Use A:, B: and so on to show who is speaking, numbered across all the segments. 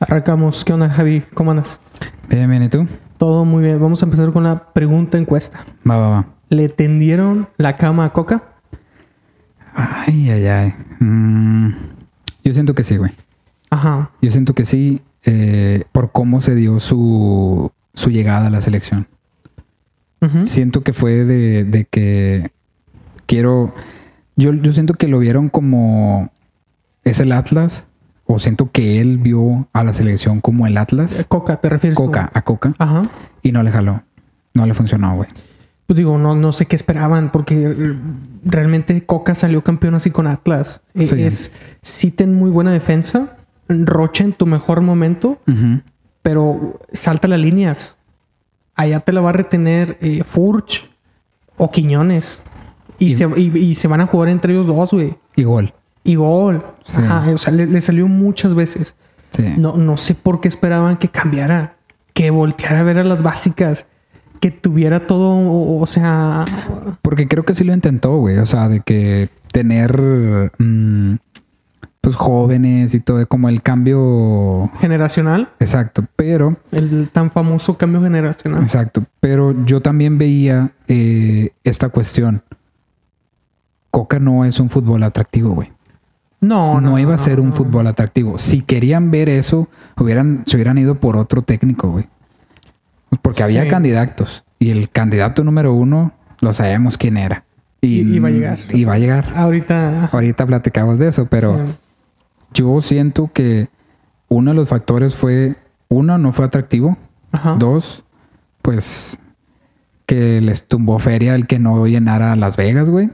A: Arrancamos. ¿Qué onda, Javi? ¿Cómo andas?
B: Bien, bien, ¿y tú?
A: Todo muy bien. Vamos a empezar con la pregunta encuesta.
B: Va, va, va.
A: ¿Le tendieron la cama a Coca?
B: Ay, ay, ay. Mm, yo siento que sí, güey.
A: Ajá.
B: Yo siento que sí eh, por cómo se dio su, su llegada a la selección.
A: Ujú.
B: Siento que fue de, de que quiero... Yo, yo siento que lo vieron como... Es el Atlas. O siento que él vio a la selección como el Atlas.
A: Coca, ¿te refieres? tú?
B: Coca, a Coca.
A: Ajá.
B: Y no le jaló. No le funcionó, güey.
A: Pues digo, no, no sé qué esperaban porque eh, realmente Coca salió campeón así con Atlas. Eh,
B: Sí.
A: Es, sí ten muy buena defensa, rocha en tu mejor momento,
B: Ujú.
A: pero salta las líneas. Allá te la va a retener eh, Furch o Quiñones. Y,
B: Y-
A: se, y- y se van a jugar entre ellos dos, güey.
B: Y gol.
A: Y gol.
B: Sí.
A: Ajá, o sea, le, le salió muchas veces.
B: Sí.
A: No, no sé por qué esperaban que cambiara, que volteara a ver a las básicas, que tuviera todo, o, o sea,
B: Porque creo que sí lo intentó, güey. O sea, de que tener mm, pues jóvenes y todo, como el cambio
A: generacional,
B: exacto, pero
A: el tan famoso cambio generacional.
B: exacto, pero yo también veía eh, esta cuestión. Coca no es un fútbol atractivo, güey.
A: No,
B: No,
A: Oh, no,
B: iba a
A: no,
B: ser un
A: no.
B: fútbol atractivo. Si querían ver eso, hubieran, se hubieran ido por otro técnico, güey. Porque había
A: Sí.
B: candidatos. Y el candidato número uno, lo sabemos quién era.
A: Y- iba a llegar.
B: Iba a llegar.
A: Ahorita.
B: Ahorita platicamos de eso, pero
A: sí.
B: yo siento que uno de los factores fue, uno, no fue atractivo,
A: Ajá.
B: dos, pues que les tumbó feria el que no llenara Las Vegas, güey,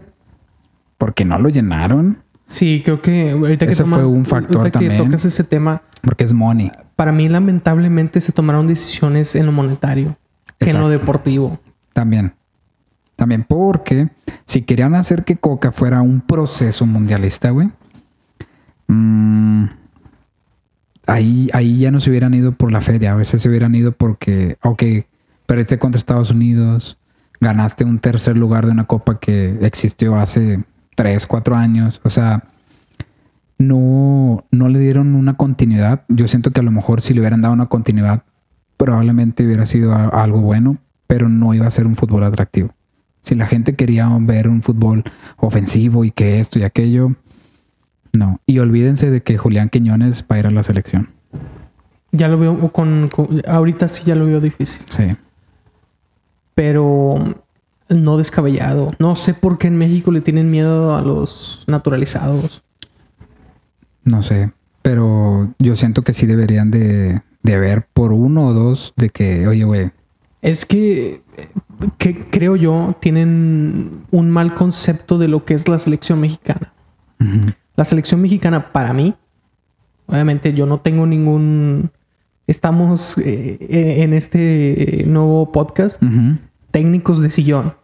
B: porque no lo llenaron,
A: Sí, creo que ahorita que
B: Ese fue un factor
A: ahorita que
B: también.
A: tocas ese tema,
B: porque es money.
A: para mí lamentablemente se tomaron decisiones en lo monetario, que en lo
B: Exacto.
A: deportivo.
B: También. También porque si querían hacer que Coca fuera un proceso mundialista, güey. mm, ahí, ahí ya no se hubieran ido por la feria. A veces se hubieran ido porque, ok, perdiste contra Estados Unidos, ganaste un tercer lugar de una copa que existió hace 3, 4 años. O sea, no, no le dieron una continuidad. Yo siento que a lo mejor si le hubieran dado una continuidad, probablemente hubiera sido a- algo bueno, pero no iba a ser un fútbol atractivo. Si la gente quería ver un fútbol ofensivo y que esto y aquello, no. Y olvídense de que Julián Quiñones va a ir a la selección.
A: Ya lo veo con, con- ahorita sí ya lo veo difícil,
B: Sí.
A: pero no descabellado. No sé por qué en México le tienen miedo a los naturalizados.
B: No sé, pero yo siento que sí deberían de, de ver por uno o dos de que, oye, güey,
A: Es que, eh, que creo yo tienen un mal concepto de lo que es la selección mexicana.
B: ujú,
A: La selección mexicana para mí, obviamente yo no tengo ningún... Estamos eh, eh, en este nuevo podcast
B: ujú,
A: técnicos de sillón.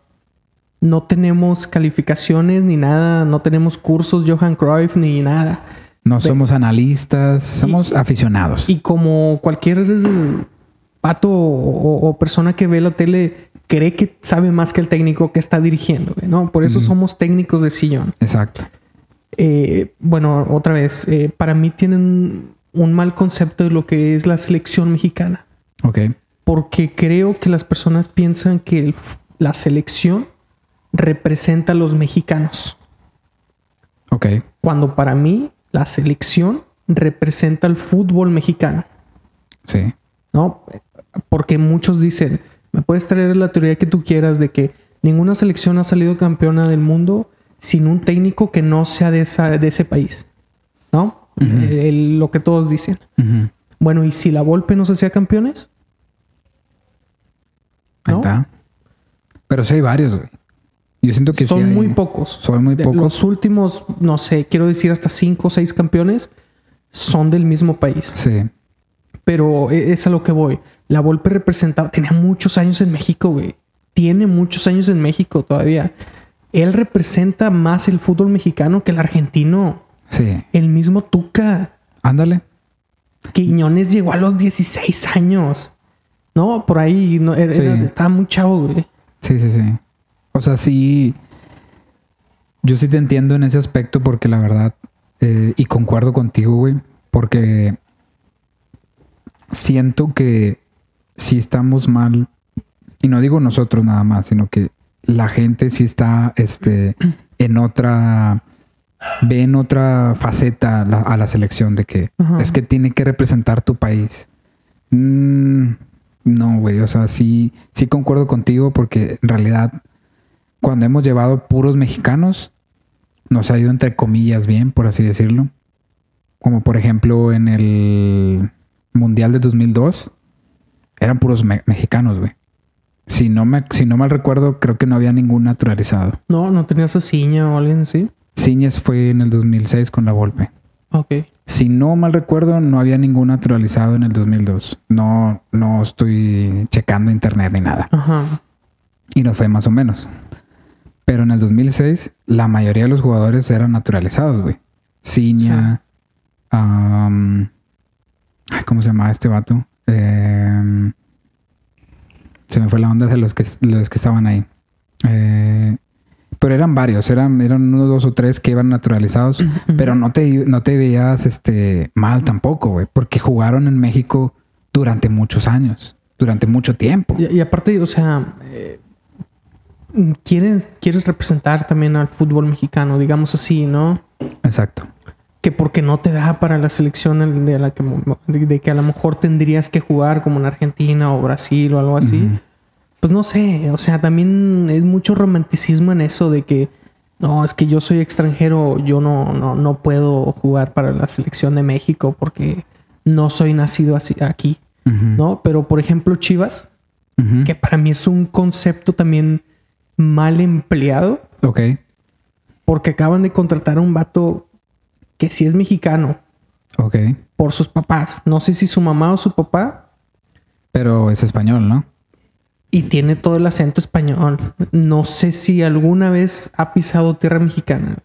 A: No tenemos calificaciones ni nada, no tenemos cursos Johan Cruyff ni nada.
B: no somos analistas, somos aficionados.
A: Y como cualquier pato o, o persona que ve la tele cree que sabe más que el técnico que está dirigiendo, güey, ¿no? Por eso somos técnicos de sillón.
B: Exacto.
A: Eh, bueno, otra vez, eh, para mí tienen un mal concepto de lo que es la selección mexicana.
B: Ok.
A: porque creo que las personas piensan que el f- la selección representa a los mexicanos,
B: Ok.
A: cuando para mí la selección representa al fútbol mexicano,
B: Sí.
A: ¿no? Porque muchos dicen, me puedes traer la teoría que tú quieras de que ninguna selección ha salido campeona del mundo sin un técnico que no sea de, esa- de ese país, ¿no? El- el- lo que todos dicen.
B: Ujú.
A: Bueno, ¿y si la Volpe no se hacía campeones?
B: Ahí
A: ¿No?
B: está. Pero sí hay varios, güey. Yo siento que sí
A: Son
B: hay-
A: muy pocos.
B: Son muy
A: De
B: pocos.
A: Los últimos, no sé, quiero decir hasta cinco o seis campeones son del mismo país.
B: Sí.
A: Pero e- es a lo que voy. La Volpe representaba, tenía muchos años en México, güey. Tiene muchos años en México todavía. Él representa más el fútbol mexicano que el argentino.
B: Sí.
A: El mismo Tuca.
B: Ándale.
A: Quiñones llegó a los 16 años. No, por ahí no, era-
B: Sí.
A: era- estaba muy chavo, güey.
B: Sí, sí, sí. O sea, sí. Yo sí te entiendo en ese aspecto porque la verdad. eh, y concuerdo contigo, güey. Porque siento que si estamos mal, y no digo nosotros nada más, sino que la gente sí está este, en otra, ve en otra faceta la- a la selección de que
A: Ajá.
B: es que tiene que representar tu país. Mm, no, güey, o sea, sí, sí concuerdo contigo porque en realidad cuando hemos llevado puros mexicanos, nos ha ido entre comillas bien, por así decirlo. Como por ejemplo en el Mundial de 2002, eran puros me- mexicanos, güey. Si no, me, si no mal recuerdo, creo que no había ningún naturalizado.
A: No, no tenías a Ciña o alguien así.
B: Ciñes fue en el 2006 con la Volpe.
A: Ok.
B: Si no mal recuerdo, no había ningún naturalizado en el 2002. No, no estoy checando internet ni nada.
A: Ajá.
B: Y no fue más o menos. Pero en el 2006, la mayoría de los jugadores eran naturalizados, güey. Ciña. am, ay, ¿Cómo se llamaba este vato? Em, se me fue la onda de los que, los que estaban ahí. Eh, pero eran varios, eran, eran unos dos o tres que iban naturalizados. Pero no te, no te veías este, mal tampoco, güey. Porque jugaron en México durante muchos años. Durante mucho tiempo.
A: Y, y aparte, o sea, eh, quieres, quieres representar también al fútbol mexicano, digamos así, ¿no?
B: Exacto.
A: Que porque no te da para la selección en- de la que, mo- de, de que a lo mejor tendrías que jugar como en Argentina o Brasil o algo así. Pues no sé, o sea, también es mucho romanticismo en eso de que no, es que yo soy extranjero, yo no, no, no puedo jugar para la selección de México porque no soy nacido así, aquí,
B: Ujú.
A: ¿no? Pero por ejemplo, Chivas,
B: Ujú.
A: que para mí es un concepto también mal empleado,
B: Ok.
A: porque acaban de contratar a un vato que sí es mexicano
B: Ok.
A: por sus papás, no sé si su mamá o su papá,
B: Pero es español, ¿no?
A: y tiene todo el acento español. No sé si alguna vez ha pisado tierra mexicana.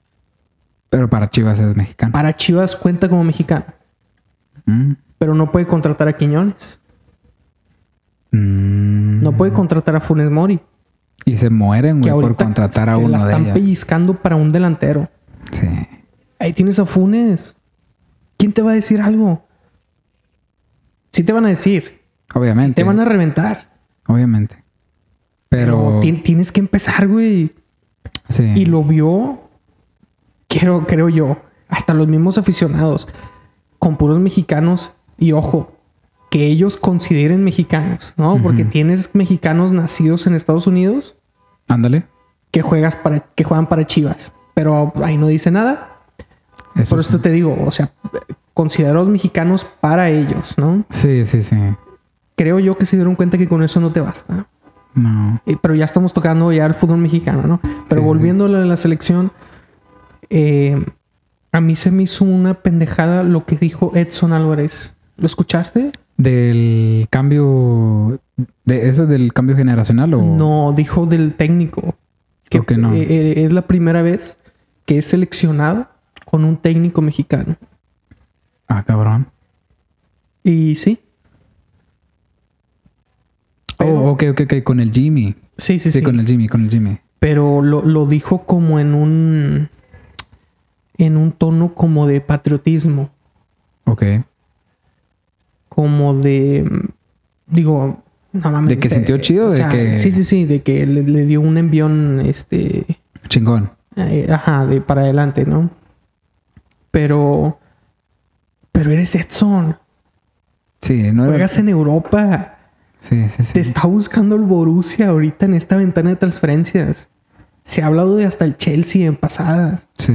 B: Pero para Chivas es mexicano.
A: Para Chivas cuenta como mexicano,
B: Mm.
A: pero no puede contratar a Quiñones,
B: Mm.
A: no puede contratar a Funes Mori,
B: Y se mueren,
A: que
B: güey, por
A: ahorita
B: contratar a
A: se la
B: uno de
A: están
B: ellos.
A: pellizcando para un delantero.
B: Sí.
A: Ahí tienes a Funes. ¿Quién te va a decir algo? Sí te van a decir.
B: Obviamente.
A: Sí te van a reventar.
B: Obviamente.
A: Pero
B: Pero.
A: ti- tienes que empezar, güey.
B: Sí.
A: Y lo vio, creo, creo yo, hasta los mismos aficionados, con puros mexicanos. Y ojo, que ellos consideren mexicanos, ¿no? Porque tienes mexicanos nacidos en Estados Unidos
B: Ándale.
A: que, juegas para, que juegan para Chivas. Pero ahí no dice nada.
B: Eso
A: Por
B: es-
A: esto te digo, o sea, considerados mexicanos para ellos, ¿no?
B: Sí, sí, sí.
A: Creo yo que se dieron cuenta que con eso no te basta.
B: No.
A: Eh, Pero ya estamos tocando ya el fútbol mexicano, ¿no? Pero
B: Sí, sí,
A: volviendo a la, la selección, eh, a mí se me hizo una pendejada lo que dijo Edson Álvarez. ¿Lo escuchaste?
B: Del cambio. De, ¿Eso es del cambio generacional o.?
A: No, dijo del técnico.
B: Creo que no.
A: eh, eh, es la primera vez que es seleccionado con un técnico mexicano.
B: Ah, cabrón.
A: Y sí. Pero-
B: Oh, ok, ok, ok. Con el Jimmy.
A: Sí, sí,
B: Sí,
A: sí.
B: con el Jimmy, con el Jimmy.
A: Pero lo, lo dijo como en un. en un tono como de patriotismo.
B: Ok.
A: como de. mm, Digo, no mames.
B: ¿De que
A: eh,
B: sintió chido?
A: o
B: ¿De
A: sea,
B: que-
A: Sí, sí, sí, de que le, le dio un envión, este.
B: Chingón.
A: eh, ajá, de para adelante, ¿no? Pero. Pero eres Edson.
B: Sí, no era.
A: Juegas en Europa.
B: Sí, sí,
A: Te
B: sí.
A: está buscando el Borussia ahorita en esta ventana de transferencias. Se ha hablado de hasta el Chelsea en pasadas.
B: Sí.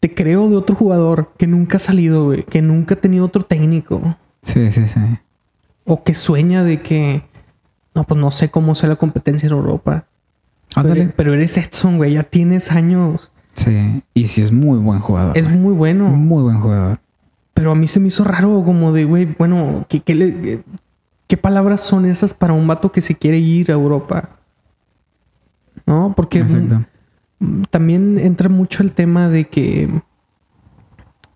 A: Te creo de otro jugador que nunca ha salido, güey, que nunca ha tenido otro técnico.
B: Sí, sí, sí.
A: O que sueña de que. No, pues no sé cómo sea la competencia en Europa. Pero,
B: Ándale.
A: pero eres Edson, güey. Ya tienes años.
B: Sí. Y sí es muy buen jugador.
A: Es
B: Ah, güey. Mm.
A: muy bueno.
B: muy buen jugador.
A: Pero a mí se me hizo raro, como de, güey, bueno, ¿qué, qué, le- qué- qué palabras son esas para un vato que se quiere ir a Europa? ¿No? Porque mm,
B: Exacto.
A: mm, también entra mucho el tema de que.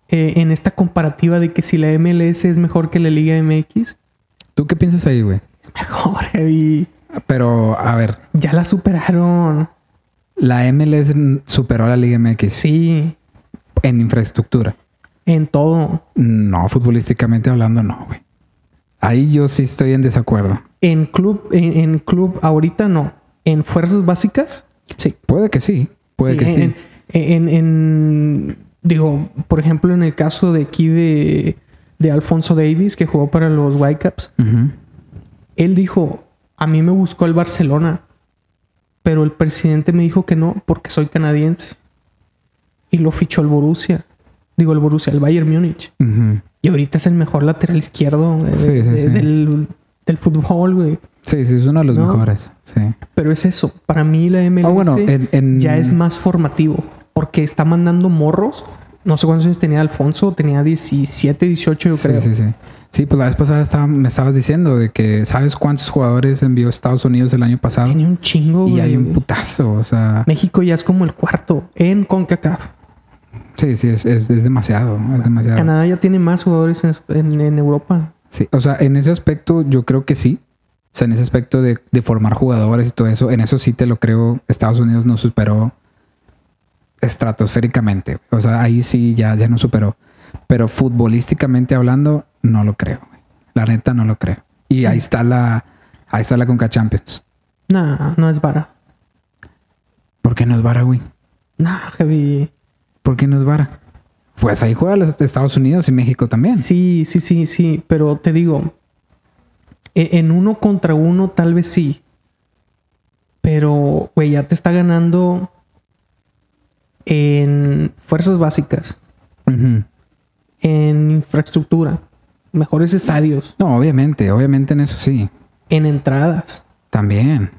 A: eh, en esta comparativa de que si la MLS es mejor que la Liga MX,
B: ¿Tú qué piensas ahí, güey?
A: es mejor, y
B: Pero, a ver,
A: ya la superaron.
B: la MLS superó a la Liga MX
A: Sí,
B: en infraestructura.
A: En todo.
B: No, futbolísticamente hablando, no, güey. Ahí yo sí estoy en desacuerdo.
A: En club, en, en club ahorita no. En fuerzas básicas, sí.
B: Puede que sí, puede
A: Sí,
B: que sí.
A: en, en- en- en- digo, por ejemplo, en el caso de aquí de, de Alfonso Davis, que jugó para los Whitecaps,
B: Ujú.
A: él dijo, a mí me buscó el Barcelona, pero el presidente me dijo que no porque soy canadiense. Y lo fichó el Borussia. Digo, el Borussia, el Bayern Múnich.
B: Ujú.
A: Y ahorita es el mejor lateral izquierdo de-
B: Sí, sí,
A: de-
B: sí.
A: Del, del fútbol, güey.
B: Sí, sí, es uno de los
A: No.
B: mejores. Sí.
A: Pero es eso. Para mí la MLS
B: Ah, bueno, en- en-
A: ya es más formativo. Porque está mandando morros. No sé cuántos años tenía Alfonso. Tenía 17, 18 yo
B: Sí,
A: creo.
B: sí, sí. Sí, pues la vez pasada estaba- me estabas diciendo de que ¿sabes cuántos jugadores envió a Estados Unidos el año pasado?
A: Tiene un chingo,
B: Y hay
A: güey.
B: un putazo, o sea...
A: México ya es como el cuarto en CONCACAF.
B: Sí, sí, es, es- es demasiado, es demasiado.
A: Canadá ya tiene más jugadores en, en- en Europa.
B: Sí, o sea, en ese aspecto yo creo que sí. O sea, en ese aspecto de, de formar jugadores y todo eso, en eso sí te lo creo, Estados Unidos nos superó estratosféricamente. O sea, ahí sí ya, ya nos superó. Pero futbolísticamente hablando, no lo creo. güey. La neta no lo creo. Y ahí está la, ahí está la Conca Champions.
A: Nah, no es vara.
B: ¿Por qué no es vara, güey?
A: Nah, heavy.
B: ¿Por qué no es vara? Pues ahí juega los Estados Unidos y México también.
A: Sí, sí, sí, sí. Pero te digo, e- en uno contra uno tal vez sí. Pero, güey, ya te está ganando en fuerzas básicas,
B: Ujú.
A: en infraestructura, mejores estadios,
B: No, obviamente, obviamente en eso sí.
A: en entradas.
B: También.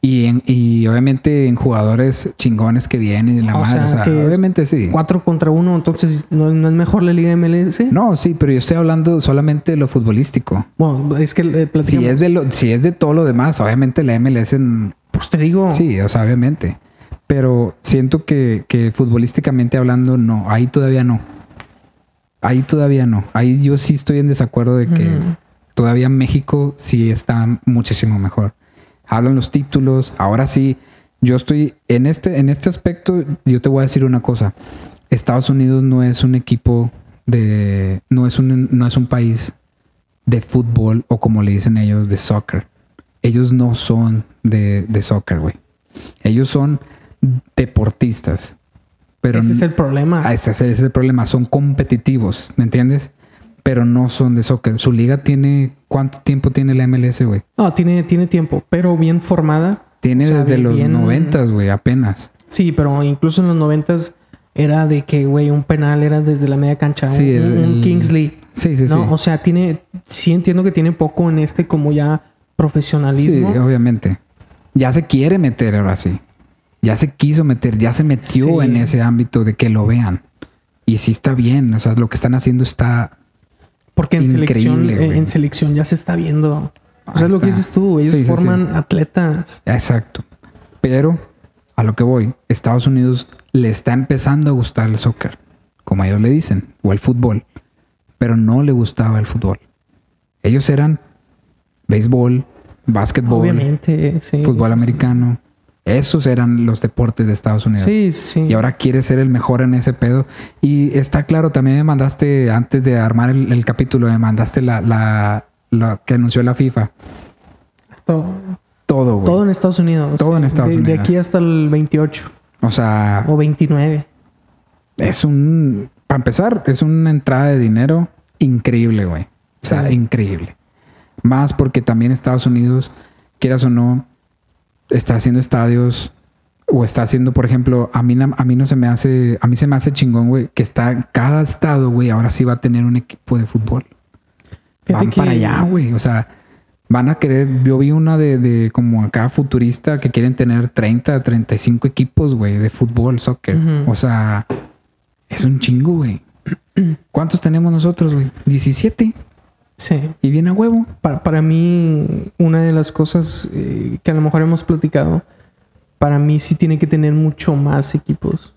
B: Y, en- y obviamente en jugadores chingones que vienen y la
A: O
B: madre.
A: sea,
B: o sea,
A: que es
B: obviamente sí.
A: Cuatro contra uno, entonces ¿no, no es mejor la Liga MLS.
B: No, sí, pero yo estoy hablando solamente de lo futbolístico.
A: Bueno, es que eh, platicamos.
B: Si es, de lo, si es de todo lo demás, obviamente la MLS en-
A: Pues te digo,
B: sí, o sea, obviamente. Pero siento que, que futbolísticamente hablando, no, ahí todavía no. Ahí todavía no. Ahí yo sí estoy en desacuerdo de que
A: Ujú.
B: todavía México sí está muchísimo mejor. Hablan los títulos. Ahora sí, yo estoy en este, en este aspecto, yo te voy a decir una cosa. Estados Unidos no es un equipo de. no es un, no es un país de fútbol o como le dicen ellos, de soccer. Ellos no son de, de soccer, güey. Ellos son deportistas. Pero
A: ese es el problema.
B: Ah, ese, es- ese es el problema. Son competitivos, ¿me entiendes? Pero no son de soccer. Su liga tiene. ¿Cuánto tiempo tiene la MLS, güey?
A: No, tiene, tiene tiempo, pero bien formada.
B: Tiene
A: O sea,
B: desde
A: bien-
B: los
A: bien-
B: noventas, güey, apenas.
A: Sí, pero incluso en los noventas era de que, güey, un penal era desde la media cancha.
B: Sí,
A: Ah, un,
B: el-
A: un Kingsley.
B: Sí, sí,
A: ¿no?
B: sí.
A: O sea, tiene... Sí entiendo que tiene poco en este como ya
B: sí, oh,
A: profesionalismo.
B: obviamente. Ya se quiere meter ahora sí. Ya se quiso meter, ya se metió
A: Sí.
B: en ese ámbito de que lo vean. Y sí está bien. O sea, lo que están haciendo está.
A: porque en
B: increíble,
A: selección, eh,
B: güey.
A: en selección ya se está viendo. O
B: Ahí
A: sea, es lo que
B: está.
A: dices tú, ellos
B: Sí, sí, sí.
A: forman atletas.
B: Exacto. Pero a lo que voy, Estados Unidos le está empezando a gustar el soccer, como ellos le dicen, o el fútbol, pero no le gustaba el fútbol. Ellos eran béisbol, básquetbol,
A: Obviamente, sí.
B: fútbol
A: sí,
B: americano. Esos eran los deportes de Estados Unidos.
A: Sí, sí, sí.
B: Y ahora quiere ser el mejor en ese pedo. Y está claro, también me mandaste, antes de armar el, el capítulo, me mandaste la, la, la que anunció la FIFA.
A: todo,
B: Todo, güey.
A: todo en Estados Unidos.
B: Todo en Estados
A: De- De
B: Unidos.
A: aquí hasta el 28
B: O sea,
A: o 29.
B: Es un, para empezar, es una entrada de dinero increíble, güey. O sea,
A: Sí.
B: increíble. Más porque también Estados Unidos, quieras o no, está haciendo estadios o está haciendo, por ejemplo, a mí, na- a mí no se me hace, a mí se me hace chingón, güey, que está cada estado, güey, ahora sí va a tener un equipo de fútbol.
A: Fíjate
B: van
A: que-
B: para allá, güey. O sea, van a querer, yo vi una de, de como acá futurista que quieren tener 30, 35 equipos, güey, de fútbol, soccer.
A: Ujú.
B: O sea, es un chingo, güey. ¿Cuántos tenemos nosotros, güey? 17.
A: Sí.
B: Y bien a huevo.
A: Para, para mí, una de las cosas eh, que a lo mejor hemos platicado, para mí sí tiene que tener mucho más equipos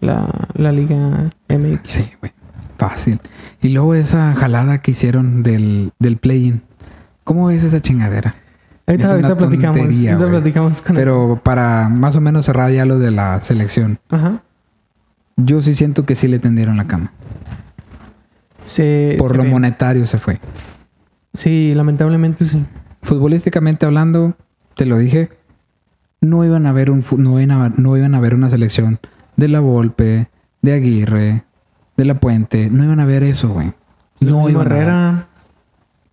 A: la, la Liga MX.
B: Sí, güey. Fácil. Y luego esa jalada que hicieron del, del play-in. ¿Cómo ves esa chingadera?
A: Ahorita,
B: Es una
A: ahorita platicamos,
B: tontería,
A: ahorita
B: güey.
A: platicamos con eso.
B: Pero para más o menos cerrar ya lo de la selección.
A: Ajá.
B: Yo sí siento que sí le tendieron la cama.
A: Se-
B: Por
A: se
B: lo
A: ve.
B: monetario se fue.
A: Sí, lamentablemente sí.
B: Futbolísticamente hablando, te lo dije, no iban a ver un fu- no iban a, no iban a ver una selección de la Volpe, de Aguirre, de la Puente, no iban a ver eso, güey. No
A: Luis
B: iban a ver.
A: Barrera,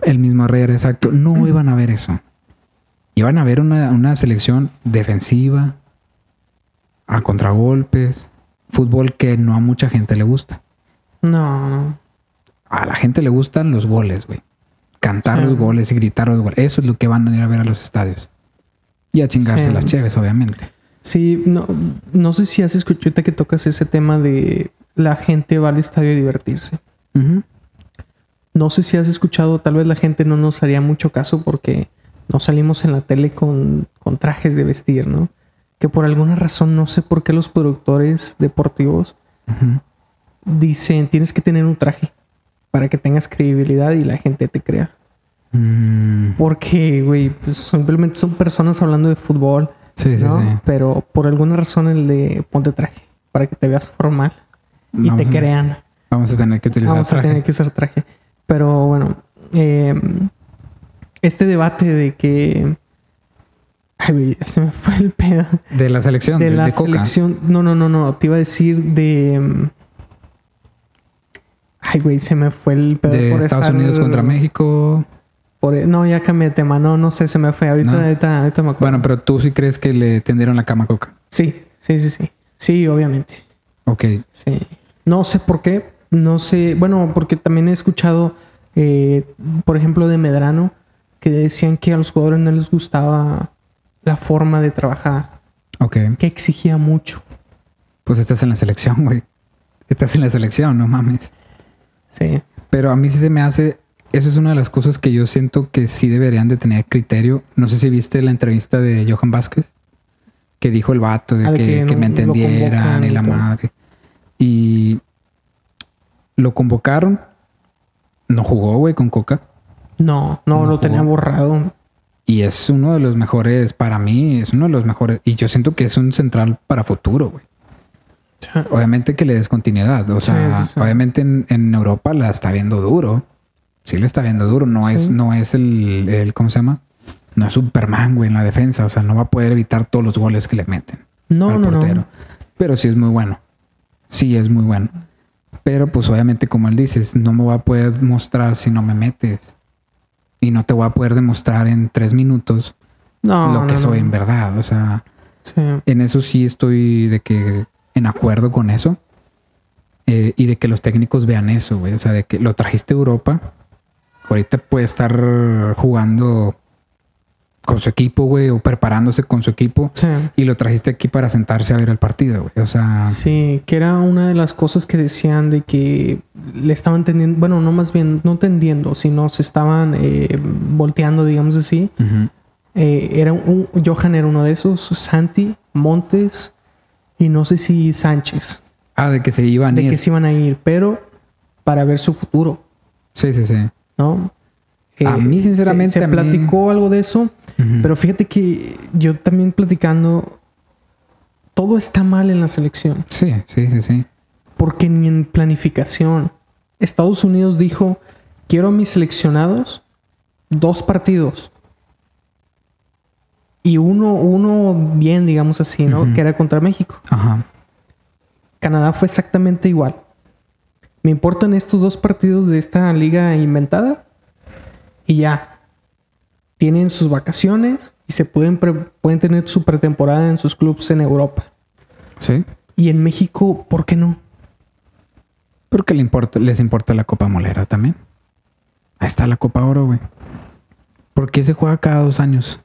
B: El mismo Herrera, exacto. No iban a ver eso. Iban a ver una, una selección defensiva, a contragolpes, fútbol que no a mucha gente le gusta.
A: No, no.
B: A la gente le gustan los goles, güey. Cantar
A: Sí.
B: los goles y gritar los goles. Eso es lo que van a ir a ver a los estadios. Y a chingarse
A: Sí.
B: las cheves, obviamente.
A: Sí, no, no sé si has escuchado ahorita que tocas ese tema de la gente va al estadio a divertirse.
B: Ujú.
A: No sé si has escuchado, tal vez la gente no nos haría mucho caso porque no salimos en la tele con, con trajes de vestir, ¿no? Que por alguna razón, no sé por qué los productores deportivos
B: Ujú.
A: dicen tienes que tener un traje para que tengas credibilidad y la gente te crea.
B: Mm,
A: Porque, güey, pues, simplemente son personas hablando de fútbol,
B: Sí, sí,
A: ¿no?
B: sí.
A: Pero por alguna razón el de ponte traje para que te veas formal y
B: Vamos
A: te
B: a-
A: crean.
B: Vamos a tener que utilizar
A: Vamos
B: traje.
A: a tener que usar traje. Pero bueno, eh, este debate de que. Ay, güey, se me fue el pedo.
B: De la selección, de,
A: De la
B: de Coca.
A: selección. No, no, no, no. Te iba a decir de. mm, Ay, güey, se me fue el pedo.
B: De
A: por
B: Estados
A: estar-
B: Unidos contra México.
A: por- e-, no, ya cambié de tema. No, no sé, se me fue. Ahorita,
B: No.
A: ahorita, ahorita me acuerdo.
B: Bueno, pero tú sí crees que le tendieron la cama a Coca.
A: Sí, sí, sí, sí. Sí, obviamente.
B: Ok.
A: Sí. No sé por qué. No sé. Bueno, porque también he escuchado, eh, por ejemplo, de Medrano, que decían que a los jugadores no les gustaba la forma de trabajar,
B: Ok.
A: que exigía mucho.
B: Pues estás en la selección, güey. Estás en la selección, no mames.
A: Sí.
B: Pero a mí sí se me hace. Eso es una de las cosas que yo siento que sí deberían de tener criterio. No sé si viste la entrevista de Johan Vázquez, que dijo el vato de
A: Ah, de
B: que,
A: que
B: que me
A: no- lo
B: entendieran
A: convocan
B: y
A: y
B: la
A: todo.
B: madre. Y lo convocaron. No jugó, güey, con Coca.
A: No, no,
B: No
A: lo tenía
B: jugó.
A: borrado.
B: Y es uno de los mejores, para mí, es uno de los mejores. Y yo siento que es un central para futuro, güey. Obviamente que le des continuidad. O
A: Sí,
B: sea,
A: sí, sí.
B: obviamente en, en Europa la está viendo duro. Sí le está viendo duro. No
A: Sí.
B: es, no es el, el- ¿cómo se llama? No es Superman, güey, en la defensa. O sea, no va a poder evitar todos los goles que le meten.
A: No,
B: al
A: no, no.
B: portero. Pero sí es muy bueno. Sí es muy bueno. Pero pues obviamente, como él dices, no me va a poder mostrar si no me metes. Y no te voy a poder demostrar en tres minutos
A: No,
B: lo que
A: no,
B: soy
A: no.
B: en verdad. O sea,
A: Sí.
B: en eso sí estoy de que en acuerdo con eso. Eh, y de que los técnicos vean eso, güey. O sea, de que lo trajiste a Europa. Ahorita puede estar jugando con su equipo, güey, o preparándose con su equipo.
A: Sí.
B: Y lo trajiste aquí para sentarse a ver el partido, güey. O sea,
A: Sí, que era una de las cosas que decían de que le estaban tendiendo, bueno, no más bien, no tendiendo, sino se estaban eh, volteando, digamos así,
B: ujú.
A: Eh, era un, un- Johan era uno de esos, Santi, Montes y no sé si Sánchez,
B: ah, de que se iban a
A: de
B: ir.
A: que se iban a ir, pero para ver su futuro,
B: Sí, sí, sí.
A: ¿no? Eh,
B: A mí,
A: se-
B: sinceramente,
A: se,
B: a mí-
A: platicó algo de eso,
B: Ujú.
A: pero fíjate que yo también platicando, todo está mal en la selección,
B: Sí, sí, sí, sí.
A: porque ni en planificación. Estados Unidos dijo, quiero a mis seleccionados dos partidos. Y uno, uno bien, digamos así, ¿no?
B: Ujú.
A: Que era contra México.
B: Ajá.
A: Canadá fue exactamente igual. Me importan estos dos partidos de esta liga inventada y ya. Tienen sus vacaciones y se pueden, pre- pueden tener su pretemporada en sus clubes en Europa.
B: Sí.
A: Y en México, ¿por qué no?
B: Porque le importa, les importa la Copa Molera también. Ahí está la Copa Oro, güey. ¿Por qué se juega cada dos años?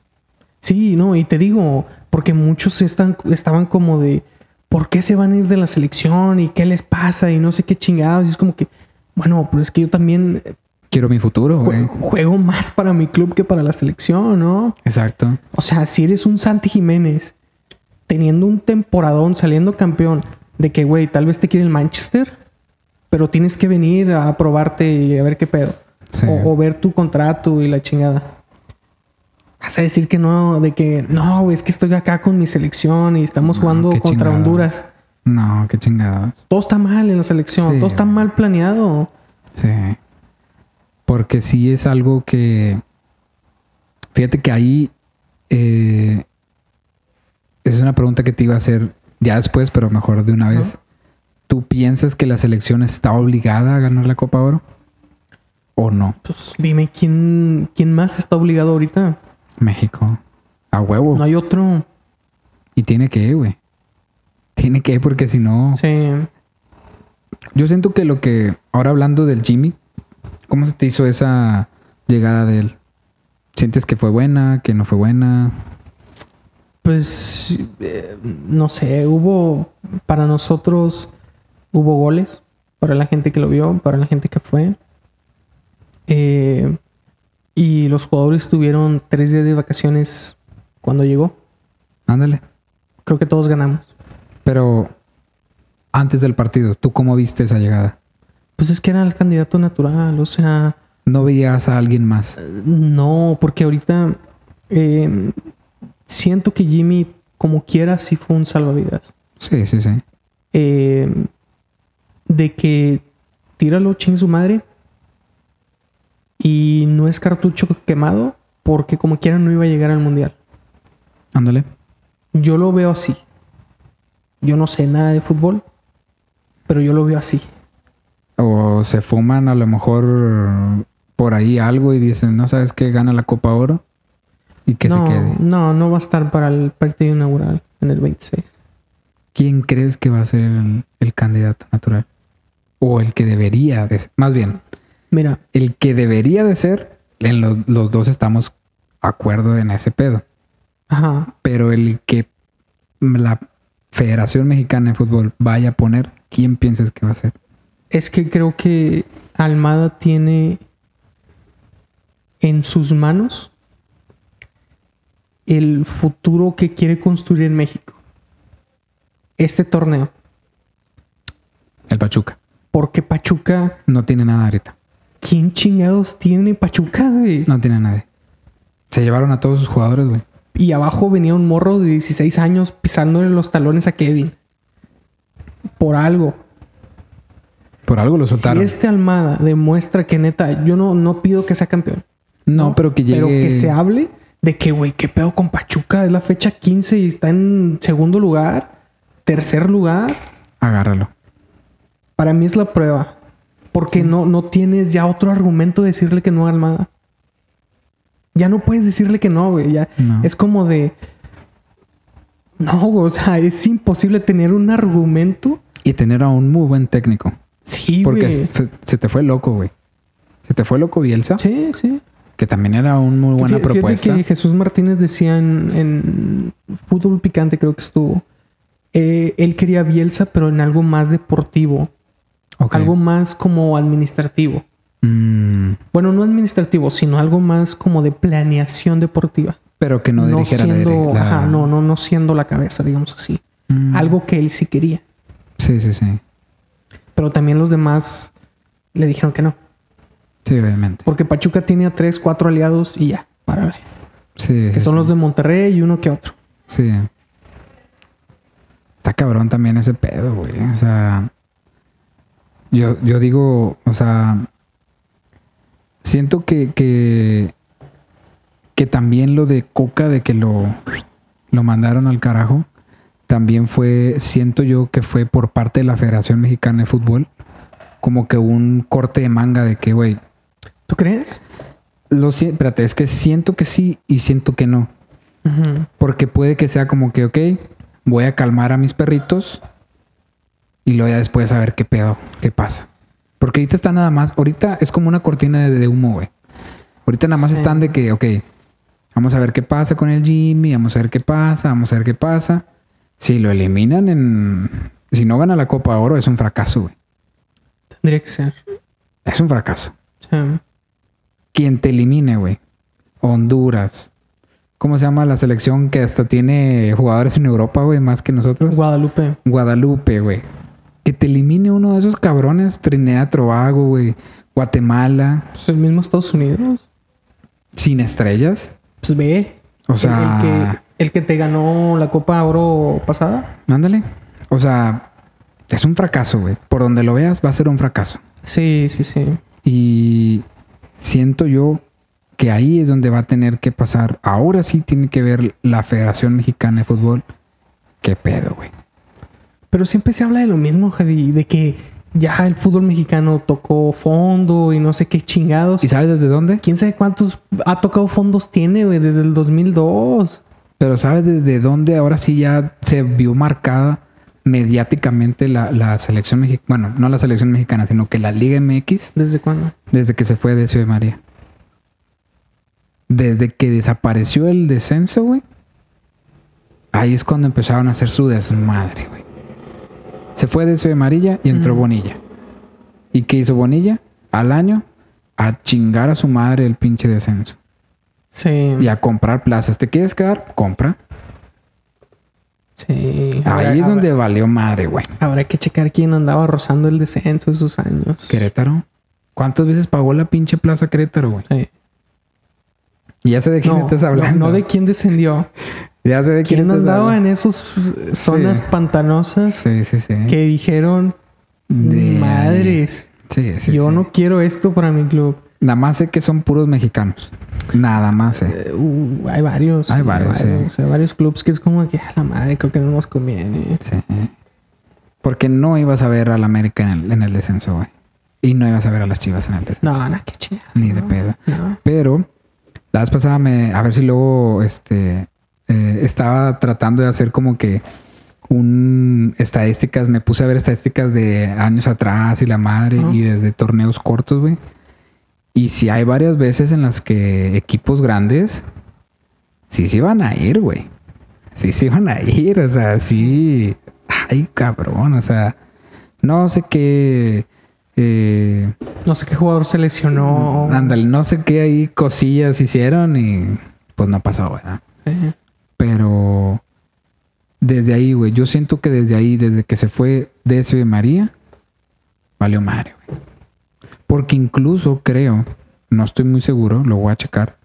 A: Sí, no, y te digo, porque muchos están, estaban como de, ¿por qué se van a ir de la selección? ¿Y qué les pasa? Y no sé qué chingados. Y es como que, bueno, pero es que yo también eh,
B: Quiero mi futuro, güey.
A: jue- juego más para mi club que para la selección, ¿no?
B: Exacto.
A: O sea, si eres un Santi Jiménez, teniendo un temporadón, saliendo campeón, de que, güey, tal vez te quiere el Manchester, pero tienes que venir a probarte y a ver qué pedo.
B: Sí.
A: O, o ver tu contrato y la chingada. Vas a decir que no, de que no, güey, es que estoy acá con mi selección y estamos
B: No,
A: jugando
B: qué
A: contra
B: chingada.
A: Honduras.
B: No, qué chingados.
A: Todo está mal en la selección,
B: Sí,
A: todo está
B: güey.
A: mal planeado.
B: Sí. Porque sí es algo que. Fíjate que ahí. eh, esa es una pregunta que te iba a hacer ya después, pero mejor de una
A: Ajá.
B: vez. ¿Tú piensas que la selección está obligada a ganar la Copa Oro? ¿O no?
A: Pues dime quién, quién más está obligado ahorita.
B: México. A huevo.
A: No hay otro.
B: Y tiene que, güey. Tiene que, porque si no.
A: Sí.
B: Yo siento que lo que. Ahora hablando del Jimmy, ¿cómo se te hizo esa llegada de él? ¿Sientes que fue buena, que no fue buena?
A: Pues eh, no sé, hubo para nosotros hubo goles para la gente que lo vio, para la gente que fue. Eh, y los jugadores tuvieron tres días de vacaciones cuando llegó.
B: Ándale.
A: Creo que todos ganamos.
B: Pero antes del partido, ¿tú cómo viste esa llegada?
A: Pues es que era el candidato natural, o sea,
B: ¿No veías a alguien más?
A: No, porque ahorita eh, siento que Jimmy, como quiera, sí fue un salvavidas.
B: Sí, sí, sí.
A: Eh, de que tíralo, chingue su madre. Y no es cartucho quemado, porque como quiera no iba a llegar al mundial.
B: Ándale.
A: Yo lo veo así. Yo no sé nada de fútbol, pero yo lo veo así.
B: O se fuman a lo mejor por ahí algo y dicen, no sabes qué, gana la Copa Oro y que
A: no,
B: se quede.
A: no, no va a estar para el partido inaugural en el 26.
B: ¿Quién crees que va a ser el, el candidato natural? O el que debería de ser. Más bien,
A: Mira,
B: el que debería de ser, en los, los dos estamos acuerdo en ese pedo.
A: ajá,
B: Pero el que la Federación Mexicana de Fútbol vaya a poner, ¿quién piensas que va a ser?
A: Es que creo que Almada tiene en sus manos el futuro que quiere construir en México. Este torneo.
B: El Pachuca.
A: Porque Pachuca,
B: No tiene nada ahorita.
A: ¿quién chingados tiene Pachuca, güey?
B: No tiene nadie. Se llevaron a todos sus jugadores, güey.
A: Y abajo venía un morro de 16 años pisándole los talones a Kevin. Por algo.
B: Por algo lo soltaron.
A: Si este Almada demuestra que neta, yo no, no pido que sea campeón.
B: No, pero que llegue.
A: Pero que se hable de que, güey, qué pedo con Pachuca. Es la fecha 15 y está en segundo lugar, tercer lugar.
B: Agárralo.
A: Para mí es la prueba. Porque no, no tienes ya otro argumento de decirle que no a Almada. Ya no puedes decirle que no, güey. Ya
B: No.
A: es como de. No, güey, o sea, es imposible tener un argumento.
B: Y tener a un muy buen técnico.
A: Sí,
B: Porque
A: güey.
B: se, se te fue loco, güey. Se te fue loco Bielsa,
A: Sí, sí.
B: que también era una muy buena
A: Fí- fíjate
B: propuesta.
A: que Jesús Martínez decía en, en Fútbol Picante, creo que estuvo. eh, él quería a Bielsa, pero en algo más deportivo,
B: Ok.
A: algo más como administrativo.
B: Mm,
A: Bueno, no administrativo, sino algo más como de planeación deportiva.
B: pero que no, dirigiera la
A: siendo,
B: dire- la-
A: ajá, no, Ah. no, no siendo la cabeza, digamos así.
B: Mm.
A: Algo que él sí quería.
B: Sí, sí, sí.
A: Pero también los demás le dijeron que no.
B: Sí, obviamente.
A: Porque Pachuca tiene a tres, cuatro aliados y ya, párale.
B: Sí,
A: Que
B: sí,
A: son
B: sí.
A: los de Monterrey y uno que otro.
B: Sí. Está cabrón también ese pedo, güey. O sea, yo, yo digo, o sea, siento que, que, que también lo de Coca, de que lo, lo mandaron al carajo, también fue, siento yo que fue por parte de la Federación Mexicana de Fútbol, como que un corte de manga de que, güey,
A: ¿Tú crees?
B: lo, si- espérate, es que siento que sí y siento que no.
A: Ujú.
B: Porque puede que sea como que, ok, voy a calmar a mis perritos y luego ya después a ver qué pedo, qué pasa. Porque ahorita está nada más, ahorita es como una cortina de, de humo, güey. Ahorita nada más
A: Sí.
B: están de que, ok, vamos a ver qué pasa con el Jimmy, vamos a ver qué pasa, vamos a ver qué pasa. Si lo eliminan en... Si no gana la Copa Oro es un fracaso, güey.
A: Tendría que ser.
B: Es un fracaso.
A: Sí.
B: Quien te elimine, güey. Honduras. ¿Cómo se llama la selección que hasta tiene jugadores en Europa, güey, más que nosotros?
A: pues, Guadalupe.
B: Guadalupe, güey. Que te elimine uno de esos cabrones, Trinidad y Tobago, güey, Guatemala,
A: Pues el mismo Estados Unidos.
B: sin estrellas.
A: Pues ve.
B: O
A: El-
B: sea,
A: El, que, el que te ganó la Copa Oro pasada.
B: mándale. O sea, es un fracaso, güey. Por donde lo veas, va a ser un fracaso.
A: Sí, sí, sí.
B: Y siento yo que ahí es donde va a tener que pasar. Ahora sí tiene que ver la Federación Mexicana de Fútbol. ¿Qué pedo, güey?
A: Pero siempre se habla de lo mismo, Javi, de que ya el fútbol mexicano tocó fondo y no sé qué chingados.
B: ¿Y sabes desde dónde?
A: ¿Quién sabe cuántos ha tocado fondos tiene, güey, desde el 2002?
B: Pero sabes desde dónde ahora sí ya se vio marcada mediáticamente la, la selección mexicana. Bueno, no la selección mexicana, sino que la Liga MX
A: ¿Desde cuándo?
B: desde que se fue de Ciudad María. Desde que desapareció el descenso, güey. Ahí es cuando empezaron a hacer su desmadre, güey. Se fue de Ciudad Amarilla y entró Bonilla. ¿Y qué hizo Bonilla? Al año, a chingar a su madre el pinche descenso.
A: Sí.
B: Y a comprar plazas. ¿Te quieres quedar? Compra.
A: Sí. Habrá-
B: Ahí es
A: habrá-
B: donde valió madre, güey.
A: Habrá que checar quién andaba rozando el descenso esos años.
B: Querétaro. ¿Cuántas veces pagó la pinche plaza Querétaro, güey?
A: Sí.
B: Y ya sé de quién
A: No,
B: estás hablando.
A: No, no de quién descendió.
B: Ya sé de quién,
A: ¿Quién
B: estás
A: andaba
B: hablando.
A: en esas eh, zonas
B: Sí.
A: pantanosas
B: Sí, sí, sí.
A: que dijeron,
B: De-
A: madres,
B: Sí, sí,
A: yo
B: sí.
A: no quiero esto para mi club?
B: Nada más sé que son puros mexicanos. Nada más sé.
A: Eh, uh, hay varios.
B: Hay varios, sí.
A: Hay varios clubes que es como que, a la madre, creo que no nos conviene.
B: Sí. Porque no ibas a ver al América en el, en el descenso, güey. Y no ibas a ver a las chivas en el descenso.
A: No, no, qué chingados.
B: Ni de
A: ¿no?
B: pedo.
A: No.
B: Pero la vez pasada me. A ver si luego este. eh, estaba tratando de hacer como que un estadísticas. Me puse a ver estadísticas de años atrás y la madre
A: Ajá.
B: y desde torneos cortos, güey. Y si hay varias veces en las que equipos grandes sí se iban a ir, güey. Sí se iban a ir, o sea, sí. Ay, cabrón, o sea, no sé qué. eh,
A: No sé qué jugador se lesionó.
B: Ándale, no sé qué ahí cosillas hicieron y pues no pasó, ¿verdad?
A: Sí.
B: Pero desde ahí, güey, yo siento que desde ahí, desde que se fue Decio de María, valió madre, güey. Porque incluso creo, no estoy muy seguro, lo voy a checar,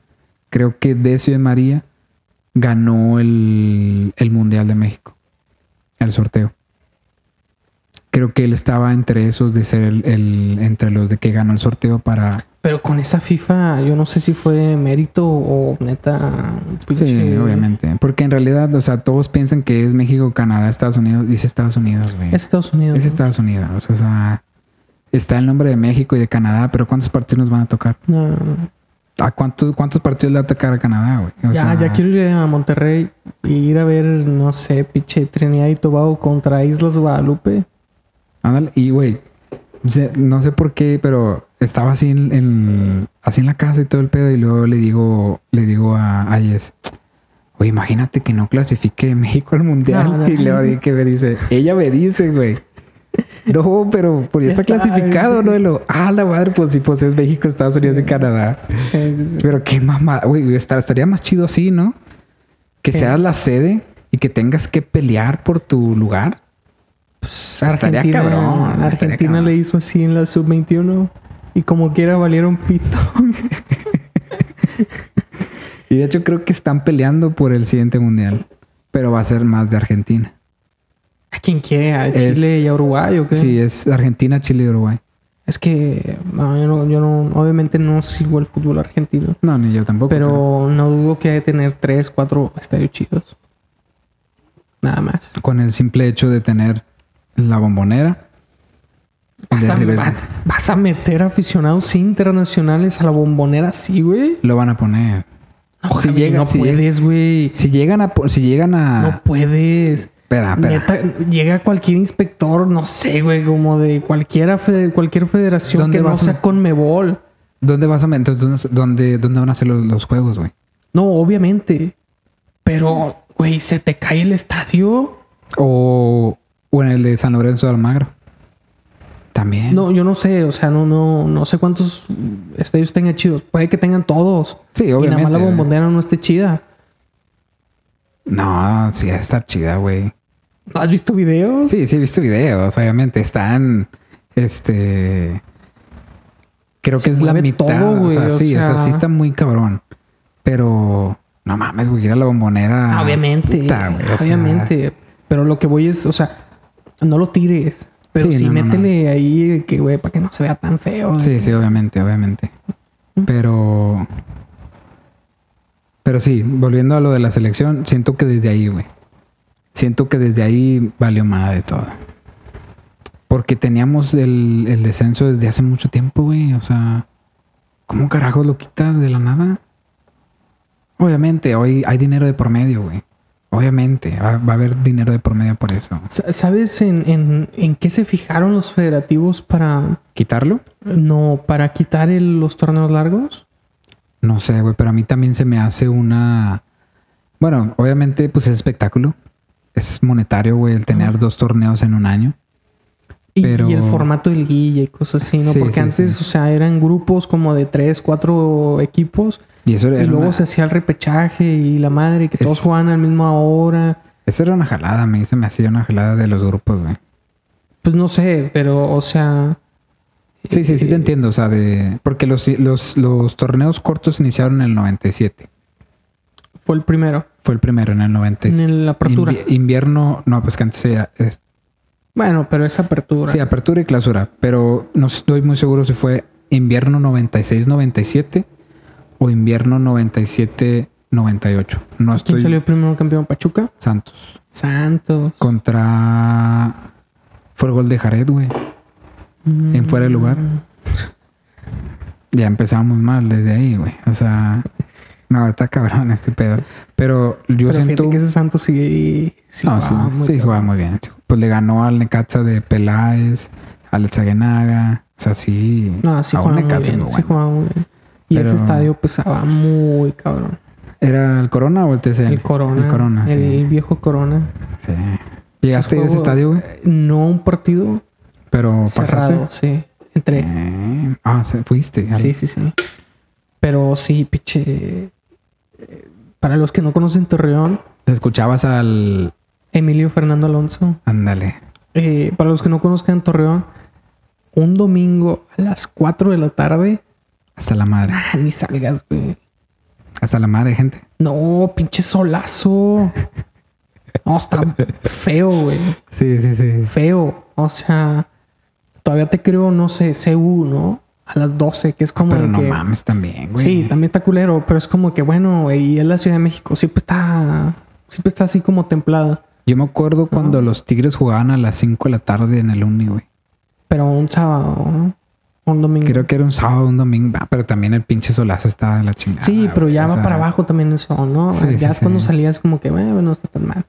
B: creo que Decio de María ganó el, el Mundial de México, el sorteo. Creo que él estaba entre esos de ser el, el- entre los de que ganó el sorteo para
A: Pero con esa FIFA, yo no sé si fue mérito o neta.
B: Sí,
A: pinche-
B: obviamente. Porque en realidad, o sea, todos piensan que es México, Canadá, Estados Unidos. Dice Estados Unidos, güey.
A: Es
B: Es,
A: Estados Unidos. ¿no?
B: Estados Unidos. O sea, está el nombre de México y de Canadá, pero ¿cuántos partidos nos van a tocar?
A: No, no, no.
B: ¿A cuántos, cuántos partidos le va a tocar a Canadá, güey? O
A: ya,
B: sea,
A: ya quiero ir a Monterrey e ir a ver, no sé, pinche Trinidad y Tobago contra Islas Guadalupe.
B: ándale. Y, güey, se- no sé por qué, pero estaba así en, en- así en la casa y todo el pedo. Y luego le digo, le digo a, a Jess, Oye, imagínate que no clasifique México al mundial.
A: No, no.
B: Y luego di que me dice, ella me dice, güey. No, pero por ya
A: Ya
B: está,
A: está,
B: clasificado,
A: sí.
B: ¿no? Y luego, ah, la madre, pues sí, pues es México, Estados Unidos y Canadá.
A: Sí, sí, sí.
B: Pero qué mamada, güey, estar- estaría más chido así, ¿no? Que
A: Sí.
B: seas la sede y que tengas que pelear por tu lugar.
A: Pues,
B: Estaría
A: Argentina,
B: cabrón, estaría
A: Argentina
B: cabrón.
A: le hizo así en la sub-21 y como quiera valieron pito.
B: Y de hecho creo que están peleando por el siguiente mundial, pero va a ser más de Argentina.
A: ¿A quién quiere? ¿A
B: Es-
A: Chile y a Uruguay o qué?
B: Sí, es Argentina, Chile y Uruguay.
A: Es que no, yo, no, yo no- obviamente no sigo el fútbol argentino,
B: No, ni yo tampoco.
A: pero no dudo que ha de tener tres, cuatro estadios chidos. Nada más.
B: pero con el simple hecho de tener la bombonera.
A: ¿Vas
B: de
A: a,
B: River-
A: va- vas a meter aficionados internacionales a la bombonera así, güey?
B: Lo van a poner.
A: No,
B: si,
A: Javi,
B: llegan,
A: no
B: si, llegan-
A: puedes, güey.
B: si llegan a... po- Si llegan a...
A: No puedes.
B: espera, espera.
A: Neta, llega cualquier inspector, no sé, güey, como de cualquiera fe- cualquier federación
B: ¿Dónde
A: que no
B: vas a-
A: sea Conmebol.
B: ¿Dónde vas a... Entonces, ¿dónde- ¿dónde, dónde van a hacer los, los juegos, güey?
A: No, obviamente. Pero, güey, se te cae el estadio.
B: O, o en el de San Lorenzo de Almagro. También.
A: No, yo no sé, o sea, no, no, no sé cuántos estadios tengan chidos. Puede que tengan todos.
B: Sí,
A: Y nada más
B: obviamente.
A: la bombonera no esté chida.
B: No, sí, va a estar chida, güey.
A: ¿No ¿Has visto videos?
B: Sí, sí, he visto videos, obviamente. Están, este... Creo
A: Se
B: que es la
A: mueve
B: mitad.
A: todo,
B: o sea,
A: güey, o
B: sí, o sea,
A: sea-
B: sí está muy cabrón. Pero... No mames, güey, ir a la bombonera.
A: obviamente.
B: puta, Ah, güey, o sea,
A: obviamente. Pero lo que voy es, o sea, no lo tires. Pero
B: Sí,
A: sí,
B: no, no, no.
A: métele ahí que, güey, para que no se vea tan feo.
B: Sí, sí, obviamente, obviamente. Pero. Pero sí, volviendo a lo de la selección, siento que desde ahí, güey. Siento que desde ahí valió madre todo. Porque teníamos el, el descenso desde hace mucho tiempo, güey. O sea, ¿cómo carajos lo quita de la nada? Obviamente, hoy hay dinero de por medio, güey. Obviamente, va, va a haber dinero de por medio por eso.
A: Sa- ¿Sabes en, en, en qué se fijaron los federativos para
B: ¿Quitarlo?
A: no para quitar el- los torneos largos?
B: No sé, güey, pero a mí también se me hace una. Bueno, obviamente, pues es espectáculo. Es monetario, güey, el tener dos torneos en un año.
A: Y,
B: Pero-
A: y el formato del guille y cosas así, ¿no?
B: Sí,
A: Porque
B: sí,
A: antes,
B: sí.
A: o sea, eran grupos como de tres, cuatro equipos
B: Y eso era,
A: y luego
B: una,
A: se hacía el repechaje y la madre, que todos
B: Es-
A: jugaban al mismo hora.
B: eso era una jalada, a mí se me hacía una jalada de los grupos, güey.
A: Pues no sé, pero, o sea,
B: Sí, sí, sí, te
A: Eh,
B: entiendo. O sea, de. Porque los, los, los torneos cortos iniciaron en el 97.
A: fue el primero.
B: Fue el primero, en el 97.
A: En la apertura.
B: invierno, no, pues que antes era. es-
A: Bueno, pero esa apertura.
B: Sí, apertura y clausura, pero no estoy muy seguro si fue invierno 96-97 o invierno 97-98. No
A: ¿Quién
B: estoy
A: salió primero campeón? Pachuca.
B: Santos
A: Santos.
B: contra fue el gol de Jared, güey,
A: Mm.
B: en fuera de lugar. Ya empezamos mal desde ahí, güey. O sea, no, está cabrón este pedo. Pero yo
A: Pero
B: siento
A: fíjate que ese Santos sí, sí,
B: no,
A: jugaba
B: sí,
A: muy
B: sí
A: cabrón.
B: jugaba muy bien. Pues le ganó al Necaxa de Peláez, al Zaguenaga. O sea, sí.
A: No, sí
B: a un
A: jugaba muy
B: Necaxa
A: bien.
B: muy
A: sí
B: bueno.
A: jugaba muy bien. Y
B: Pero-
A: ese estadio pesaba muy cabrón.
B: ¿Era el Corona o el TCN?
A: El Corona.
B: El Corona, sí.
A: el viejo Corona.
B: Sí. ¿Llegaste a ir a ese
A: juego-
B: estadio, güey?
A: Eh, No un partido
B: Pero
A: cerrado,
B: pasaste.
A: sí. Entré.
B: Eh, ah, sí, fuiste. al-
A: Sí, sí, sí. Pero sí, piche. eh, Para los que no conocen Torreón,
B: Te escuchabas al.
A: Emilio Fernando Alonso.
B: Ándale.
A: Eh, para los que no conozcan Torreón, un domingo a las 4 de la tarde,
B: Hasta la madre.
A: ah, ni salgas, güey.
B: Hasta la madre, gente.
A: No, pinche solazo. No, está feo, güey.
B: Sí, sí, sí.
A: Feo. O sea, todavía te creo, no sé, CU, ¿no? A las 12, que es como
B: Pero
A: de
B: no
A: que-
B: mames también, güey.
A: Sí, también está culero, pero es como que, bueno, güey, y es la Ciudad de México. Siempre está, siempre está así como templada.
B: Yo me acuerdo cuando los Tigres jugaban a las 5 de la tarde en el Uni, güey.
A: Pero un sábado, ¿no? Un domingo.
B: Creo que era un sábado, un domingo, ah, pero también el pinche solazo estaba de la chingada.
A: Sí, pero
B: Ah, güey,
A: ya
B: o
A: va
B: sea,
A: para abajo también eso, ¿no?
B: Sí, sí,
A: ya es
B: sí.
A: cuando salías como que, bueno, no está tan mal.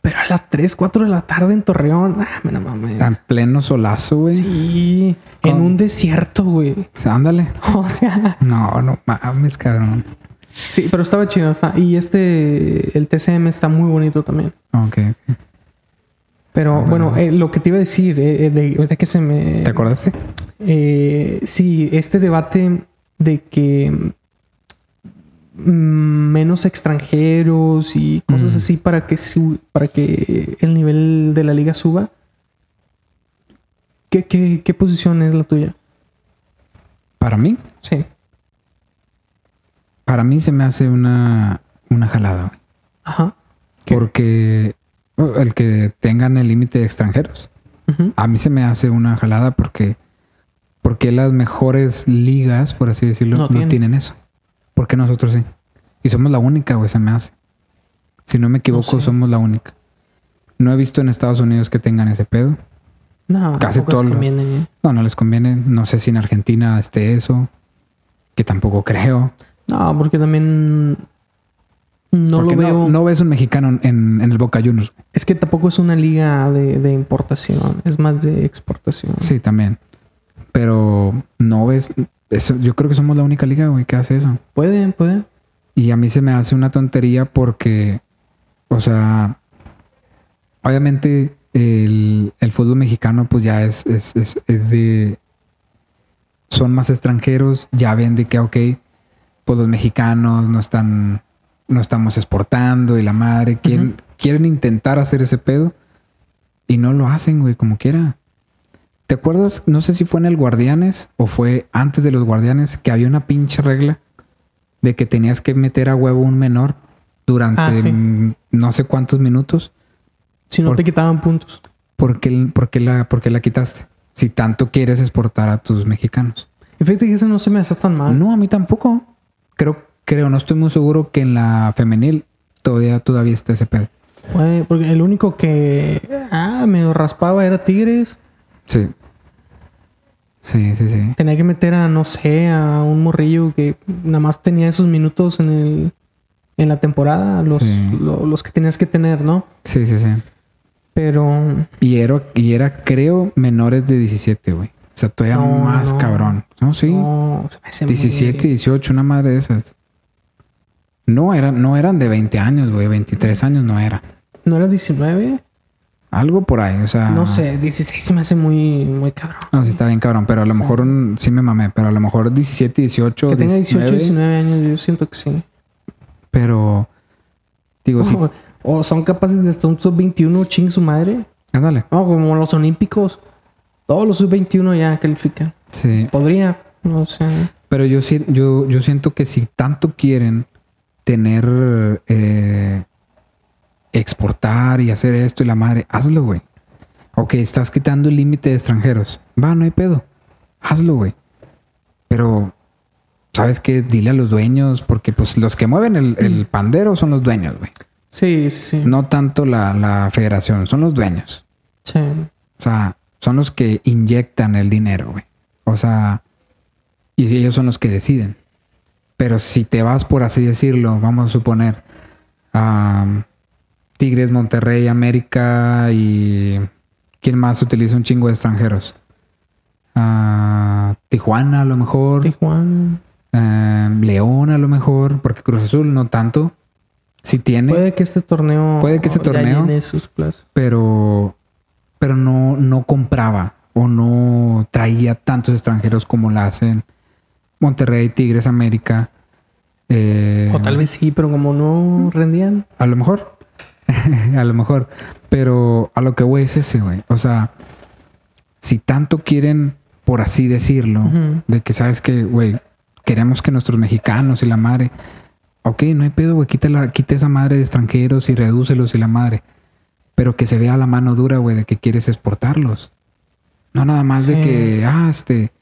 A: Pero a las 3, 4 de la tarde en Torreón, ah, me no mames.
B: En pleno solazo, güey.
A: Sí, en
B: Con-
A: un desierto, güey.
B: O sea, Ándale.
A: O sea,
B: No, no mames, cabrón.
A: sí, pero estaba chido. Está. Y este, el TCM está muy bonito también.
B: Ok, ok.
A: Pero bueno, eh, lo que te iba a decir, eh, eh, de, ahorita que se me...
B: Ah, ¿Te acordaste?
A: Eh, sí, este debate de que mm, menos extranjeros y
B: Mm.
A: cosas así para que su- para que el nivel de la liga suba. ¿Qué, qué, qué posición es la tuya?
B: Para mí,
A: Sí.
B: para mí se me hace una, una jalada, güey.
A: Ajá. ¿Qué?
B: Porque uh, el que tengan el límite de extranjeros,
A: Ujú.
B: a mí se me hace una jalada porque, porque las mejores ligas, por así decirlo,
A: No
B: no,
A: tienen.
B: tienen eso. Porque nosotros sí. Y somos la única, güey, se me hace. Si no me equivoco,
A: sé.
B: somos la única. No he visto en Estados Unidos que tengan ese pedo.
A: No,
B: Casi
A: tampoco
B: todo
A: les
B: lo-
A: conviene.
B: No, no les conviene. No sé si en Argentina esté eso, que tampoco creo.
A: No, porque también no
B: Porque
A: lo veo.
B: No, ves un mexicano en, en el Boca Juniors.
A: Es que tampoco es una liga de, de importación, es más de exportación.
B: Sí, también. Pero no ves. Eso, yo creo que somos la única liga, güey, que hace eso.
A: Pueden, pueden.
B: Y a mí se me hace una tontería porque, o sea, obviamente el, el fútbol mexicano pues ya es, es, es- es de... Son más extranjeros, ya ven de que, ok, pues los mexicanos no están, no estamos exportando y la madre, quieren, quieren intentar hacer ese pedo y no lo hacen, güey, como quiera. ¿Te acuerdas? No sé si fue en el Guardianes o fue antes de los Guardianes que había una pinche regla de que tenías que meter a huevo un menor durante
A: Ah, sí.
B: mm, no sé cuántos minutos.
A: Si no
B: Por-
A: te quitaban puntos.
B: ¿por qué, por qué la, por qué la quitaste? Si tanto quieres exportar a tus mexicanos.
A: En Fíjate que ese no se me hace tan mal.
B: No, a mí tampoco. Creo, creo, no estoy muy seguro que en la femenil todavía, todavía esté ese pedo.
A: Güey, porque el único que ah, medio raspaba era Tigres.
B: Sí. Sí, sí, sí.
A: Tenía que meter a, no sé, a un morrillo que nada más tenía esos minutos en el en la temporada, los,
B: Sí.
A: lo- los que tenías que tener, ¿no?
B: Sí, sí, sí.
A: Pero
B: Y era, y era creo, menores de 17, güey. O sea, todavía
A: No,
B: más
A: no.
B: cabrón. No, sí.
A: no, se me hace muy-
B: 17, 18, una madre de esas. No eran, no eran de 20 años, güey. 23 años no era.
A: ¿No era 19?
B: Algo por ahí, o sea.
A: No sé, 16 se me hace muy, muy cabrón.
B: No, sí está bien cabrón, pero a lo mejor un- sí me mamé, pero a lo mejor 17, 18,
A: Que tenga 18,
B: 19,
A: 19 años, yo siento que sí.
B: pero digo, Pues sí,
A: O, o son capaces de hasta un sub-21, ching su madre.
B: ándale.
A: No, como los olímpicos. Todos los sub-21 ya califican.
B: Sí,
A: Podría, no sé.
B: Pero yo, sí- yo, yo siento que si tanto quieren tener, eh, exportar y hacer esto y la madre, hazlo, güey. Ok, estás quitando el límite de extranjeros. Va, no hay pedo. Hazlo, güey. Pero, ¿sabes qué? Dile a los dueños, porque pues los que mueven el, el pandero son los dueños, güey.
A: Sí, sí, sí.
B: No tanto la, la federación, son los dueños.
A: Sí.
B: O sea, son los que inyectan el dinero, güey. O sea, y ellos son los que deciden. Pero si te vas, por así decirlo, vamos a suponer, a Tigres, Monterrey, América y... ¿Quién más utiliza un chingo de extranjeros? Ah, Tijuana a lo mejor,
A: Tijuana.
B: ah, León a lo mejor, porque Cruz Azul no tanto. Si tiene...
A: Puede que este torneo.
B: Puede que este
A: ya
B: torneo-
A: llene sus plazas.
B: pero, pero no, no compraba o no traía tantos extranjeros como la hacen Monterrey, Tigres, América. eh, Mm.
A: O tal vez sí, pero como no rendían.
B: A lo mejor. a lo mejor. Pero a lo que voy es ese, güey. O sea, si tanto quieren, por así decirlo,
A: Ujú.
B: de que sabes que, güey, queremos que nuestros mexicanos y la madre. Ok, no hay pedo, güey. Quita, la- quita esa madre de extranjeros y redúcelos y la madre. Pero que se vea la mano dura, güey, de que quieres exportarlos. No nada más de
A: Sí.
B: que, ah, este,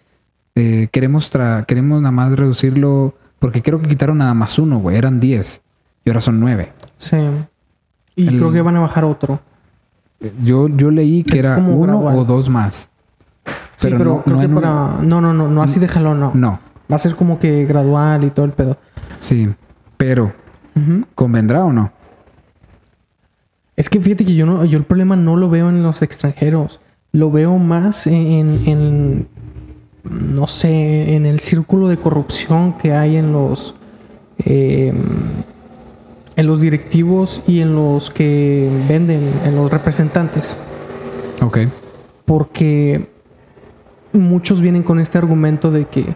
B: eh, queremos, tra- queremos nada más reducirlo. Porque creo que quitaron nada más uno, güey. Eran 10 y ahora son 9.
A: Sí. Y
B: El-
A: creo que van a bajar otro.
B: Yo, yo leí que
A: Es
B: era
A: como
B: uno
A: gradual.
B: o dos más.
A: Sí,
B: Pero
A: pero,
B: no-
A: creo
B: no
A: que
B: en un-
A: para. No, no, no, no así de jalón, no.
B: No,
A: Va a ser como que gradual y todo el pedo.
B: sí. Pero,
A: Ujú.
B: ¿convendrá o no?
A: Es que fíjate que yo no, yo el problema no lo veo en los extranjeros. Lo veo más en, en- en, no sé, en el círculo de corrupción que hay en los eh, en los directivos y en los que venden, en los representantes.
B: Ok.
A: Porque muchos vienen con este argumento de que,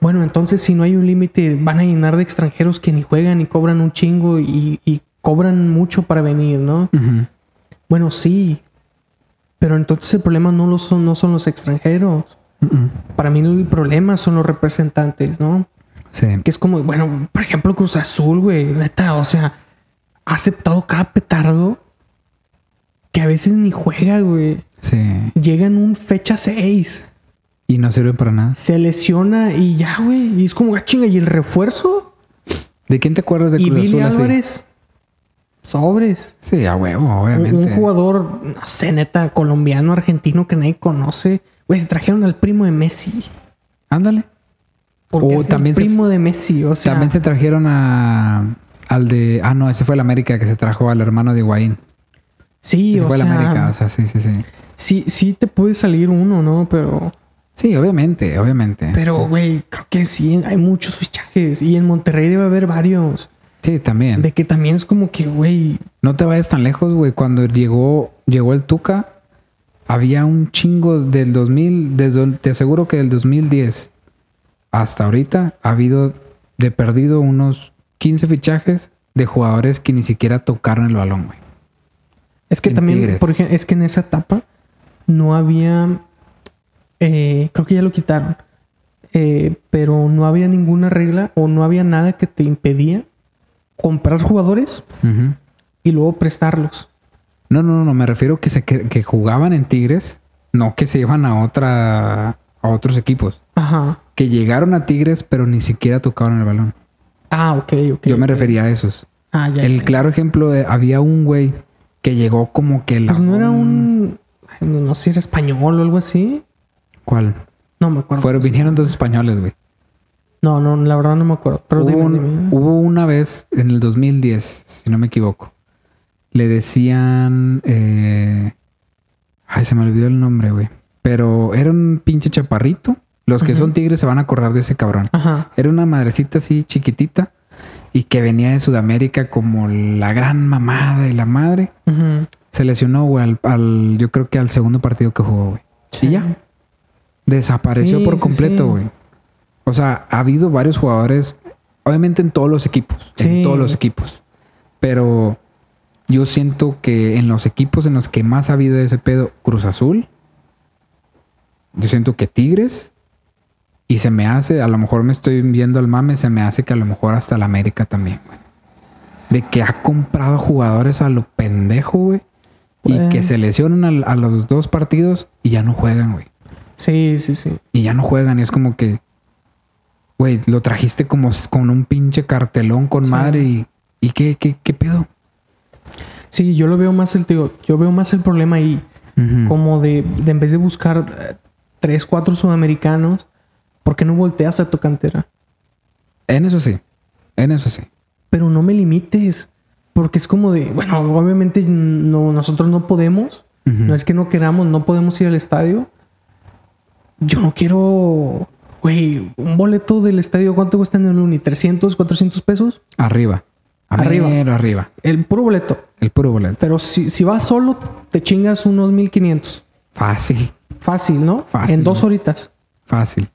A: bueno, entonces si no hay un límite, van a llenar de extranjeros que ni juegan y cobran un chingo y, y cobran mucho para venir, ¿no?
B: Ujú.
A: Bueno, sí. Pero entonces el problema no, lo son, no son los extranjeros.
B: Mm, mm.
A: Para mí el problema son los representantes, ¿no?
B: Sí.
A: Que es como, bueno, por ejemplo, Cruz Azul, güey, neta, o sea, ha aceptado cada petardo que a veces ni juega, güey.
B: Sí.
A: Llega en un fecha 6,
B: Y no sirve para nada.
A: se lesiona y ya, güey. Y es como, ah, chinga, ¿y el refuerzo?
B: ¿De quién te acuerdas de
A: y
B: Cruz
A: Billy
B: Azul así?
A: Álvarez, sobres.
B: Sí, a huevo,
A: Un-
B: obviamente.
A: Un jugador, no sé, neta, colombiano, argentino que nadie conoce. Güey, se trajeron al primo de Messi.
B: Ándale.
A: Porque
B: O
A: es
B: Oh, también
A: el
B: se-
A: primo de Messi, o sea.
B: También se trajeron a al de ah no, ese fue el América que se trajo al hermano de Higuaín.
A: Sí,
B: Ese
A: o
B: fue el
A: sea,
B: América, o sea, sí, sí, sí.
A: sí, sí te puede salir uno, ¿no? Pero,
B: Sí, obviamente, obviamente.
A: pero, güey, creo que sí, hay muchos fichajes. Y en Monterrey debe haber varios.
B: sí, también.
A: De que también es como que, güey,
B: No te vayas tan lejos, güey. Cuando llegó, llegó el Tuca, había un chingo del 2000, desde, el- te aseguro que del 2010 hasta ahorita ha habido de perdido unos 15 fichajes de jugadores que ni siquiera tocaron el balón, güey.
A: Es que
B: En
A: también,
B: Tigres.
A: por ejemplo, es que en esa etapa no había, eh, creo que ya lo quitaron, eh, pero no había ninguna regla o no había nada que te impedía comprar jugadores
B: Ujú.
A: y luego prestarlos.
B: No, no, no, me refiero que se que, que jugaban en Tigres, no que se iban a otra a otros equipos,
A: Ajá.
B: que llegaron a Tigres pero ni siquiera tocaron el balón.
A: Ah, ok, ok.
B: Yo me
A: ok.
B: refería a esos.
A: Ah, ya.
B: El
A: ya.
B: claro ejemplo de- había un güey que llegó como que la
A: Pues no era un. ay, No, no sé si era español o algo así.
B: ¿Cuál?
A: Pues No me acuerdo.
B: Fueron vinieron dos españoles, güey.
A: No, no, la verdad no me acuerdo. Pero
B: Hubo,
A: dime,
B: un-
A: dime.
B: hubo una vez en el 2010, si no me equivoco. Le decían. eh, Ay, se me olvidó el nombre, güey. Pero era un pinche chaparrito. Los que son tigres se van a acordar de ese cabrón.
A: Ajá.
B: Era una madrecita así chiquitita y que venía de Sudamérica como la gran mamada y la madre.
A: Ujú.
B: Se lesionó, güey, al, al- yo creo que al segundo partido que jugó, güey.
A: Sí.
B: Y ya. Desapareció
A: Sí,
B: por
A: sí,
B: completo,
A: sí.
B: güey. O sea, ha habido varios jugadores, obviamente en todos los equipos. En
A: Sí.
B: todos los equipos. Pero yo siento que en los equipos en los que más ha habido ese pedo, Cruz Azul, yo siento que Tigres, y se me hace, a lo mejor me estoy viendo al mame, se me hace que a lo mejor hasta la América también, güey. De que ha comprado jugadores a lo pendejo, güey. Y
A: Bueno.
B: que se lesionan al- a, los dos partidos y ya no juegan, güey.
A: Sí, sí, sí.
B: Y ya no juegan. Y es como que, güey, lo trajiste como s- con un pinche cartelón con
A: Sí.
B: madre y, y qué, qué, qué pedo.
A: Sí, yo lo veo más el tío. Yo veo más el problema ahí. Como de, de en vez de buscar eh, tres, cuatro sudamericanos, ¿por qué no volteas a tu cantera?
B: En eso sí. En eso sí.
A: Pero no me limites. Porque es como de, bueno, obviamente no, nosotros no podemos.
B: Ujú.
A: No es que no queramos, no podemos ir al estadio. Yo no quiero, güey, un boleto del estadio, ¿cuánto cuesta en el Uni? ¿300, 400 pesos?
B: Arriba.
A: Arriba.
B: Mero arriba.
A: El puro boleto.
B: El puro boleto.
A: Pero si, si vas solo, te chingas unos 1500.
B: Fácil.
A: Fácil, ¿no?
B: Fácil,
A: En dos
B: ¿no?
A: horitas.
B: Fácil.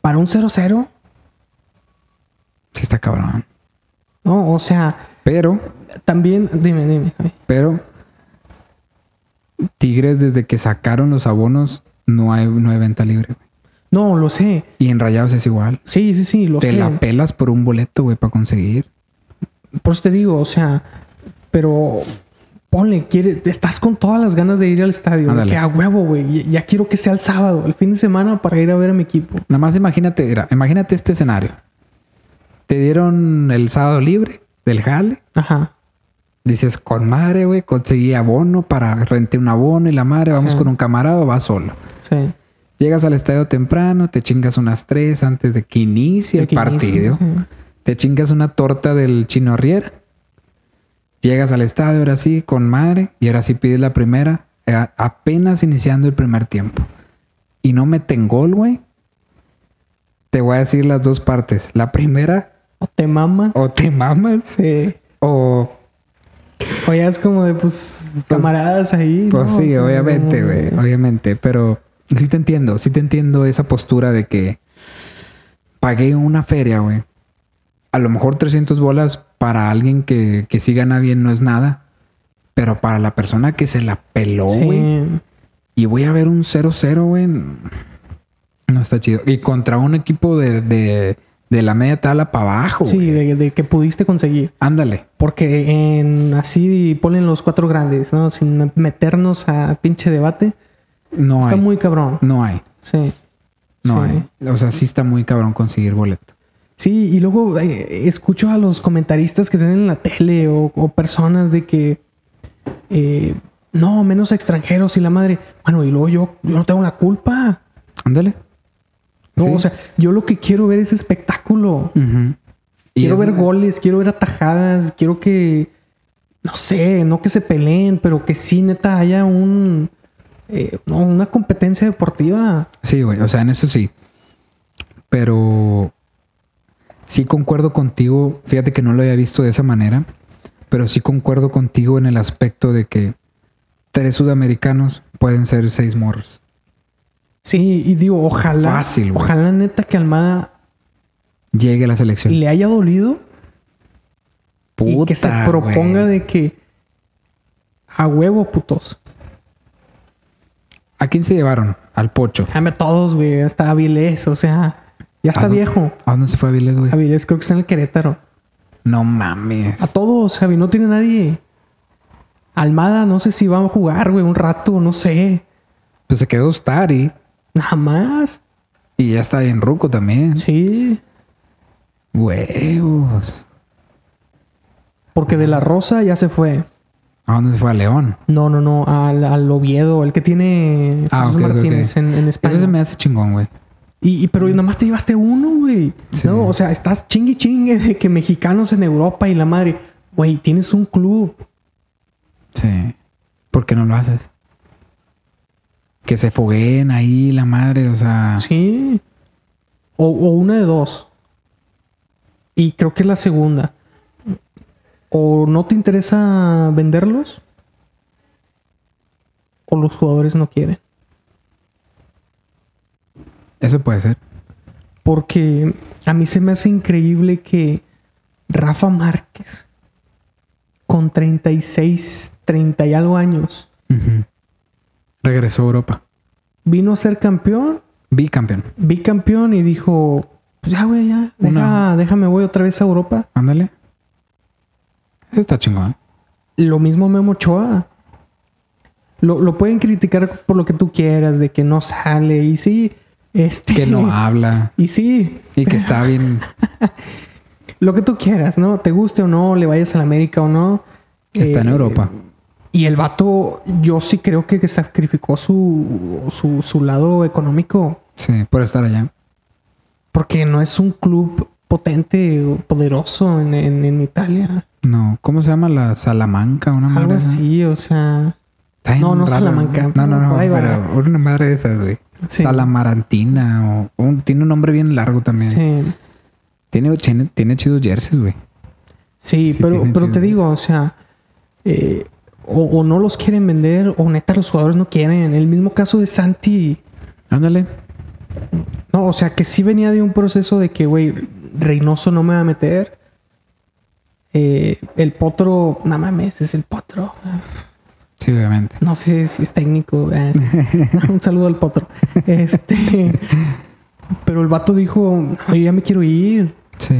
A: Para un 0-0,
B: Sí está cabrón.
A: ¿no? O sea,
B: Pero,
A: también, dime, dime. Javi.
B: pero... Tigres desde que sacaron los abonos no hay, no hay venta libre. güey.
A: No, lo sé.
B: Y en Rayados es igual.
A: Sí, sí, Pues sí, lo
B: Te
A: sé.
B: la pelas por un boleto, güey, para conseguir.
A: Por eso te digo, o sea, pero ponle, quiere, estás con todas las ganas de ir al estadio, de
B: Ándale.
A: que a huevo, güey, ya, ya quiero que sea el sábado, el fin de semana para ir a ver a mi equipo.
B: Nada más imagínate, mira, imagínate este escenario. Te dieron el sábado libre del jale.
A: Ajá.
B: Dices, con madre, güey, conseguí abono para renté un abono y la madre, vamos
A: Sí.
B: con un camarada, va solo.
A: Sí.
B: Llegas al estadio temprano, te chingas unas tres antes de que inicie
A: De
B: el
A: que inicie,
B: partido.
A: sí.
B: Te chingas una torta del chino arriera. Llegas al estadio, ahora sí, con madre, y ahora sí pides la primera, eh, apenas iniciando el primer tiempo. Y no meten gol, güey. Te voy a decir las dos partes. La primera,
A: O te mamas.
B: o te mamas,
A: Sí.
B: o
A: O ya es como de, pues, camaradas ahí.
B: Pues
A: ¿no? O
B: sí,
A: sea,
B: obviamente,
A: como
B: güey,
A: de-
B: obviamente, pero sí te entiendo, sí te entiendo esa postura de que pagué una feria, güey. A lo mejor 300 bolas para alguien que, que sí gana bien no es nada, pero para la persona que se la peló,
A: Sí.
B: güey, y voy a ver un 0-0, güey, no está chido. Y contra un equipo de, de, de la media tabla para abajo,
A: Sí,
B: güey.
A: de, de que pudiste conseguir.
B: Ándale.
A: Porque en así ponen los cuatro grandes, ¿no? Sin meternos a pinche debate.
B: No
A: Está
B: hay.
A: muy cabrón.
B: No hay.
A: Sí.
B: No
A: Sí.
B: hay. O sea, sí está muy cabrón conseguir boleto.
A: Sí, y luego eh, escucho a los comentaristas que salen en la tele o, o personas de que eh, no, menos extranjeros y la madre. Bueno, y luego yo, yo no tengo la culpa.
B: Ándale.
A: No,
B: Sí.
A: O sea, yo lo que quiero ver es espectáculo.
B: Ujú. Y
A: Quiero
B: es-
A: ver goles, quiero ver atajadas, quiero que, no sé, no que se peleen, pero que sí, neta, haya un, eh, no, una competencia deportiva.
B: Sí, güey. O sea, en eso sí. Pero sí concuerdo contigo. Fíjate que no lo había visto de esa manera. Pero sí concuerdo contigo en el aspecto de que tres sudamericanos pueden ser seis morros.
A: Sí, y digo, ojalá,
B: Fácil, güey.
A: ojalá neta que Almada
B: Llegue la selección.
A: le haya dolido y que se
B: Puta,
A: proponga
B: güey.
A: de que a huevo, putos.
B: ¿A quién se llevaron? Al Pocho.
A: Déjame todos, güey. Hasta Avilés, o sea, ya
B: ¿A
A: está
B: dó-
A: viejo.
B: ¿A dónde se fue Avilés, güey?
A: Avilés creo que está en el Querétaro.
B: No
A: A
B: mames.
A: todos, Javi, no tiene nadie. Almada, no sé si va a jugar, güey, un rato, no sé.
B: Pues se quedó Stari
A: Nada más.
B: y ya está en Ruco también.
A: Sí.
B: Huevos.
A: Porque de la Rosa ya se fue.
B: ¿A dónde se fue a León?
A: No, no, no, al, al Oviedo, el que tiene
B: Ah,
A: Jesús
B: ok, ok,
A: Martínez
B: ok.
A: En, en España.
B: Eso se me hace chingón, güey.
A: Y, y- pero nada más te llevaste uno, güey.
B: Sí.
A: No, o sea, estás chingui chingue de que mexicanos en Europa y la madre. Güey, tienes un club.
B: Sí. ¿Por qué no lo haces? Que se fogueen ahí la madre, o sea.
A: Sí. O, o una de dos. Y creo que es la segunda. O no te interesa venderlos. O los jugadores no quieren.
B: Eso puede ser.
A: Porque a mí se me hace increíble que Rafa Márquez, con 36, 30 y algo años,
B: Ujú. Regresó a Europa.
A: vino a ser campeón,
B: Bicampeón.
A: bicampeón y dijo, pues ya, güey, ya, deja-
B: Una-
A: déjame, voy otra vez a Europa.
B: Ándale. Eso está chingón.
A: Lo mismo Memo Ochoa. Lo, lo pueden criticar por lo que tú quieras, de que no sale y sí, este...
B: Que no habla
A: Y sí,
B: y que está bien,
A: lo que tú quieras, ¿no? Te guste o no, le vayas a la América o no.
B: está en
A: eh,
B: Europa.
A: Y el vato, yo sí creo que que sacrificó su, su, su lado económico,
B: Sí, por estar allá.
A: porque no es un club potente o poderoso en, en- en Italia.
B: No, ¿cómo se llama la Salamanca? Una madre
A: Algo
B: esa?
A: así, o sea.
B: Está bien
A: No, no
B: raro.
A: Salamanca.
B: No, no, no.
A: Por ahí va.
B: pero una madre de esas, güey.
A: Sí.
B: Salamarantina o un- tiene un nombre bien largo también.
A: Sí,
B: Tiene, tiene, tiene chidos jerseys, güey.
A: sí,
B: Sí,
A: pero,
B: tienen
A: pero te
B: sentido.
A: digo, o sea, eh, o, o no los quieren vender, o neta los jugadores no quieren. El mismo caso de Santi,
B: Ándale.
A: No, o sea, que sí venía de un proceso de que, güey, Reynoso no me va a meter. Eh, el potro, no mames, es el potro.
B: Sí, obviamente.
A: No sé si es técnico. eh, es- un saludo al potro. Este. Pero el vato dijo, "No, yo ya me quiero ir.
B: Sí.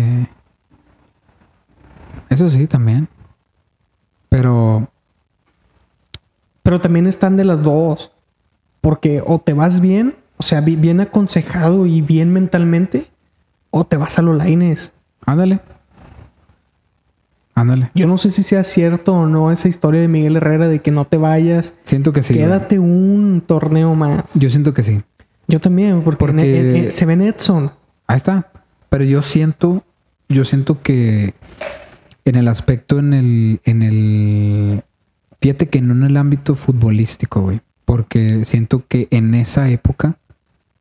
B: Eso sí, también. Pero
A: Pero también están de las dos. Porque o te vas bien, o sea, bi- bien aconsejado y bien mentalmente, o te vas a los laines.
B: Ándale. Ándale.
A: Yo no sé si sea cierto o no esa historia de Miguel Herrera de que no te vayas.
B: Siento que sí. güey.
A: Quédate un torneo más. Yo,
B: Yo siento que sí.
A: también, porque,
B: Porque-
A: en- e, en- en- se ve en Edson.
B: Ahí está. Pero yo siento, yo siento que en el aspecto, en el, en el, fíjate que no en el ámbito futbolístico, güey, porque siento que en esa época,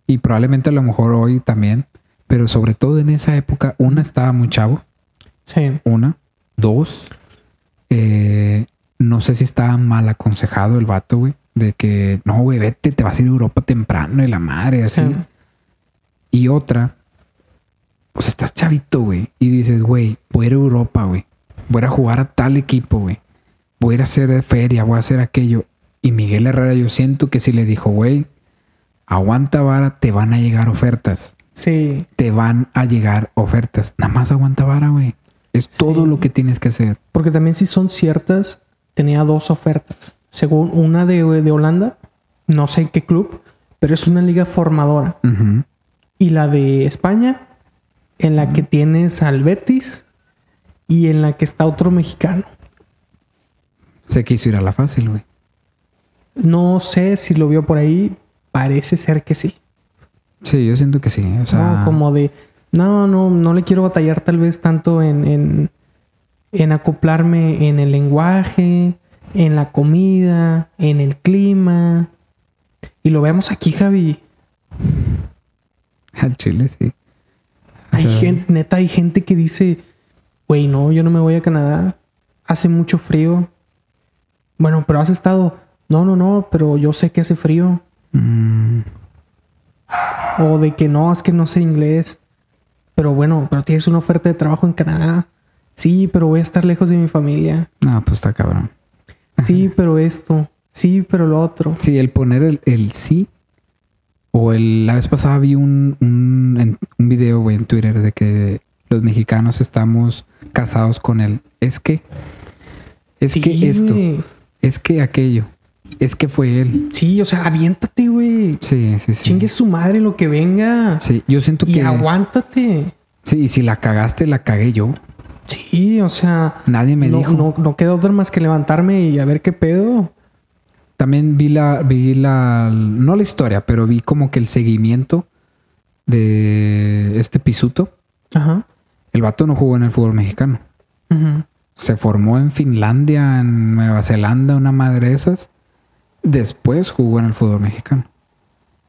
B: y probablemente a lo mejor hoy también, pero sobre todo en esa época, una estaba muy chavo,
A: Sí.
B: una, dos, eh, no sé si estaba mal aconsejado el vato, güey, de que no, güey, vete, te vas a ir a Europa temprano y la madre, así.
A: Sí.
B: Y otra, pues estás chavito, güey. Y dices, güey, voy a ir a Europa, güey. Voy a ir a jugar a tal equipo, güey. Voy a ir a hacer feria, voy a hacer aquello. Y Miguel Herrera, yo siento que si le dijo, güey, aguanta vara, te van a llegar ofertas.
A: Sí.
B: Te van a llegar ofertas. Nada más aguanta vara, güey. Es todo lo que tienes que hacer.
A: Porque también si son ciertas, tenía dos ofertas. Según una de, de Holanda, no sé en qué club, pero es una liga formadora.
B: Ujú.
A: Y la de España, en la que tienes al Betis y en la que está otro mexicano.
B: Se quiso ir a la fácil, güey.
A: No sé si lo vio por ahí, parece ser que sí.
B: Sí, yo siento que sí. O sea,
A: ¿no? Como de, no, no, no le quiero batallar tal vez tanto en, en, en acoplarme en el lenguaje, en la comida, en el clima. Y lo vemos aquí, Javi.
B: al Chile, sí. O
A: Hay
B: sea,
A: gente, neta, hay gente que dice, güey, no, yo no me voy a Canadá. Hace mucho frío. Bueno, pero has estado. No, no, no, pero yo sé que hace frío.
B: mm,
A: O de que no, es que no sé inglés. Pero bueno, pero tienes una oferta de trabajo en Canadá. Sí, pero voy a estar lejos de mi familia.
B: no, pues está cabrón.
A: Sí, pero esto. Sí, pero lo otro.
B: Sí, el poner el, el sí. O el, la vez pasada vi un, un, en- un video, güey, en Twitter de que los mexicanos estamos casados con el es que. Es
A: Sí,
B: que esto.
A: güey.
B: Es que aquello. Es que fue él.
A: Sí, o sea, aviéntate, güey.
B: Sí, sí, sí.
A: Chingue su madre lo que venga.
B: Sí, yo siento
A: Y
B: que.
A: aguántate.
B: Sí, y si la cagaste, la cagué yo.
A: Sí, o sea.
B: Nadie me
A: no,
B: dijo.
A: No, no queda otra más que levantarme y a ver qué pedo.
B: También vi la, vi la, no la historia, pero vi como que el seguimiento de este pisuto.
A: Ajá.
B: El vato no jugó en el fútbol mexicano.
A: Ujú.
B: Se formó en Finlandia, en Nueva Zelanda, una madre de esas. Después jugó en el fútbol mexicano.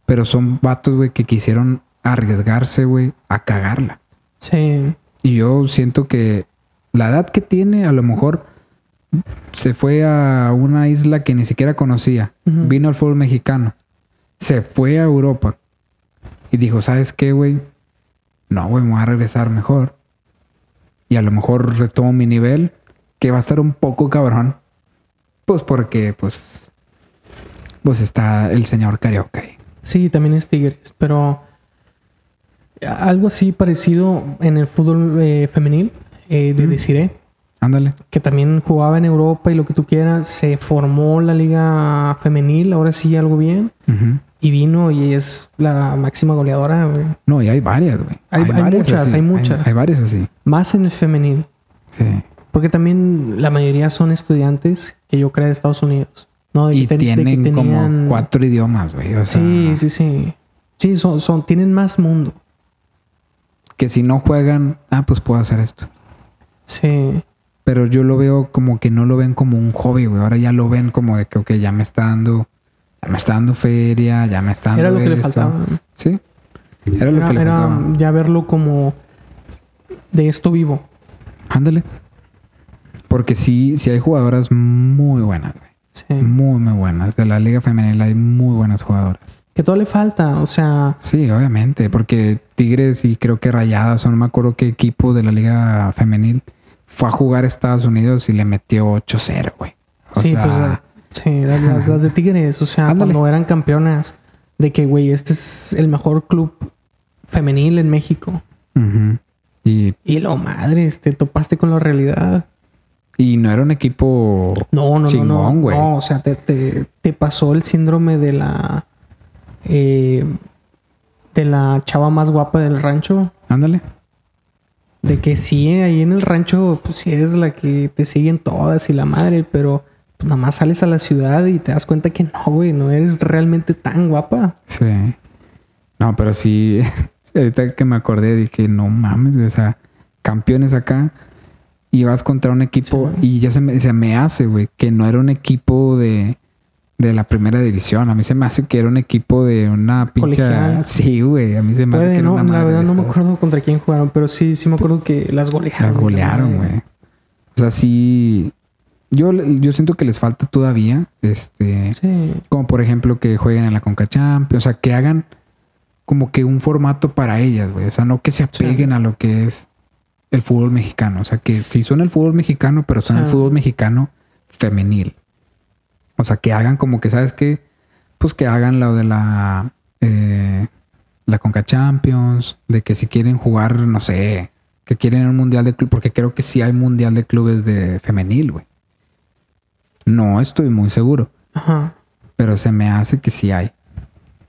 B: Pero son vatos, güey, que quisieron arriesgarse, güey, a cagarla.
A: Sí.
B: Y yo siento que la edad que tiene, a lo mejor se fue a una isla que ni siquiera conocía.
A: Ujú.
B: Vino al fútbol mexicano. Se fue a Europa. Y dijo, ¿sabes qué, güey? No, güey, me voy a regresar mejor. Y a lo mejor retomo mi nivel, que va a estar un poco cabrón. Pues porque, pues, pues está el señor Carioca ahí.
A: Sí, también es Tigres, pero algo así parecido en el fútbol eh, femenil eh, de Desiree,
B: Ándale.
A: que también jugaba en Europa y lo que tú quieras, se formó la liga femenil, ahora sí algo bien,
B: Ujú.
A: y vino y es la máxima goleadora, eh, güey.
B: No, y hay varias, güey.
A: Hay- hay
B: varias
A: muchas,
B: así.
A: hay muchas.
B: hay varias así.
A: más en el femenil,
B: Sí.
A: porque también la mayoría son estudiantes que yo creo de Estados Unidos, ¿no? De
B: Y
A: que ten- de que
B: tienen como
A: tenían-
B: cuatro ah, idiomas, güey. O sea,
A: Sí, sí, sí. Sí, son, son, tienen más mundo.
B: que si no juegan, ah, pues puedo hacer esto.
A: Sí.
B: Pero yo lo veo como que no lo ven como un hobby, güey. Ahora ya lo ven como de que, ok, ya me está dando, ya me está dando feria, ya me está dando.
A: Era lo que le
B: esto.
A: faltaba.
B: Sí. Era lo
A: Era,
B: que le
A: era
B: faltaba.
A: ya verlo como de esto vivo.
B: Ándale. Porque sí, sí hay jugadoras muy buenas, güey.
A: Sí.
B: Muy, muy buenas. De la Liga Femenil hay muy buenas jugadoras.
A: Que todo le falta. O sea,
B: Sí, obviamente, porque Tigres y creo que Rayadas, o no me acuerdo qué equipo de la Liga Femenil fue a jugar a Estados Unidos y le metió 8-0, güey. O
A: sí,
B: sea,
A: pues ah, sí, las, las- las de Tigres, o sea,
B: Ándale.
A: cuando eran campeonas, de que, güey, este es el mejor club femenil en México.
B: ujú. y,
A: Y lo madre, te topaste con la realidad.
B: y no era un equipo.
A: No, no, no,
B: Chingón,
A: no.
B: güey.
A: No, o sea, te, te, te pasó el síndrome de la. eh, de la chava más guapa del rancho.
B: Ándale.
A: De que sí, ahí en el rancho, pues sí es la que te siguen todas y la madre, pero pues, nada más sales a la ciudad y te das cuenta que no, güey, no eres realmente tan guapa.
B: Sí. No, pero sí. Ahorita que me acordé dije, no mames, güey. O sea, campeones acá y vas contra un equipo y ya se me, se me hace, güey, que no era un equipo de, de la primera división. A mí se me hace que era un equipo de una pinche.
A: Colegial.
B: Sí, güey. A mí se me hace
A: Puede,
B: que era
A: no,
B: una
A: la
B: madre
A: verdad
B: de
A: no me
B: esas.
A: acuerdo contra quién jugaron, pero sí, sí me acuerdo que las golearon.
B: Las golearon, güey. O sea, sí. Yo, yo siento que les falta todavía. Este.
A: Sí,
B: Como por ejemplo que jueguen en la Conca Champions, o sea, que hagan como que un formato para ellas, güey. O sea, no que se apeguen a lo que es el fútbol mexicano. O sea, que sí son el fútbol mexicano, pero son el
A: Sí.
B: fútbol mexicano femenil. O sea, que hagan como que, ¿sabes qué? Pues que hagan lo de la, eh, la Conca Champions, de que si quieren jugar, no sé, que quieren un mundial de clubes, porque creo que sí hay mundial de clubes de femenil, güey. No estoy muy seguro.
A: ajá.
B: Pero se me hace que sí hay.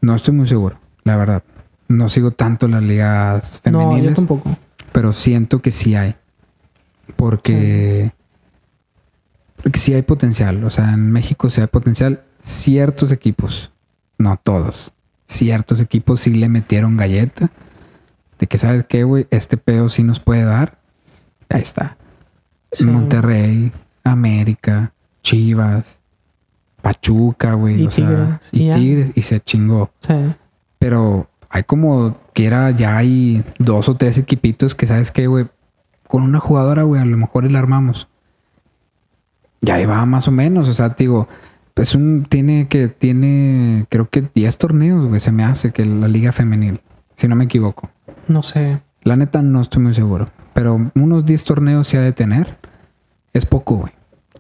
B: No estoy muy seguro, la verdad. No sigo tanto las ligas
A: No, yo
B: femeniles,
A: tampoco.
B: pero siento que sí hay. Porque, porque sí hay potencial. O sea, en México sí hay potencial. Ciertos equipos, no todos. Ciertos equipos sí le metieron galleta. De que, ¿sabes qué, güey? Este pedo sí nos puede dar. Ahí está.
A: Sí.
B: Monterrey, América, Chivas, Pachuca, güey.
A: Y
B: o sea,
A: Tigres, y
B: y
A: ya.
B: Tigres, y se chingó.
A: Sí.
B: Pero hay como que era, ya hay dos o tres equipitos que sabes que, güey, con una jugadora, güey, a lo mejor y la armamos. Ya ahí va más o menos, o sea, te digo, pues un, tiene que, tiene, creo que 10 torneos, güey, se me hace que la liga femenil, si no me equivoco.
A: No sé.
B: La neta no estoy muy seguro, pero unos 10 torneos se ha de tener. Es poco, güey.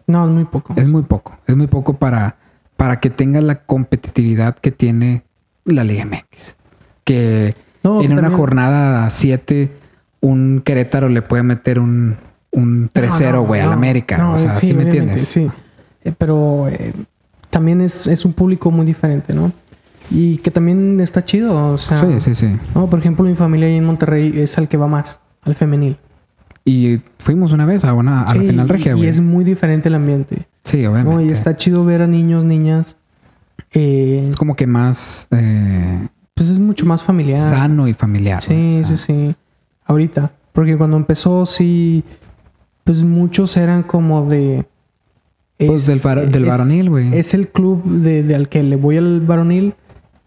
A: No, es muy poco.
B: Es muy poco. Es muy poco para, para que tenga la competitividad que tiene la Liga MX. Que
A: No,
B: en
A: que
B: una
A: también-
B: jornada 7, un Querétaro le puede meter un, un 3-0,
A: No, no,
B: güey,
A: no.
B: al América.
A: No,
B: o sea,
A: sí,
B: ¿sí me
A: obviamente,
B: entiendes?
A: Sí. Eh, pero eh, también es, es un público muy diferente, ¿no? Y que también está chido, o sea.
B: Sí, sí, sí.
A: No, por ejemplo, mi familia ahí en Monterrey es al que va más, al femenil.
B: Y fuimos una vez a una, al
A: Sí,
B: final regia,
A: y-
B: güey.
A: Y es muy diferente el ambiente.
B: Sí,
A: ¿no?
B: obviamente.
A: Y está chido ver a niños, niñas. eh,
B: Es como que más eh,
A: pues es mucho más familiar.
B: sano y familiar.
A: Sí,
B: güey, o sea.
A: sí, sí. Ahorita. Porque cuando empezó, sí. Pues muchos eran como de.
B: Pues
A: es-
B: del, varo- del
A: es-
B: varonil, güey.
A: Es el club de, de al que le voy al varonil,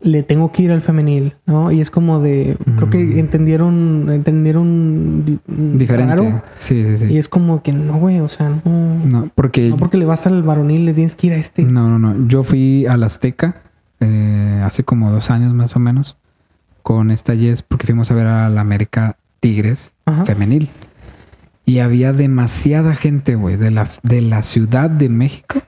A: le tengo que ir al femenil, ¿no? Y es como de. Creo que entendieron. Entendieron. di-
B: Mm.
A: mm,
B: Diferente.
A: raro.
B: Sí, sí, sí.
A: Y es como que no, güey, o sea, no.
B: No, Mm. porque
A: No porque le vas al varonil, le tienes que ir a este.
B: No, no, no. Yo fui a la Azteca eh, hace como dos años más o menos con esta Jess porque fuimos a ver a la América Tigres
A: Ajá.
B: femenil. Y había demasiada gente, güey, de la, de la Ciudad de México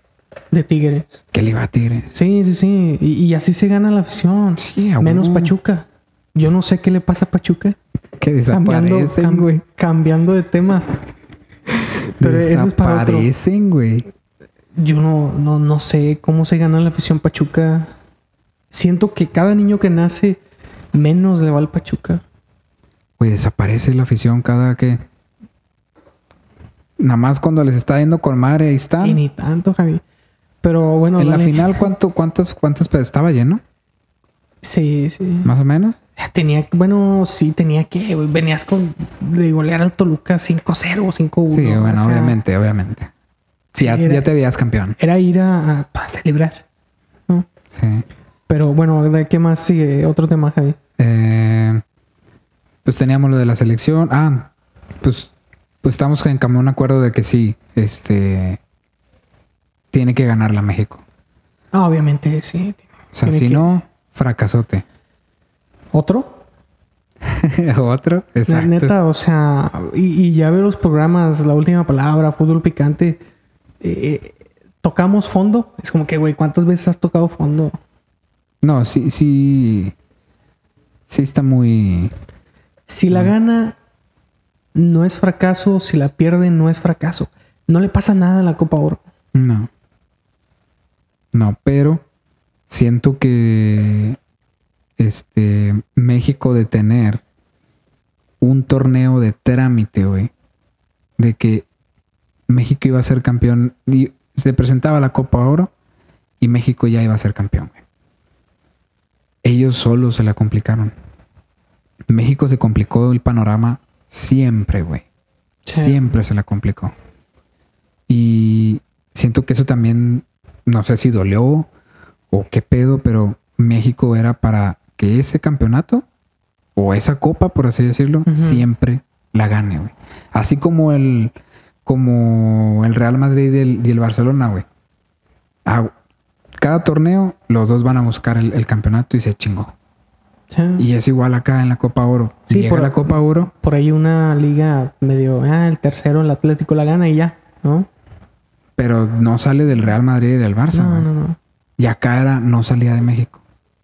A: De Tigres.
B: que le iba a Tigres.
A: Sí, sí, sí. Y, y así se gana la afición.
B: Sí, a
A: Menos
B: huevo.
A: Pachuca. Yo no sé qué le pasa a Pachuca.
B: Que
A: Cambiando,
B: desaparecen,
A: cam-
B: güey.
A: cambiando de tema. Pero eso es para otro.
B: Desaparecen, güey.
A: Yo no, no, no sé cómo se gana la afición Pachuca. Siento que cada niño que nace menos le va al Pachuca.
B: Güey, desaparece la afición cada que... Nada más cuando les está yendo con madre, ahí están.
A: Y ni tanto, Javi. Pero bueno,
B: Ah. en la
A: dale.
B: final, ¿cuánto, cuántas, ¿cuántas? pero Estaba lleno,
A: Sí, sí.
B: más o menos.
A: Tenía, bueno, sí, tenía que, güey, venías con de golear al Toluca 5-0, 5-1.
B: Sí,
A: o
B: bueno,
A: sea,
B: obviamente, obviamente. Sí, ya,
A: Sí, era-
B: ya te veías campeón.
A: Era ir a, a- a celebrar. ¿no?
B: Sí.
A: Pero bueno, ¿de qué más sigue? Otro tema, Javi.
B: Eh, pues teníamos lo de la selección. Ah, pues, pues estamos en común acuerdo de que sí, este tiene que ganar la México.
A: Ah, obviamente, sí.
B: O sea,
A: Tiene
B: si
A: que-
B: no, fracasote.
A: ¿Otro?
B: Otro,
A: La
B: exacto.
A: neta, o sea, y, y ya veo los programas, La Última Palabra, Fútbol Picante, eh, tocamos fondo. Es como que, güey, ¿cuántas veces has tocado fondo?
B: No, sí, sí. Sí está muy.
A: Si la gana, no es fracaso. Si la pierde, no es fracaso. No le pasa nada a la Copa Oro.
B: No. No, pero siento que este México de tener un torneo de trámite, güey, de que México iba a ser campeón y se presentaba la Copa Oro y México ya iba a ser campeón. güey. Ellos solos se la complicaron. México se complicó el panorama siempre, güey.
A: Sí.
B: Siempre se la complicó. Y siento que eso también, no sé si dolió o qué pedo, pero México era para que ese campeonato o esa copa, por así decirlo,
A: Ujú.
B: siempre la gane, güey. Así como el, como el Real Madrid y el, y el Barcelona, güey. Ah, cada torneo, los dos van a buscar el, el campeonato y se chingó.
A: Sí.
B: Y es igual acá en la Copa Oro.
A: Sí,
B: Sí, por
A: por-
B: la Copa Oro,
A: Por ahí una liga medio, ah, el tercero, el Atlético la gana y ya, ¿no?
B: pero no sale del Real Madrid y del Barça.
A: No,
B: güey.
A: no, no.
B: Y acá era, no salía de México.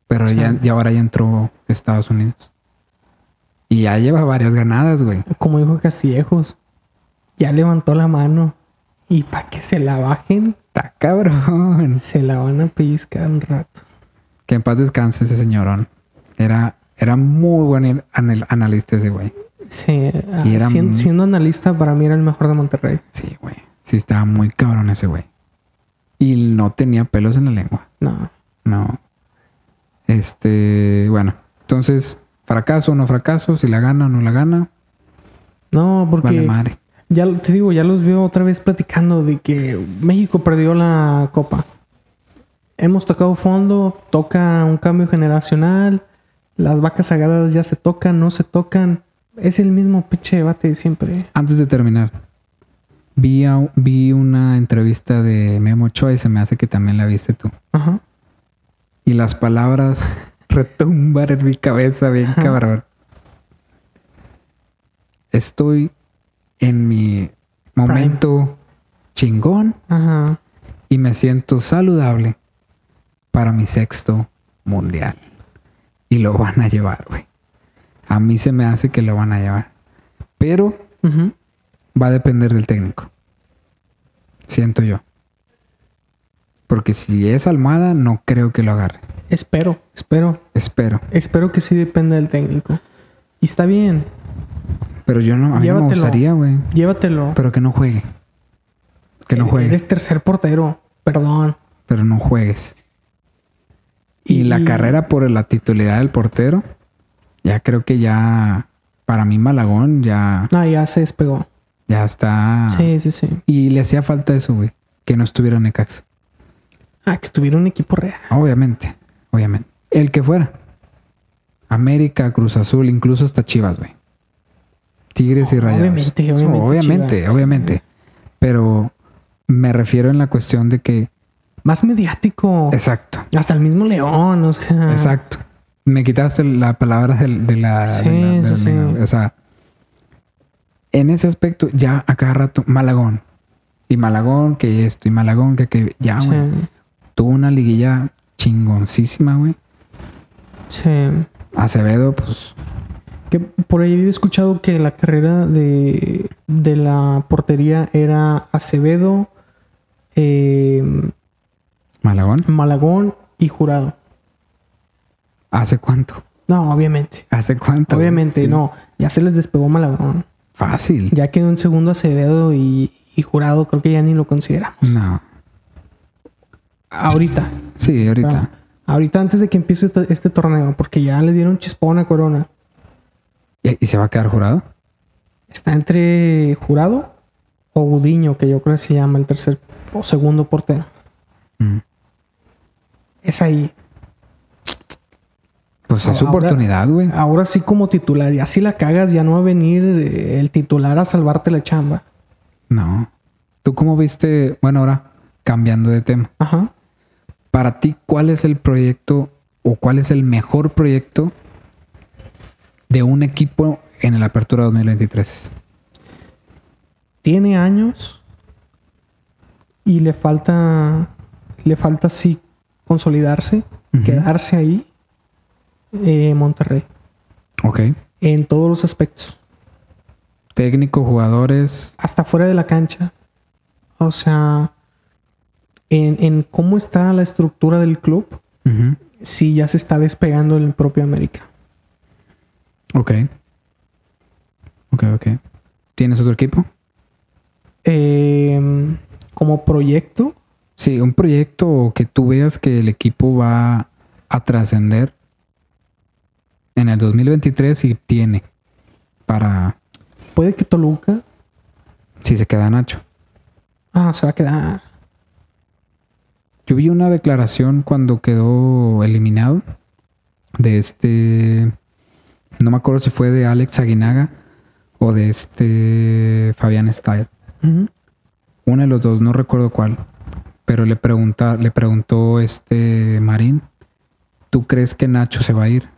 B: Pero ya,
A: Chale.
B: ya ahora ya entró Estados Unidos. Y ya lleva varias ganadas, güey.
A: Como dijo Castillejos, ya levantó la mano y para que se la bajen,
B: Está cabrón.
A: se la van a pellizcar un rato.
B: Que en paz descanse ese señorón. Era, era muy buen anal- analista ese güey.
A: Sí, ah,
B: Y era
A: siendo,
B: muy-
A: siendo analista, para mí era el mejor de Monterrey.
B: Sí, güey. Sí, estaba muy cabrón ese güey. Y no tenía pelos en la lengua.
A: No.
B: No. Este, bueno. Entonces, fracaso o no fracaso, si la gana o no la gana,
A: No, porque.
B: vale madre.
A: Ya lo- te digo, ya los veo otra vez platicando de que México perdió la copa. Hemos tocado fondo, toca un cambio generacional, las vacas sagradas ya se tocan, no se tocan. Es el mismo pinche debate de siempre.
B: Antes de terminar, vi, a- vi una entrevista de Memo Ochoa y se me hace que también la viste tú.
A: Ajá.
B: Y las palabras retumban en mi cabeza, bien cabrón. Estoy en mi momento chingón
A: Ajá.
B: y me siento saludable para mi sexto mundial. Y lo van a llevar, güey. A mí se me hace que lo van a llevar. Pero
A: ujú.
B: va a depender del técnico. Siento yo. Porque si es Almada, no creo que lo agarre.
A: Espero, espero.
B: Espero.
A: Espero que sí dependa del técnico. Y está bien,
B: Pero yo no, a mí no me
A: Llévatelo.
B: gustaría, güey.
A: llévatelo.
B: Pero que no juegue. Que no juegue.
A: Eh, Eres tercer portero, perdón.
B: Pero no juegues. Y, la carrera por la titularidad del portero, ya creo que ya, para mí Malagón ya,
A: No, Ah, ya se despegó.
B: ya está.
A: Sí, sí, sí.
B: Y le hacía falta eso, güey. Que no estuviera Necaxa.
A: Ah, que estuviera un equipo real.
B: Obviamente, obviamente. El que fuera. América, Cruz Azul, incluso hasta Chivas, güey. Tigres y
A: No,
B: Rayados.
A: obviamente,
B: Sí,
A: obviamente
B: Obviamente,
A: Chivas.
B: obviamente. Pero me refiero en la cuestión de que...
A: Más mediático.
B: Exacto,
A: Hasta el mismo León, o sea.
B: exacto. Me quitaste la palabra del- de, la... de
A: Sí,
B: la- de
A: sí,
B: la-
A: sí.
B: O sea, en ese aspecto ya a cada rato, Malagón. Y Malagón, que esto, y Malagón, que, que ya,
A: Sí,
B: güey. Tuvo una liguilla chingoncísima, güey.
A: sí.
B: Acevedo, pues,
A: Que por ahí había escuchado que la carrera de, de la portería era Acevedo, eh,
B: Malagón.
A: Malagón y Jurado.
B: ¿Hace cuánto?
A: No, obviamente.
B: ¿Hace cuánto? güey?
A: Obviamente,
B: Sí.
A: no. Ya se les despegó Malagón.
B: Fácil.
A: Ya quedó en segundo Acevedo y, y Jurado, creo que ya ni lo consideramos.
B: No.
A: Ahorita.
B: Sí, ahorita.
A: Ahorita antes de que empiece to- este torneo, porque ya le dieron chispón a Corona.
B: ¿Y, y se va a quedar jurado?
A: Está entre Jurado o Gudiño, que yo creo que se llama el tercer o segundo portero.
B: Mm.
A: Es ahí.
B: Pues es su
A: Ahora-
B: oportunidad, güey.
A: Ahora sí como titular. Y así la cagas, ya no va a venir eh, el titular a salvarte la chamba.
B: No. ¿Tú cómo viste? Bueno, ahora cambiando de tema.
A: Ajá.
B: Para ti, ¿cuál es el proyecto o cuál es el mejor proyecto de un equipo en la apertura 2023?
A: Tiene años y le falta, le falta sí consolidarse,
B: Ujú.
A: quedarse ahí. eh, Monterrey.
B: Ok.
A: En todos los aspectos.
B: Técnico, jugadores.
A: hasta fuera de la cancha. O sea, en, en cómo está la estructura del club,
B: Ujú.
A: si ya se está despegando el propio América.
B: Ok. Ok, ok. ¿Tienes otro equipo?
A: Eh, como proyecto,
B: Sí, un proyecto que tú veas que el equipo va a trascender en el 2023 y tiene para
A: puede que Toluca
B: si se queda Nacho.
A: ah, se va a quedar.
B: Yo vi una declaración cuando quedó eliminado de este no me acuerdo si fue de Alex Aguinaga o de este Fabián Style.
A: Ujú.
B: Uno de los dos, no recuerdo cuál. Pero le, pregunta, le preguntó este Marín, ¿tú crees que Nacho se va a ir?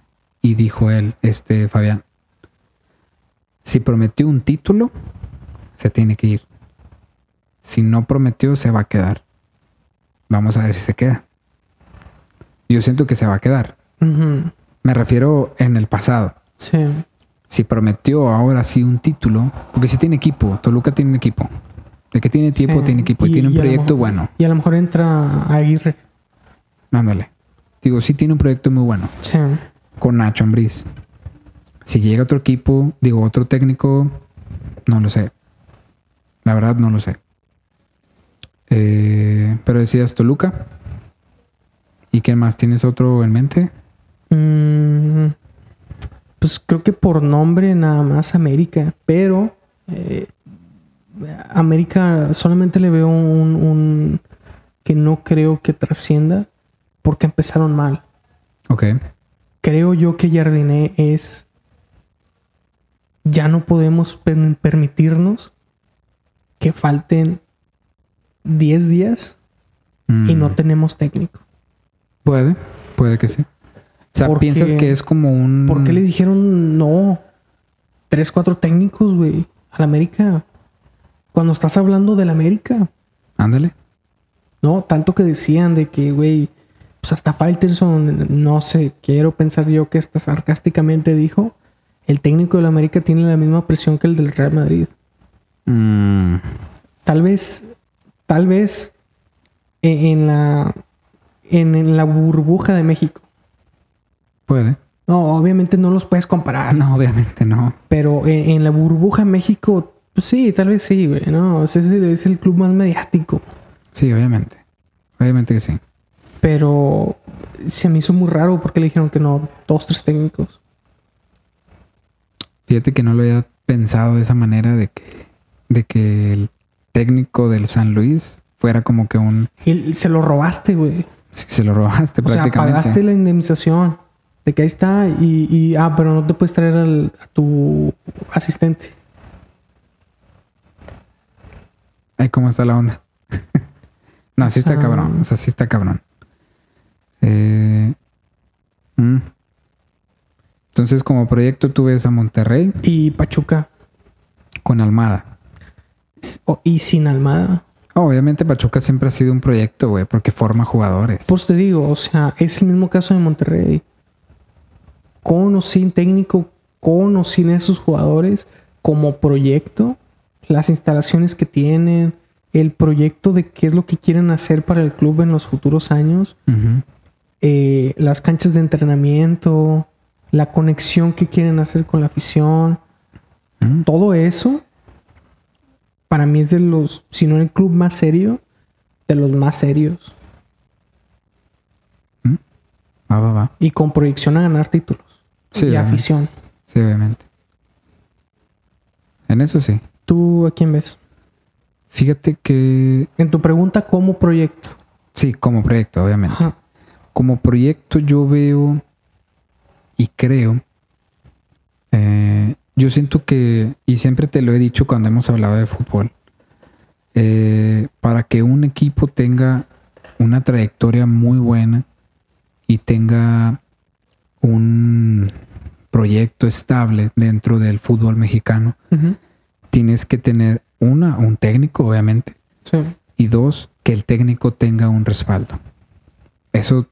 B: Y dijo él, este Fabián, si prometió un título, se tiene que ir. Si no prometió, se va a quedar. Vamos a ver si se queda. Yo siento que se va a quedar.
A: Ujú.
B: Me refiero en el pasado.
A: Sí,
B: Si prometió ahora sí un título, porque si tiene equipo, Toluca tiene un equipo. De que tiene tiempo,
A: sí.
B: tiene equipo y, tiene un
A: a lo
B: proyecto
A: mejor-
B: bueno.
A: Y a lo mejor entra Aguirre.
B: Ándale. Digo, sí tiene un proyecto muy bueno
A: Sí,
B: con Nacho Ambriz. Si llega otro equipo, digo, otro técnico, no lo sé. La verdad, no lo sé. Eh, pero decías Toluca. ¿Y qué más? ¿Tienes otro en mente?
A: Mm, pues creo que por nombre nada más América, pero eh, América solamente le veo un, un que no creo que trascienda porque empezaron mal.
B: Ok.
A: Creo yo que Jardiné es ya no podemos pen- permitirnos que falten 10 días y
B: Mm,
A: no tenemos técnico.
B: Puede, puede que sí. O sea,
A: Porque-
B: piensas que es como un.
A: ¿Por qué le dijeron no? Tres, cuatro técnicos, güey, al América. Cuando estás hablando del América,
B: Ándale.
A: ¿no? Tanto que decían de que, güey, pues hasta Faitelson, no sé, quiero pensar yo que hasta sarcásticamente dijo, el técnico del América tiene la misma presión que el del Real Madrid.
B: Mm,
A: Tal vez, tal vez e- en la, en, en la burbuja de México.
B: Puede. Ah,
A: No, obviamente no los puedes comparar,
B: No, obviamente no.
A: pero en, en la burbuja de México, pues sí, tal vez sí, güey, ¿no? O sea, Es, el- es el club más mediático,
B: Sí, obviamente. Obviamente que sí.
A: pero se me hizo muy raro porque le dijeron que no, dos, tres técnicos.
B: Fíjate que no lo había pensado de esa manera de que, de que el técnico del San Luis fuera como que un...
A: Y y se lo robaste, güey.
B: si Se lo robaste
A: O sea,
B: prácticamente.
A: pagaste la indemnización de que ahí está y, y- ah, pero no te puedes traer al- a tu asistente.
B: Ay, cómo está la onda. no, sí está
A: sea-
B: cabrón. O sea, sí está cabrón. Eh, mm. Entonces, como proyecto, tú ves a Monterrey
A: Y Pachuca
B: con Almada.
A: s- o- y sin Almada.
B: Obviamente, Pachuca siempre ha sido un proyecto, güey, porque forma jugadores.
A: Pues te digo, o sea, es el mismo caso de Monterrey. Con o sin técnico, con o sin esos jugadores, como proyecto, las instalaciones que tienen, el proyecto de qué es lo que quieren hacer para el club en los futuros años,
B: Ujú.
A: eh, las canchas de entrenamiento, la conexión que quieren hacer con la afición,
B: Ujú.
A: todo eso, para mí es de los, si no el club más serio, de los más serios
B: Va, va, va.
A: y con proyección a ganar títulos
B: Sí,
A: y
B: obviamente.
A: afición.
B: Sí, obviamente. En eso sí.
A: ¿Tú a quién ves?
B: Fíjate que
A: En tu pregunta, ¿cómo proyecto?
B: sí, como proyecto, obviamente.
A: Ajá.
B: Como proyecto yo veo y creo, eh, yo siento que, y siempre te lo he dicho cuando hemos hablado de fútbol, eh, para que un equipo tenga una trayectoria muy buena y tenga un proyecto estable dentro del fútbol mexicano,
A: Ujú.
B: tienes que tener una, un técnico obviamente,
A: Sí.
B: y dos, que el técnico tenga un respaldo. Eso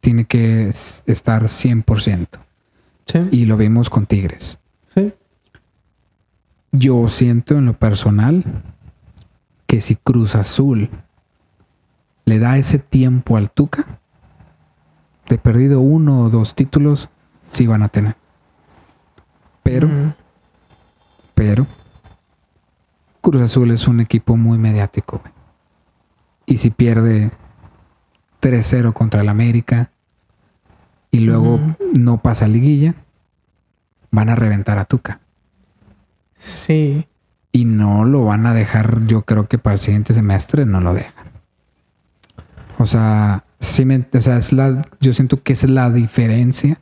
B: tiene que es- estar 100%.
A: Sí.
B: Y lo vimos con Tigres.
A: sí.
B: Yo siento en lo personal que si Cruz Azul le da ese tiempo al Tuca, de perdido uno o dos títulos, sí van a tener. Pero,
A: Mm.
B: pero, Cruz Azul es un equipo muy mediático. güey. Y si pierde 3-0 contra el América y luego
A: Ujú.
B: no pasa liguilla, van a reventar a Tuca.
A: Sí.
B: Y no lo van a dejar, yo creo que para el siguiente semestre no lo dejan. O sea, sí me- o sea, es la, yo siento que esa es la diferencia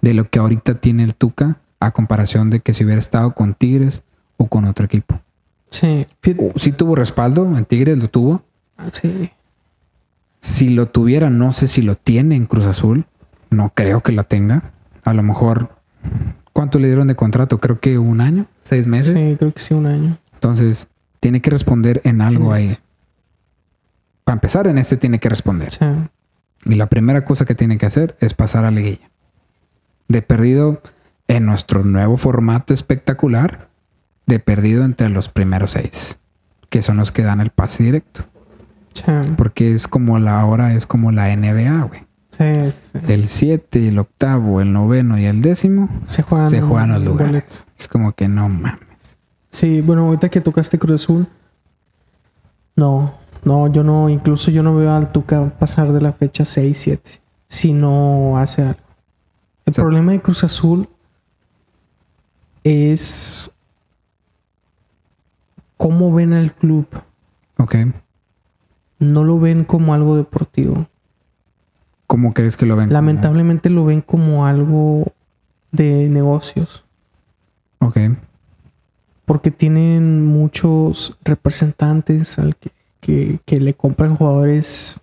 B: de lo que ahorita tiene el Tuca a comparación de que si hubiera estado con Tigres o con otro equipo.
A: Sí. Fí-
B: Uh, Sí tuvo respaldo, en Tigres lo tuvo.
A: Sí.
B: Si lo tuviera, no sé si lo tiene en Cruz Azul. No creo que la tenga. A lo mejor, ¿cuánto le dieron de contrato? Creo que un año, seis meses.
A: Sí, creo que sí, un año.
B: Entonces, tiene que responder en algo
A: En este.
B: ahí. Para empezar, en este tiene que responder.
A: Sí.
B: Y la primera cosa que tiene que hacer es pasar a liguilla. De perdido en nuestro nuevo formato espectacular, de perdido entre los primeros seis, que son los que dan el pase directo.
A: Sí.
B: Porque es como la ahora es como la NBA, güey.
A: Sí. sí.
B: El 7, el octavo, el noveno y el décimo
A: Se juegan
B: se juegan los
A: un
B: lugares.
A: boleto.
B: Es como que no mames.
A: Sí, bueno, ahorita que tocaste Cruz Azul. No, no, yo no, incluso yo no veo al Tuca pasar de la fecha 6, 7, si no hace algo. El
B: O sea-
A: problema de Cruz Azul es cómo ven al club.
B: Ok.
A: No lo ven como algo deportivo.
B: ¿Cómo crees que lo ven?
A: Lamentablemente lo ven como algo de negocios.
B: Ok.
A: porque tienen muchos representantes al que, que- que le compran jugadores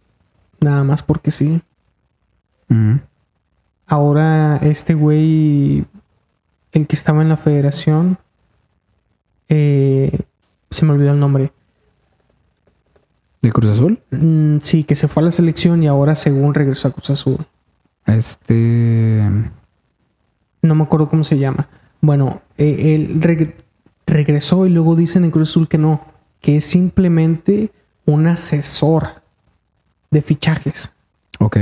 A: nada más porque sí.
B: Ujú.
A: Ahora este güey, el que estaba en la federación, eh, se me olvidó el nombre.
B: ¿De Cruz Azul?
A: Mm, sí, que se fue a la selección y ahora según regresó a Cruz Azul.
B: Este.
A: No me acuerdo cómo se llama. Bueno, eh, él reg- regresó y luego dicen en Cruz Azul que no, que es simplemente un asesor de fichajes.
B: Ok.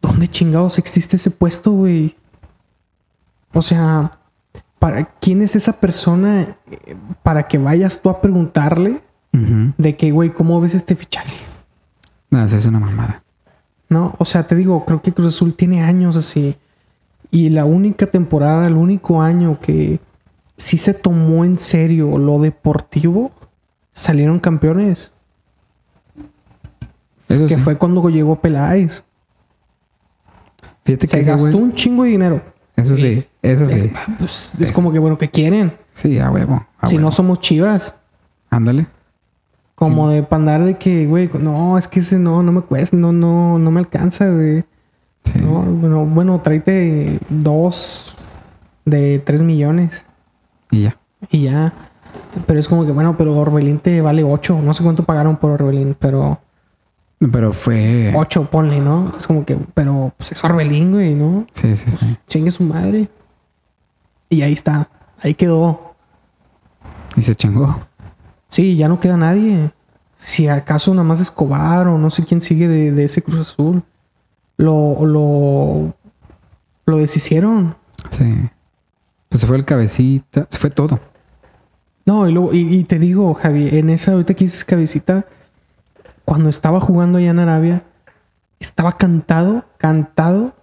A: ¿Dónde chingados existe ese puesto, güey? O sea, ¿para quién es esa persona eh, para que vayas tú a preguntarle
B: Ujú.
A: de que, güey, ¿cómo ves este fichaje?
B: No, esa es una mamada.
A: No, o sea, te digo, creo que Cruz Azul tiene años así. Y la única temporada, el único año que sí se tomó en serio lo deportivo, salieron campeones.
B: Eso
A: Que
B: Pues sí.
A: fue cuando llegó Peláez.
B: Fíjate que
A: Se
B: ese
A: gastó
B: güey-
A: un chingo de dinero.
B: Eso sí, eso sí. Ah,
A: Pues es como que, bueno, que quieren?
B: Sí, a huevo. a
A: si
B: huevo.
A: no somos chivas.
B: Ándale.
A: Como de pandar de que, güey, no, es que ese no, no me cuesta, no, no, no me alcanza, güey.
B: Sí.
A: No, bueno, bueno, tráete dos de tres millones.
B: Y ya.
A: Y ya. Pero es como que, bueno, pero Orbelín te vale 8. No sé cuánto pagaron por Orbelín, pero
B: Pero fue.
A: 8 ponle, ¿no? Es como que, pero pues es Orbelín, güey, ¿no?
B: Sí, sí, sí.
A: Chingue su madre. Y ahí está. Ahí quedó.
B: Y se chingó.
A: Sí, ya no queda nadie. Si acaso nada más Escobar o no sé quién sigue de, de ese Cruz Azul. Lo, lo, lo deshicieron.
B: Sí. Pues se fue el cabecita. Se fue todo.
A: No, y, luego, y, y te digo, Javi, en esa ahorita que dices cabecita, cuando estaba jugando allá en Arabia, estaba cantado, cantado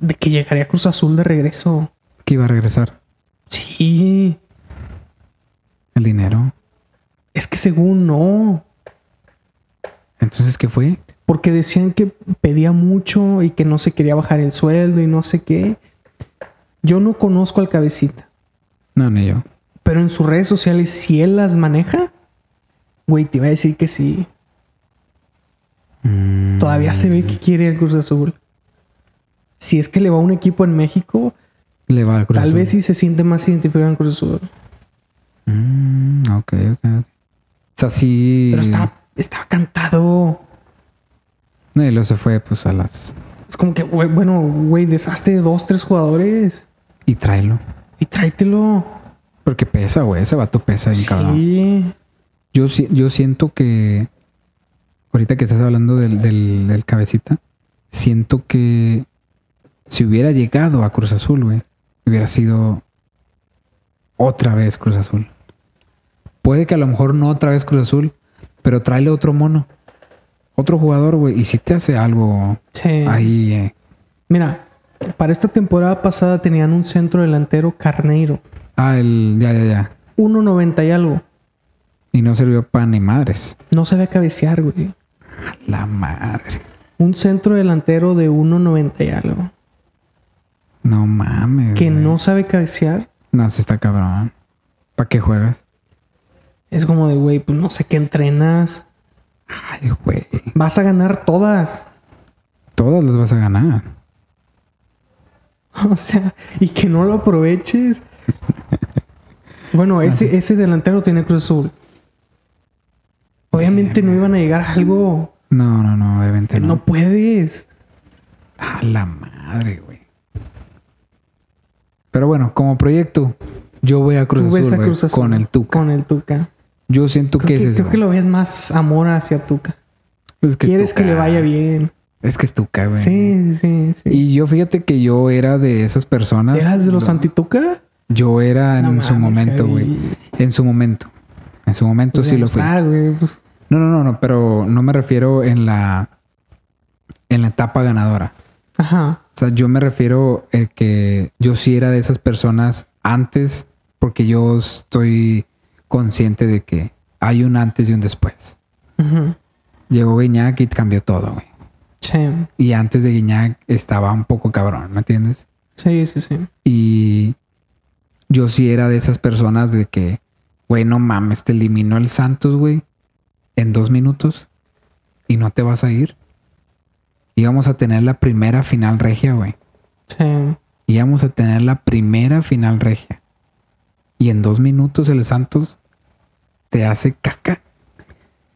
A: de que llegaría Cruz Azul de regreso.
B: Que iba a regresar.
A: Sí,
B: El dinero.
A: es que según no,
B: Entonces, ¿qué fue?
A: porque decían que pedía mucho y que no se quería bajar el sueldo y no sé qué. Yo no conozco al cabecita,
B: No, ni yo.
A: pero en sus redes sociales, si él las maneja, güey, te iba a decir que sí.
B: Mm,
A: Todavía se ve que quiere el Cruz Azul. Si es que le va a un equipo en México,
B: le va al Cruz
A: tal
B: Azul.
A: vez sí se siente más identificado en Cruz Azul.
B: Mm, ok, ok, ok. O sea, sí.
A: Pero estaba, estaba cantado.
B: No, y luego se fue, pues, a las.
A: Es como que, güey, bueno, güey, deshazte de dos, tres jugadores
B: Y tráelo.
A: y tráetelo.
B: Porque pesa, güey. Ese vato pesa bien, cabrón.
A: Sí.
B: Yo, si- yo siento que. Ahorita que estás hablando del, del, del cabecita, siento que si hubiera llegado a Cruz Azul, güey, hubiera sido otra vez Cruz Azul. Puede que a lo mejor no otra vez Cruz Azul, pero tráele otro mono, otro jugador, güey, y si te hace algo
A: Sí.
B: ahí. eh.
A: Mira, para esta temporada pasada tenían un centro delantero carneiro.
B: Ah, el. Ya, ya, ya.
A: 1.90 y algo.
B: Y no sirvió para ni madres.
A: No sabía cabecear, güey.
B: A La madre.
A: Un centro delantero de 1.90 y algo.
B: No mames.
A: Que
B: güey.
A: no sabe cabecear.
B: No, se está cabrón. ¿Para qué juegas?
A: Es como de, güey, pues no sé qué entrenas.
B: Ay, güey.
A: Vas a ganar todas.
B: Todas las vas a ganar.
A: O sea, y que no lo aproveches. Bueno, ese, ese delantero tiene Cruz Azul. Obviamente no iban a llegar a algo.
B: No, no, no, obviamente no.
A: No puedes.
B: A la madre, güey. Pero bueno, como proyecto, yo voy a Cruz
A: Tú
B: Azul,
A: ves a
B: güey,
A: Cruz Azul
B: con el Tuca.
A: Con el Tuca.
B: Yo siento
A: Creo
B: que,
A: que,
B: es eso.
A: creo que lo ves más amor hacia Tuca.
B: Pues que es
A: Quieres que
B: Tuca.
A: le vaya bien.
B: Es que es Tuca, güey.
A: Sí, sí, sí.
B: Y yo fíjate que yo era de esas personas.
A: ¿Eras de los antituca?
B: Yo era en
A: No
B: su
A: mames,
B: momento,
A: Javi.
B: güey. En su momento. En su momento sí lo fui.
A: Ah, güey. pues,
B: No, no, no, no, pero no me refiero en la en la etapa ganadora.
A: ajá.
B: O sea, yo me refiero a que yo sí era de esas personas antes, porque yo estoy consciente de que hay un antes y un después.
A: Ujú.
B: Llegó Guiñac y cambió todo, güey.
A: Sí.
B: Y antes de Guiñac estaba un poco cabrón, ¿me entiendes?
A: Sí, sí, sí.
B: Y yo sí era de esas personas de que, güey, no mames, te eliminó el Santos, güey, en dos minutos y no te vas a ir. Íbamos a tener la primera final regia, güey.
A: Sí.
B: íbamos a tener la primera final regia. Y en dos minutos el Santos te hace caca.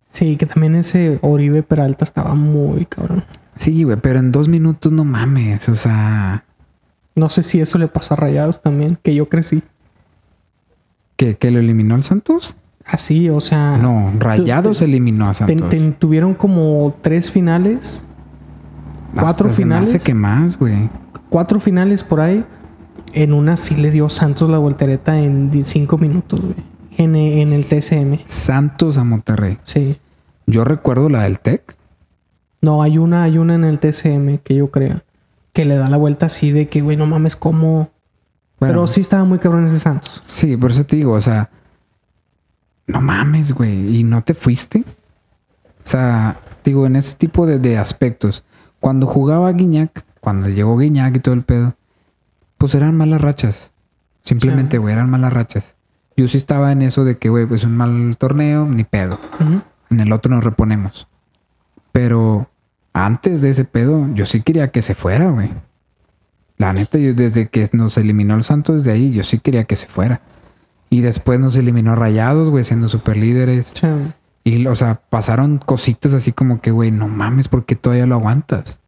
A: Sí, que también ese Oribe Peralta estaba muy cabrón.
B: Sí, güey, pero en dos minutos no mames. O sea,
A: No sé si eso le pasa a Rayados también, que yo crecí.
B: ¿que, que lo eliminó el Santos?
A: así, o sea.
B: No, Rayados
A: tu-
B: eliminó a
A: ten-
B: Santos.
A: ten- tuvieron como tres finales,
B: Hasta
A: cuatro
B: se me
A: finales.
B: Hace que más, güey.
A: cuatro finales por ahí. En una sí le dio Santos la voltereta en di- cinco minutos, güey. En, e- en el TCM.
B: Santos a Monterrey.
A: Sí.
B: Yo recuerdo la del Tec.
A: No, hay una, hay una en el TCM que yo creo. Que le da la vuelta así de que, güey, no mames, cómo.
B: Bueno,
A: Pero sí estaba muy cabrón ese Santos.
B: Sí, por eso te digo, o sea, no mames, güey, y no te fuiste. O sea, digo, en ese tipo de, de aspectos, cuando jugaba Guiñac, cuando llegó Guiñac y todo el pedo, pues eran malas rachas. Simplemente, güey, eran malas rachas. Yo sí estaba en eso de que, güey, pues un mal torneo, ni pedo.
A: Ujú.
B: En el otro nos reponemos. Pero antes de ese pedo, yo sí quería que se fuera, güey. La neta, yo desde que nos eliminó el Santos, desde ahí, yo sí quería que se fuera. Y después nos eliminó Rayados, güey, siendo superlíderes.
A: Sí.
B: Y, o sea, pasaron cositas así como que, güey, no mames, porque todavía lo aguantas?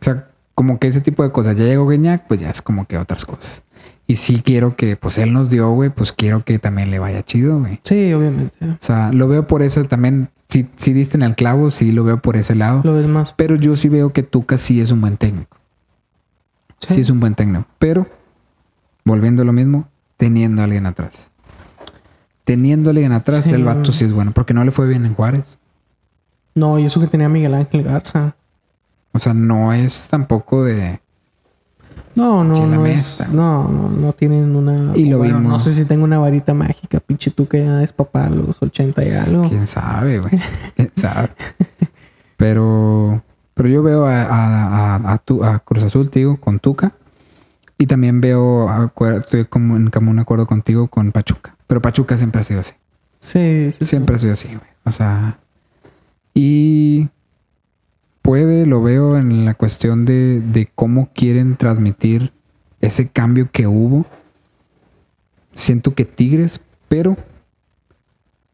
B: O sea, como que ese tipo de cosas. Ya llegó Guiñac, pues ya es como que otras cosas. Y sí quiero que, pues él nos dio, güey, pues quiero que también le vaya chido, güey.
A: Sí, obviamente.
B: O sea, lo veo por eso también. Si, si diste en el clavo, sí lo veo por ese lado.
A: Lo ves más.
B: Pero yo sí veo que Tuca sí es un buen técnico. Sí,
A: Sí.
B: es un buen técnico. Pero, volviendo a lo mismo, teniendo a alguien atrás. Teniendo a alguien atrás,
A: Sí.
B: el vato sí es bueno. Porque no le fue bien en Juárez.
A: No, y eso que tenía Miguel Ángel Garza.
B: O sea, no es tampoco de...
A: No, no,
B: Sí, la
A: no, es-
B: mesta.
A: no, no, no tienen una.
B: Y lo
A: bueno,
B: vimos.
A: No sé si tengo una varita mágica, pinche tú que ya es papá a los 80 y algo.
B: Pues, ¿Quién sabe, güey? ¿Quién sabe? Pero, pero yo veo a, a- a- a tu- a Cruz Azul, te digo, con Tuca. Y también veo, acuer- estoy como en común acuerdo contigo con Pachuca. Pero Pachuca siempre ha sido así.
A: Sí, sí, sí.
B: Siempre ha sido así, güey. O sea. Y puede, lo veo en la cuestión de, de cómo quieren transmitir ese cambio que hubo. Siento que Tigres, pero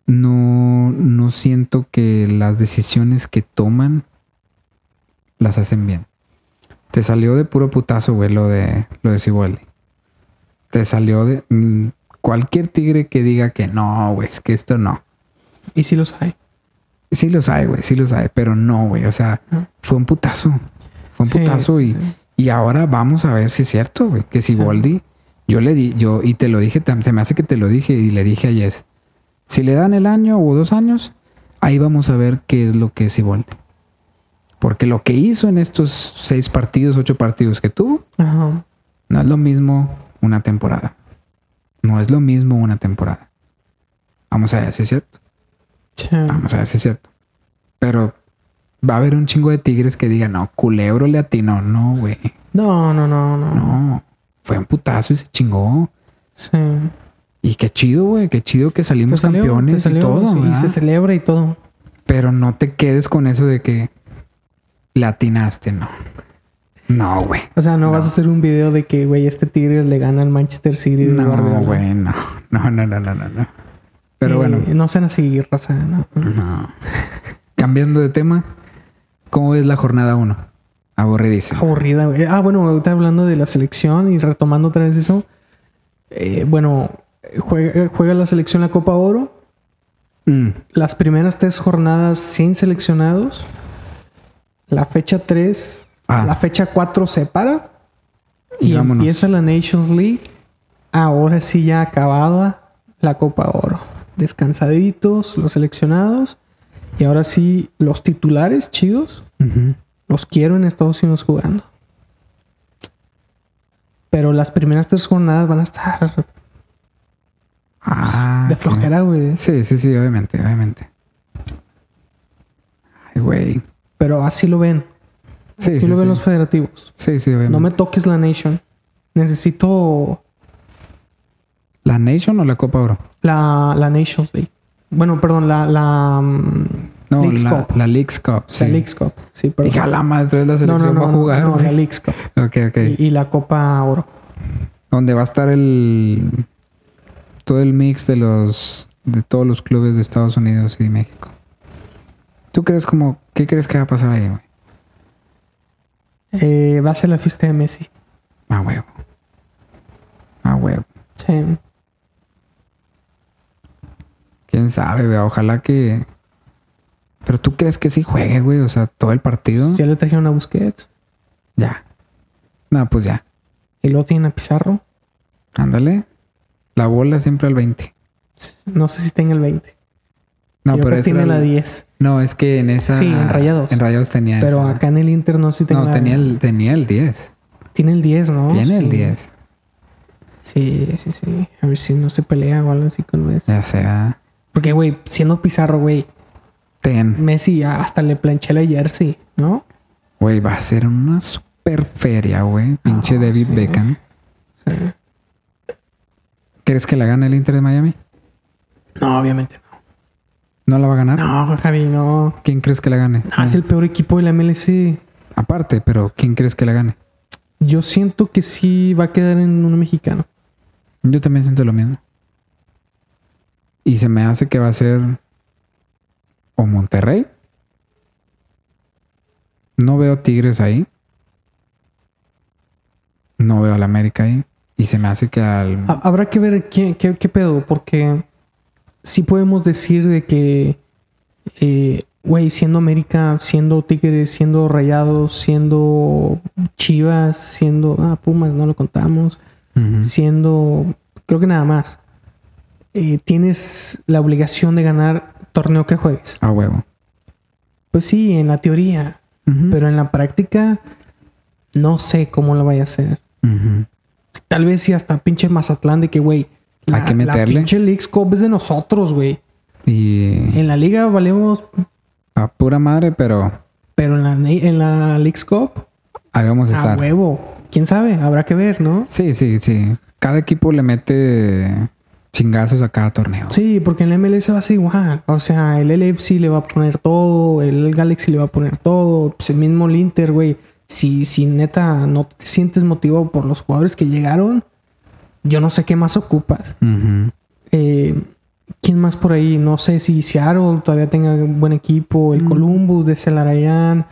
B: no, no siento que las decisiones que toman las hacen bien. Te salió de puro putazo, güey, lo de, lo de Siboldi. Te salió de. mm, Cualquier tigre que diga que no, güey, es que esto no.
A: Y sí los hay.
B: Sí lo sabe, güey, sí lo sabe, pero no, güey. O sea,
A: ¿no?
B: fue un putazo. Fue un
A: Sí,
B: putazo
A: sí,
B: y,
A: sí.
B: y ahora vamos a ver si es cierto, güey. Que si Boldi, yo le di, yo, y te lo dije, tam- se me hace que te lo dije y le dije a Jess, si le dan el año o dos años, ahí vamos a ver qué es lo que es Siboldi. Porque lo que hizo en estos seis partidos, ocho partidos que tuvo,
A: Ajá.
B: no es lo mismo una temporada. No es lo mismo una temporada. Vamos a ver si es cierto.
A: Sí.
B: Vamos a ver si es cierto. Pero va a haber un chingo de tigres que digan, no, culebro le atinó. No, güey.
A: No, no, no, no.
B: No. Fue un putazo y se chingó.
A: Sí.
B: Y qué chido, güey. Qué chido que
A: Te
B: salimos
A: salió, te
B: campeones
A: salió,
B: y todo.
A: sí, Y
B: ¿verdad?
A: se celebra y todo.
B: Pero no te quedes con eso de que le atinaste. No. No, güey.
A: O sea, no, vas a hacer un video de que, güey, este Tigres le gana al Manchester City. de
B: No,
A: Guardiola.
B: güey. No. No, no, no, no, no, no. Pero
A: Eh,
B: bueno. Mm.
A: No sean así, raza. No.
B: No. Cambiando de tema, ¿cómo ves la jornada 1? Aburridísima.
A: aburrida. güey. Ah, bueno, ahorita hablando de la selección y retomando otra vez eso. eh, bueno, juega, juega la selección la Copa Oro.
B: Mm.
A: Las primeras tres jornadas sin seleccionados. La fecha 3,
B: Ah.
A: la fecha 4 se para.
B: Y
A: Y
B: vámonos.
A: empieza la Nations League. Ahora sí ya acabada la Copa Oro. Descansaditos los seleccionados. Y ahora sí los titulares chidos.
B: Ujú.
A: Los quiero en Estados Unidos jugando. Pero las primeras tres jornadas van a estar
B: Ah,
A: de
B: qué-
A: flojera, güey.
B: Sí, sí, sí, obviamente, obviamente. Ay, güey.
A: Pero así lo ven.
B: Sí,
A: así
B: sí,
A: lo ven
B: sí.
A: los federativos.
B: Sí, sí, obviamente.
A: No me toques la Nation. Necesito
B: ¿La Nation o la Copa Oro?
A: la, la Nations League. Bueno, perdón, la, la mm,
B: No,
A: Leagues
B: la,
A: Cup.
B: la Leagues Cup. Sí.
A: La Leagues Cup. Sí, perdón.
B: Hija, la madre, la
A: no,
B: selección
A: no, no,
B: va a
A: no,
B: jugar.
A: no, la
B: güey.
A: Leagues Cup.
B: Ok, ok.
A: Y, y la Copa Oro.
B: Donde va a estar el... Todo el mix de los... De todos los clubes de Estados Unidos y México. ¿Tú crees como... ¿Qué crees que va a pasar ahí, güey?
A: Eh, va a ser la fiesta de Messi.
B: A huevo. A huevo.
A: Sí.
B: Quién sabe, güey. Ojalá que. Pero tú crees que sí juegue, güey. O sea, todo el partido.
A: Ya le trajeron a Busquets.
B: Ya. No, pues ya.
A: Y luego tienen a Pizarro.
B: Ándale. La bola siempre al 20.
A: No sé si tenga el 20.
B: No,
A: Yo
B: pero
A: creo que
B: es.
A: tiene la 10.
B: No, es que en esa.
A: Sí, en Rayados.
B: En Rayados tenía
A: Pero
B: esa.
A: acá en el Inter no sé si tenga
B: No, tenía el, tenía el 10.
A: Tiene el 10, ¿no?
B: tiene el
A: Sí.
B: 10.
A: Sí, sí, sí. A ver si no se pelea o algo así con Messi.
B: Ya sea.
A: Porque, güey, siendo Pizarro, güey,
B: Ten.
A: Messi ya hasta le planché la jersey, ¿no?
B: Güey, va a ser una super feria, güey. Pinche
A: Ah,
B: David
A: sí.
B: Beckham.
A: Sí.
B: ¿Crees que la gana el Inter de Miami?
A: No, obviamente
B: ¿No la va a ganar?
A: no. No, Javi, no.
B: ¿Quién crees que la gane?
A: No, es el peor equipo de la MLC.
B: Aparte, pero ¿quién crees que la gane?
A: Yo siento que sí va a quedar en uno mexicano.
B: Yo también siento lo mismo. Y se me hace que va a ser o Monterrey. No veo Tigres ahí. No veo al América ahí. Y se me hace que al...
A: Ha- Habrá que ver qué, qué- qué pedo, porque sí podemos decir de que, eh, güey, siendo América, siendo Tigres, siendo Rayados, siendo Chivas, siendo ah, Pumas, no lo contamos,
B: Ujú.
A: siendo, creo que nada más, eh, tienes la obligación de ganar torneo que juegues.
B: A huevo.
A: Pues sí, en la teoría,
B: Ujú.
A: pero en la práctica no sé cómo lo vaya a hacer.
B: Ujú.
A: Tal vez sí hasta pinche Mazatlán de que, güey,
B: Hay
A: la,
B: que
A: la
B: meterle.
A: pinche Leagues Cup es de nosotros, güey.
B: Y
A: En la liga valemos,
B: a pura madre, pero
A: pero en la, en la Leagues Cup,
B: hagamos
A: a
B: estar.
A: huevo. ¿Quién sabe? Habrá que ver, ¿no?
B: Sí, sí, sí. Cada equipo le mete chingazos a cada torneo.
A: Sí, porque en la MLS va a ser igual. O sea, el LFC le va a poner todo, el Galaxy le va a poner todo, pues el mismo el Inter, güey. Si, si neta no te sientes motivado por los jugadores que llegaron, yo no sé qué más ocupas.
B: Ujú.
A: Eh, ¿Quién más por ahí? No sé si Seattle todavía tenga un buen equipo,
B: Mm.
A: el Columbus de Celarayán.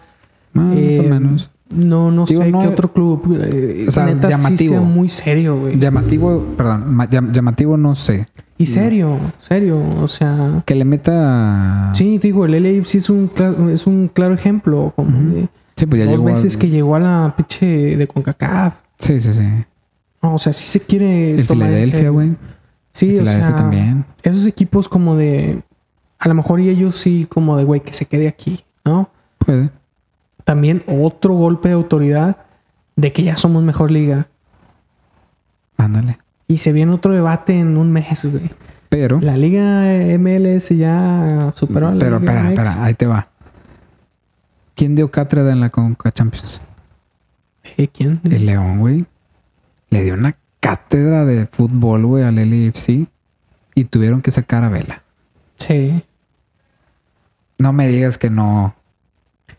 B: Más
A: eh,
B: o menos.
A: No, no
B: Digo,
A: sé
B: no-
A: qué otro club. eh,
B: O sea,
A: neta, sí
B: llamativo.
A: sea muy serio, güey.
B: Llamativo, perdón, ma- llam- llamativo no sé.
A: Y serio, serio. O sea,
B: Que le meta.
A: sí, digo, el LAFC es un, cla- es un claro ejemplo. Como de
B: Sí, pues ya
A: dos
B: llegó. al-
A: veces que llegó a la pinche de CONCACAF.
B: Sí, sí, sí.
A: No, o sea, sí se quiere.
B: El
A: tomar en
B: Filadelfia,
A: serio.
B: güey.
A: Sí,
B: el
A: o
B: Filadelfia
A: sea,
B: también.
A: esos equipos como de. A lo mejor y ellos sí, como de, güey, que se quede aquí, ¿no?
B: Puede.
A: también otro golpe de autoridad de que ya somos mejor liga.
B: Ándale.
A: Y se viene otro debate en un mes, güey.
B: Pero.
A: La liga eh, MLS ya superó a la
B: pero,
A: liga
B: espera,
A: MX.
B: espera, ahí te va. ¿Quién dio cátedra en la Conca Champions?
A: Eh, ¿Quién?
B: El León, güey. Le dio una cátedra de fútbol, güey, al LFC. Y tuvieron que sacar a Vela.
A: Sí.
B: No me digas que no.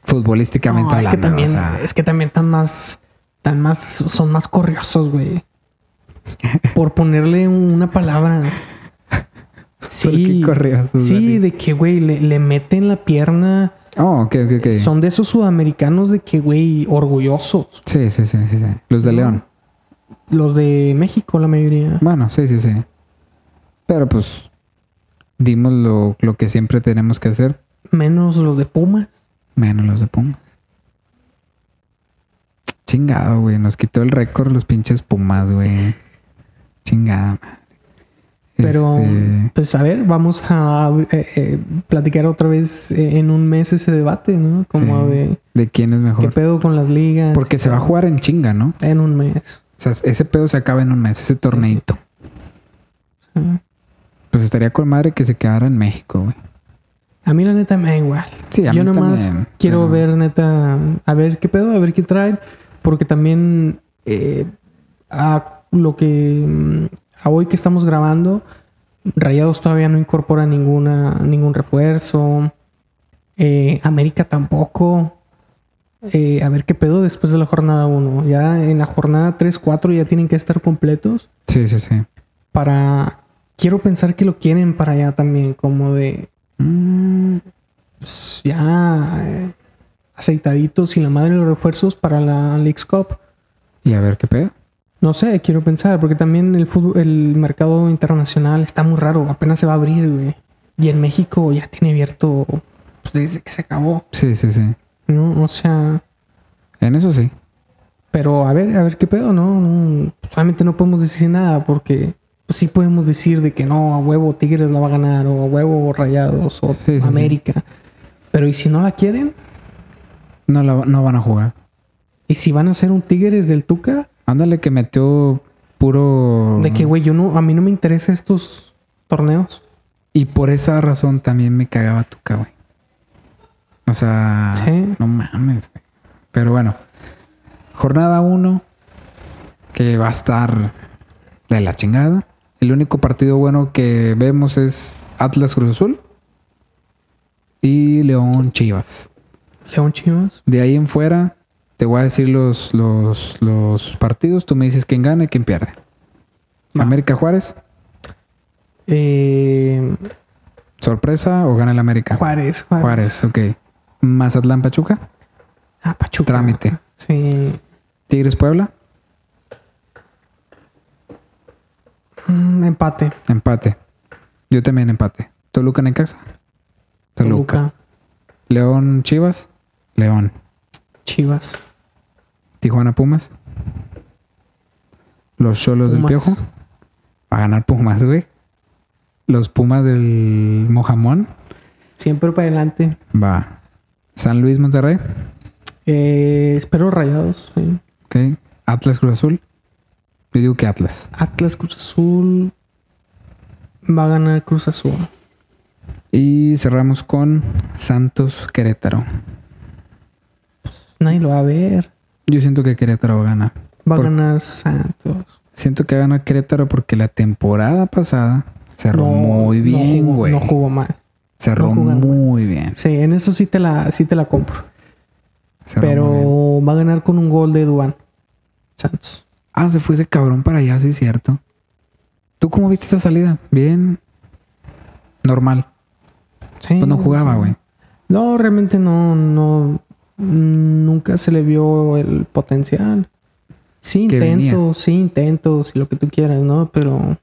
B: Futbolísticamente
A: No, es que
B: hablando,
A: también,
B: o sea,
A: es que también están más, tan más, son más corriosos, güey. Por ponerle una palabra. Sí.
B: qué corriosos,
A: Sí,
B: Dani?
A: de que, güey, le, le meten la pierna.
B: Oh, ok, ok, ok.
A: Son de esos sudamericanos de que, güey, orgullosos.
B: Sí, sí, sí, sí, sí. Los de León.
A: Los de México, la mayoría.
B: Bueno, sí, sí, sí. Pero pues dimos lo, lo que siempre tenemos que hacer,
A: menos los de Pumas.
B: menos los de Pumas. Chingado, güey. Nos quitó el récord los pinches Pumas, güey. Chingada, madre.
A: Pero,
B: Este,
A: pues a ver, vamos a eh, eh, platicar otra vez eh, en un mes ese debate, ¿no? Como
B: sí.
A: de
B: quién es
A: qué
B: mejor?
A: pedo Eh, con las ligas.
B: Porque se va a jugar en chinga, ¿no?
A: En un mes.
B: O sea, ese pedo se acaba en un mes, ese torneito.
A: Sí.
B: Pues estaría con madre que se quedara en México, güey.
A: A mí la neta me da igual.
B: Sí, a
A: Yo
B: mí
A: nomás
B: también,
A: quiero
B: pero-
A: ver neta, a ver qué pedo, a ver qué traen, porque también eh, a lo que mm, a hoy que estamos grabando, Rayados todavía no incorpora ninguna ningún refuerzo, eh, América tampoco. Eh, a ver qué pedo después de la jornada 1. Ya en la jornada 3-4 ya tienen que estar completos
B: Sí, sí, sí.
A: para... Quiero pensar que lo quieren para allá también, como de
B: Mm,
A: pues, ya eh, aceitaditos y la madre de los refuerzos para la Leagues Cup.
B: y a ver qué pedo.
A: No sé, quiero pensar, porque también el fútbol, el mercado internacional está muy raro, apenas se va a abrir, güey. Y en México ya tiene abierto pues, desde que se acabó,
B: Sí, sí, sí.
A: ¿no? O sea,
B: En eso sí.
A: pero a ver, a ver qué pedo, ¿no? no solamente no podemos decir nada porque pues, sí podemos decir de que no, a huevo Tigres la va a ganar o a huevo Rayados o
B: Sí, sí, sí.
A: América. Pero ¿y si no la quieren?
B: No, la, no van a jugar.
A: ¿Y si van a ser un Tigres del Tuca?
B: Ándale que metió puro...
A: De que, güey, yo no, a mí no me interesa estos torneos.
B: Y por esa razón también me cagaba Tuca, güey. O sea,
A: Sí.
B: no mames, güey. Pero bueno, jornada 1, que va a estar de la chingada. El único partido bueno que vemos es Atlas Cruz Azul y León Chivas.
A: León Chivas.
B: De ahí en fuera, te voy a decir los, los, los partidos. Tú me dices quién gana y quién pierde.
A: Va.
B: América Juárez,
A: Eh,
B: sorpresa o gana el América.
A: Juárez, Juárez.
B: Juárez, ok. Mazatlán Pachuca.
A: Ah, Pachuca.
B: Trámite.
A: Sí.
B: Tigres Puebla,
A: Mm, empate.
B: empate. Yo también empate. Toluca Necaxa. Toluca.
A: Toluca.
B: León Chivas. León.
A: Chivas.
B: Tijuana Pumas. Los Cholos del
A: Pumas.
B: Piojo. Va a ganar Pumas, güey. Los Pumas del Mojamón.
A: Siempre para adelante.
B: Va. San Luis Monterrey.
A: Eh, espero rayados. sí.
B: Ok. Atlas Cruz Azul. Yo digo que Atlas.
A: Atlas Cruz Azul. Va a ganar Cruz Azul.
B: Y cerramos con Santos Querétaro.
A: Nadie lo va a ver.
B: Yo siento que Querétaro gana.
A: Va a
B: Por-
A: ganar Santos.
B: Siento que gana Querétaro porque la temporada pasada cerró
A: No,
B: muy
A: no
B: bien,
A: jugó-
B: güey.
A: No jugó mal.
B: cerró
A: no jugaron,
B: muy bien.
A: Sí, en eso sí te la, sí te la compro.
B: Cerró
A: pero
B: muy bien.
A: va a ganar con un gol de Dubán. Santos.
B: Ah, se fue ese cabrón para allá, sí, cierto. ¿Tú cómo viste esa salida? Bien. Normal.
A: Sí,
B: Pues no
A: sí,
B: jugaba,
A: sí.
B: güey.
A: No, realmente no, no. mm, Nunca se le vio el potencial. Sí,
B: Que venía.
A: intentos, sí, intentos y lo que tú quieras, ¿no? Pero.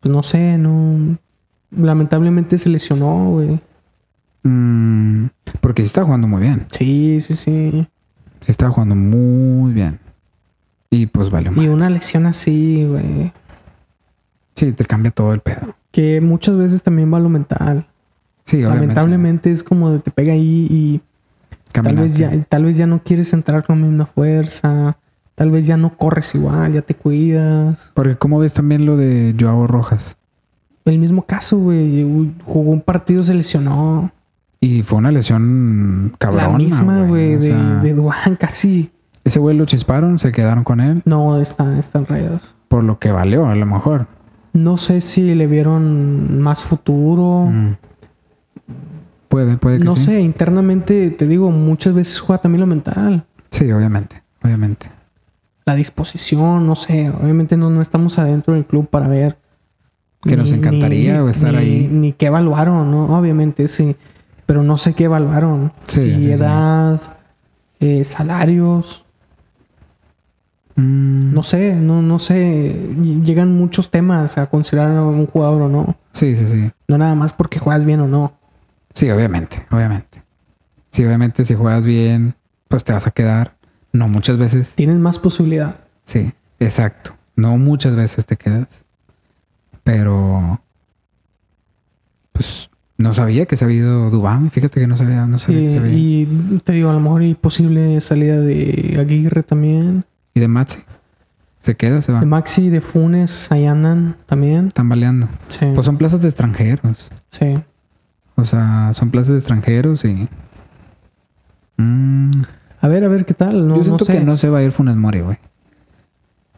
A: Pues no sé, no. Lamentablemente se lesionó, güey.
B: Mm, porque sí estaba jugando muy bien.
A: Sí, sí, sí.
B: Sí estaba jugando muy bien. Y pues valió
A: Y
B: más.
A: una lesión así, güey.
B: Sí, te cambia todo el pedo.
A: Que muchas veces también va a lo mental.
B: Sí, obviamente.
A: Lamentablemente es como de te pega ahí y Tal vez,
B: Caminaste.
A: ya, tal vez ya no quieres entrar con la misma fuerza. Tal vez ya no corres igual, ya te cuidas.
B: Porque cómo ves también lo de Joao Rojas.
A: El mismo caso, güey. u- Jugó un partido, se lesionó.
B: Y fue una lesión cabrona.
A: la misma, güey,
B: o
A: de,
B: sea-
A: de Duan, casi.
B: Ese güey lo chisparon, se quedaron con él,
A: No, está, está enredados.
B: por lo que valió, a lo mejor.
A: No sé si le vieron más futuro.
B: Mm. Puede, puede que
A: no
B: sí.
A: sé, internamente, te digo, muchas veces juega también lo mental.
B: Sí, obviamente, obviamente.
A: La disposición, no sé. Obviamente no, no estamos adentro del club para ver
B: Que nos encantaría o estar
A: ni-
B: ahí.
A: Ni qué evaluaron, ¿no? Obviamente, sí. Pero no sé qué evaluaron.
B: Sí,
A: si
B: sí, sí.
A: edad, eh, salarios,
B: Mm,
A: no sé, no, no sé. Ll- Llegan muchos temas a considerar a un jugador o no.
B: Sí, sí, sí.
A: No nada más porque juegas bien o no.
B: Sí, obviamente, obviamente. Sí, obviamente, si juegas bien, pues te vas a quedar. No muchas veces.
A: Tienes más posibilidad.
B: Sí, exacto. No muchas veces te quedas. Pero. Pues no sabía que se había ido Dubán. Fíjate que no sabía, no sabía
A: Sí,
B: que se había ido.
A: y te digo, a lo mejor hay posible salida de Aguirre también.
B: ¿Y de Maxi? ¿Se queda? ¿Se va?
A: De Maxi, de Funes, ahí andan también.
B: Tambaleando.
A: Sí,
B: Pues son plazas de extranjeros.
A: sí.
B: O sea, son plazas de extranjeros y. Mm,
A: A ver, a ver qué tal. No,
B: yo siento
A: no sé.
B: que no se va a ir Funes Mori, güey.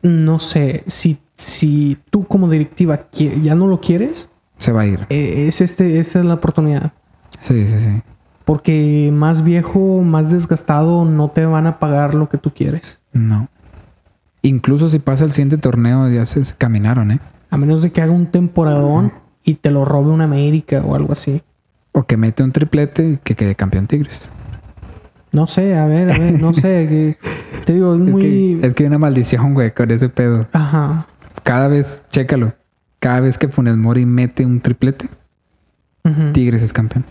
A: no sé, si, si tú como directiva qui- ya no lo quieres,
B: Se va a ir.
A: eh, es este, esta es la oportunidad.
B: Sí, sí, sí.
A: Porque más viejo, más desgastado, no te van a pagar lo que tú quieres.
B: No. Incluso si pasa el siguiente torneo, ya se se caminaron, ¿eh?
A: A menos de que haga un temporadón y te lo robe una América o algo así.
B: O que mete un triplete y que quede campeón Tigres.
A: No sé, a ver, a ver, no sé. que- te digo, es
B: Es,
A: muy...
B: que, es que hay una maldición, güey, con ese pedo.
A: Ajá.
B: Cada vez, chécalo. Cada vez que Funes Mori mete un triplete,
A: Ujú.
B: Tigres es campeón.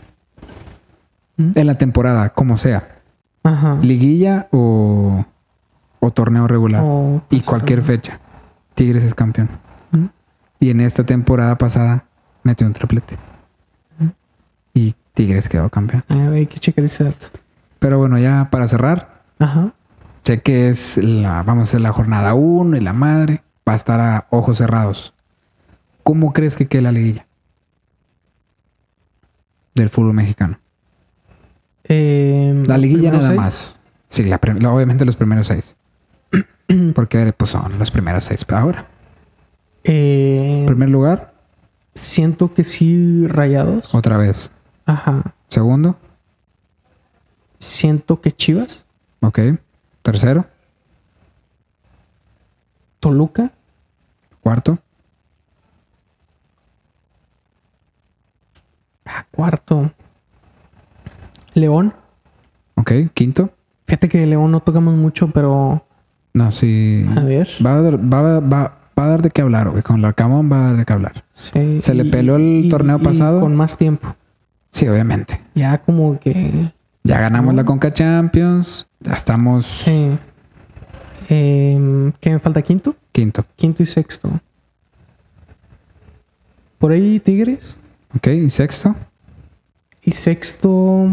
A: ¿Mm?
B: En la temporada, como sea.
A: Ajá.
B: Liguilla o, o torneo regular.
A: O- pues,
B: y cualquier fecha. Tigres es campeón.
A: ¿Mm?
B: Y en esta temporada pasada metió un triplete. Y Tigres quedó campeón.
A: Ah, hay que checar ese dato.
B: Pero bueno, ya para cerrar,
A: Ajá.
B: sé que es la, vamos a hacer la jornada 1 y la madre. Va a estar a ojos cerrados. ¿Cómo crees que quede la liguilla? Del fútbol mexicano.
A: Eh,
B: La
A: los
B: liguilla
A: primeros
B: nada
A: seis.
B: más. Sí, la prim- la- obviamente los primeros seis. Porque pues son los primeros seis para ahora.
A: Eh,
B: Primer lugar,
A: siento que sí, rayados.
B: otra vez.
A: Ajá.
B: Segundo,
A: Siento que Chivas,
B: ok. Tercero,
A: Toluca,
B: cuarto,
A: ah, cuarto, León.
B: ok. Quinto,
A: Fíjate que León no tocamos mucho, pero
B: no, sí.
A: a ver.
B: Va a dar, va, va- va a dar de qué hablar, güey. Con el Arcamón va a dar de qué hablar.
A: sí,
B: ¿Se le peló el torneo pasado?
A: Con más tiempo.
B: Sí, obviamente.
A: Ya como que.
B: Ya ganamos la Conca Champions. Ya estamos
A: Sí. Em, ¿Qué me falta? ¿Quinto?
B: quinto,
A: Quinto y sexto. Por ahí Tigres.
B: ok. Y sexto,
A: Y sexto.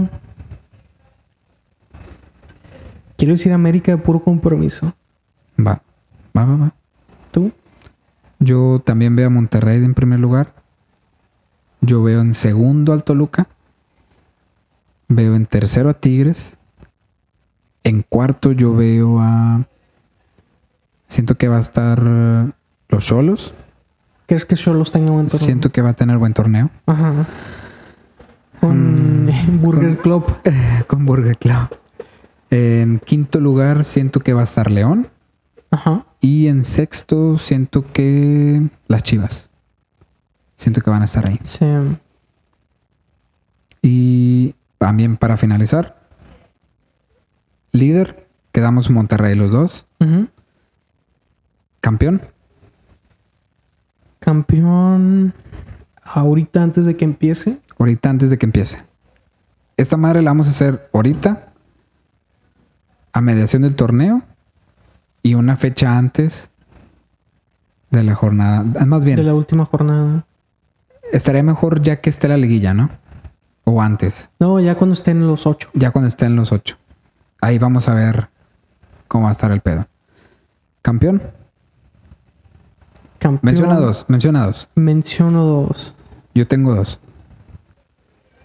A: Quiero decir América de puro compromiso.
B: va. Va, va, va.
A: ¿Tú?
B: Yo también veo a Monterrey en primer lugar. Yo veo en segundo al Toluca. Veo en tercero a Tigres. En cuarto yo veo a... Siento que va a estar eh, los solos.
A: ¿Crees que Cholos tenga buen torneo?
B: Siento que va a tener buen torneo.
A: Ajá.
B: Mm,
A: Con Burger Club.
B: Con Burger Club. En quinto lugar siento que va a estar León.
A: Ajá.
B: Y en sexto siento que las Chivas. Siento que van a estar ahí.
A: Sí.
B: Y también para finalizar, líder, quedamos Monterrey los dos,
A: Ujú.
B: campeón,
A: Campeón. Ahorita antes de que empiece.
B: ahorita antes de que empiece. Esta madre la vamos a hacer ahorita, a mediación del torneo y una fecha antes de la jornada. Ah, Más
A: De
B: bien,
A: la última jornada.
B: estaría mejor ya que esté la liguilla, ¿no? O antes,
A: No, ya cuando estén los ocho.
B: ya cuando estén los ocho. Ahí vamos a ver cómo va a estar el pedo. Campeón,
A: Campeón.
B: menciona dos, menciona dos.
A: Menciono dos.
B: Yo tengo dos.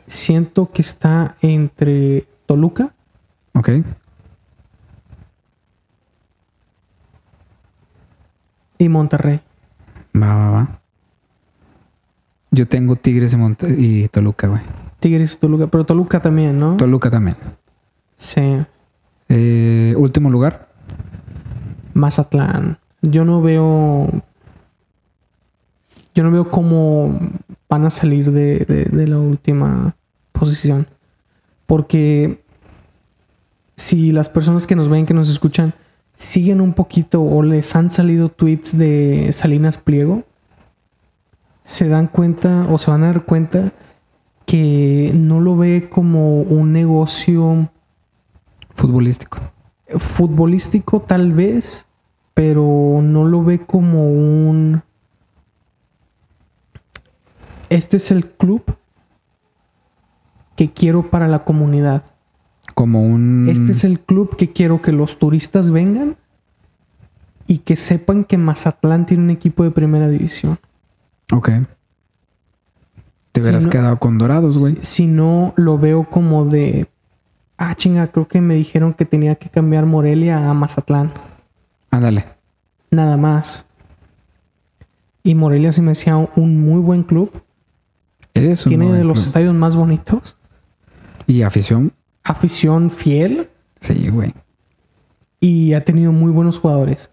A: Siento que está entre Toluca,
B: Ok.
A: y Monterrey.
B: Va, va, va. Yo tengo Tigres y, Monte- y Toluca, güey.
A: Tigres y Toluca, pero Toluca también, ¿no?
B: Toluca también.
A: sí.
B: Eh, último lugar.
A: Mazatlán. Yo no veo. Yo no veo cómo van a salir de, de- de la última posición. Porque si las personas que nos ven, que nos escuchan, siguen un poquito o les han salido tweets de Salinas Pliego, se dan cuenta o se van a dar cuenta que no lo ve como un negocio
B: Futbolístico.
A: futbolístico tal vez, pero no lo ve como un... Este es el club que quiero para la comunidad.
B: Como un.
A: Este es el club que quiero que los turistas vengan y que sepan que Mazatlán tiene un equipo de primera división.
B: Ok.
A: Si
B: Te hubieras
A: no-
B: quedado con Dorados, güey.
A: Si, si no, lo veo como de... Ah, chinga, creo que me dijeron que tenía que cambiar Morelia a Mazatlán.
B: Ándale.
A: nada más. Y Morelia se me hacía un muy buen club.
B: Es un.
A: Tiene
B: buen
A: de los
B: club.
A: estadios más bonitos.
B: Y afición.
A: Afición fiel
B: Sí, güey.
A: y ha tenido muy buenos jugadores.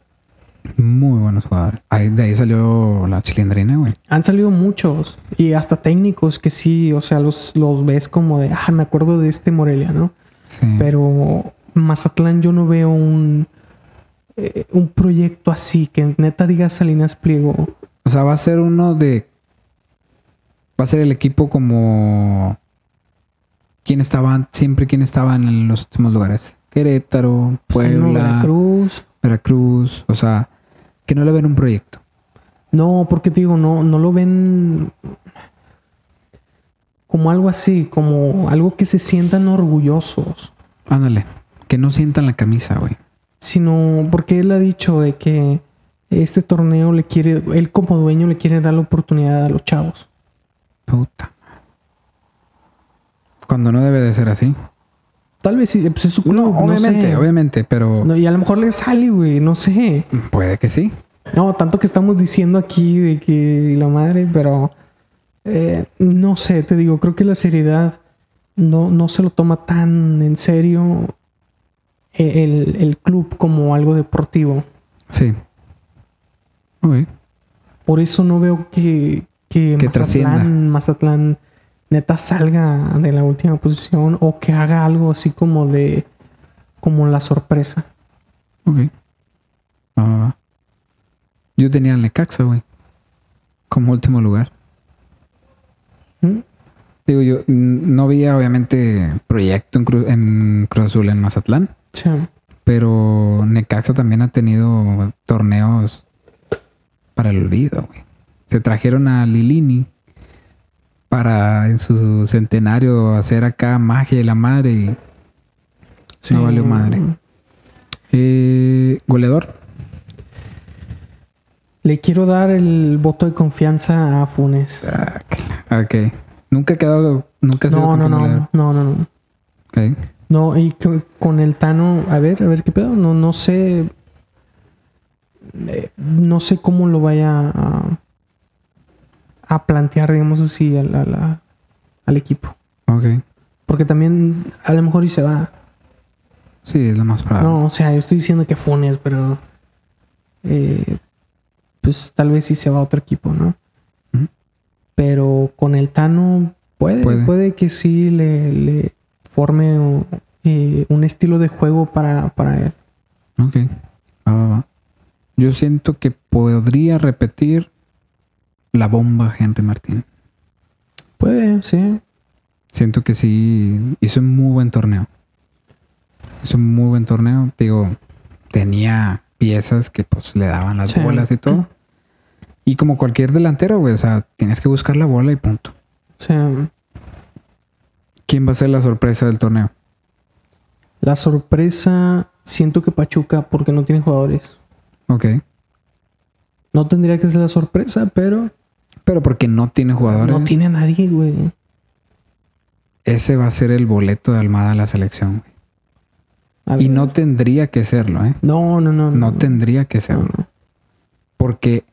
B: Muy buenos jugadores. Ahí- de ahí salió la chilindrina, güey.
A: Han salido muchos y hasta técnicos que sí, o sea, los, los ves como de, ah, me acuerdo de este Morelia, ¿no?
B: Sí.
A: Pero Mazatlán yo no veo un, eh, un proyecto así, que neta diga Salinas Pliego.
B: O sea, va a ser uno de va a ser el equipo como quién estaba siempre quién estaba en los últimos lugares. Querétaro, Puebla,
A: Puebla, pues, Veracruz.
B: Veracruz, o sea, que no le ven un proyecto.
A: No, porque te digo, no, no lo ven como algo así, como algo que se sientan orgullosos,
B: Ándale, que no sientan la camisa, güey.
A: sino porque él ha dicho de que este torneo le quiere, él como dueño le quiere dar la oportunidad a los chavos.
B: Puta. Cuando no debe de ser así.
A: Tal vez sí, pues es su club, no
B: obviamente,
A: sé.
B: obviamente, pero
A: No, y a lo mejor le sale, güey, no sé.
B: puede que sí.
A: No, tanto que estamos diciendo aquí de que la madre, pero eh, no sé, te digo, creo que la seriedad no, no se lo toma tan en serio eh, el, el club como algo deportivo.
B: Sí. Uy,
A: Por eso no veo que, que,
B: Que trascienda.
A: Mazatlán, Mazatlán neta salga de la última posición o que haga algo así como de como la sorpresa.
B: ok. Va, va, va. Yo tenía al Necaxa, güey. Como último lugar.
A: ¿Mm?
B: Digo, yo mm, no había obviamente proyecto en, Cru- en Cruz Azul, en Mazatlán.
A: Sí.
B: Pero Necaxa también ha tenido torneos para el olvido, güey. Se trajeron a Lilini para en su centenario hacer acá magia y la madre. y- No valió madre. Eh, goleador.
A: Le quiero dar el voto de confianza a Funes.
B: Ok. Nunca ha quedado. Nunca ha sido
A: No, no,
B: campeón
A: no,
B: goleador.
A: no, no, no.
B: Ok.
A: No, y co- con el Tano, a ver, a ver qué pedo, no, no sé. eh, No sé cómo lo vaya a, a plantear, digamos así, al, al- a- al equipo.
B: Ok.
A: Porque también a lo mejor y se va.
B: Sí, es lo más probable.
A: No, o sea, yo estoy diciendo que Funes, pero. eh, pues tal vez sí se va a otro equipo, ¿no?
B: Ujú.
A: Pero con el Tano puede,
B: Puede.
A: puede, que sí le, le forme o, eh, un estilo de juego para, para él.
B: Ok. Va, va, va. Yo siento que podría repetir la bomba Henry Martín.
A: Puede, sí.
B: Siento que sí hizo un muy buen torneo. Hizo un muy buen torneo. Te Digo, tenía piezas que pues le daban las
A: Sí.
B: bolas y todo. Y como cualquier delantero, güey, o sea, tienes que buscar la bola y punto.
A: O sea,
B: ¿Quién va a ser la sorpresa del torneo?
A: la sorpresa siento que Pachuca, porque no tiene jugadores.
B: Ok.
A: No tendría que ser la sorpresa, pero
B: Pero porque no tiene jugadores,
A: no tiene a nadie, güey.
B: ese va a ser el boleto de Almada a la selección. güey.
A: A
B: Y
A: ver.
B: no tendría que serlo, ¿eh?
A: No, no, no.
B: No tendría que
A: no,
B: serlo.
A: no.
B: Porque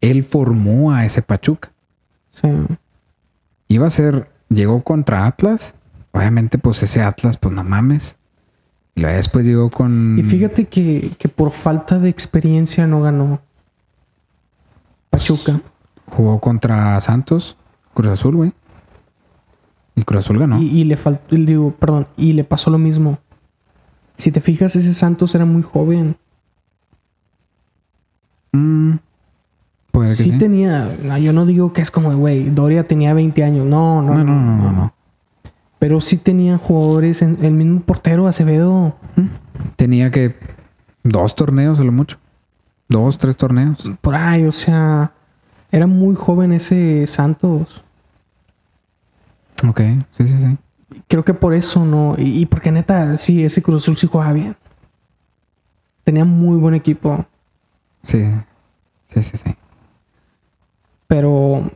B: él formó a ese Pachuca.
A: Sí.
B: iba a ser, llegó contra Atlas. Obviamente, pues ese Atlas, pues no mames. Y luego después llegó con.
A: Y fíjate que, que por falta de experiencia no ganó Pachuca.
B: Jugó contra Santos, Cruz Azul, güey. Y Cruz Azul ganó.
A: Y, y le faltó, digo, perdón, y le pasó lo mismo. Si te fijas, ese Santos era muy joven.
B: Mm, puede que
A: Sí,
B: sí.
A: tenía, no, yo no digo que es como, güey, Doria tenía 20 años. No, no,
B: No, no, no, no, no.
A: Pero sí tenía jugadores, en- el mismo portero Acevedo.
B: Mm. Tenía que. Dos torneos, a lo mucho. Dos, tres torneos.
A: Por ahí, o sea, era muy joven ese Santos.
B: Ok, sí, sí, sí.
A: Creo que por eso no. Y, y porque neta, sí, ese Cruz Azul sí jugaba bien. Tenía muy buen equipo.
B: Sí. Sí, sí, sí.
A: Pero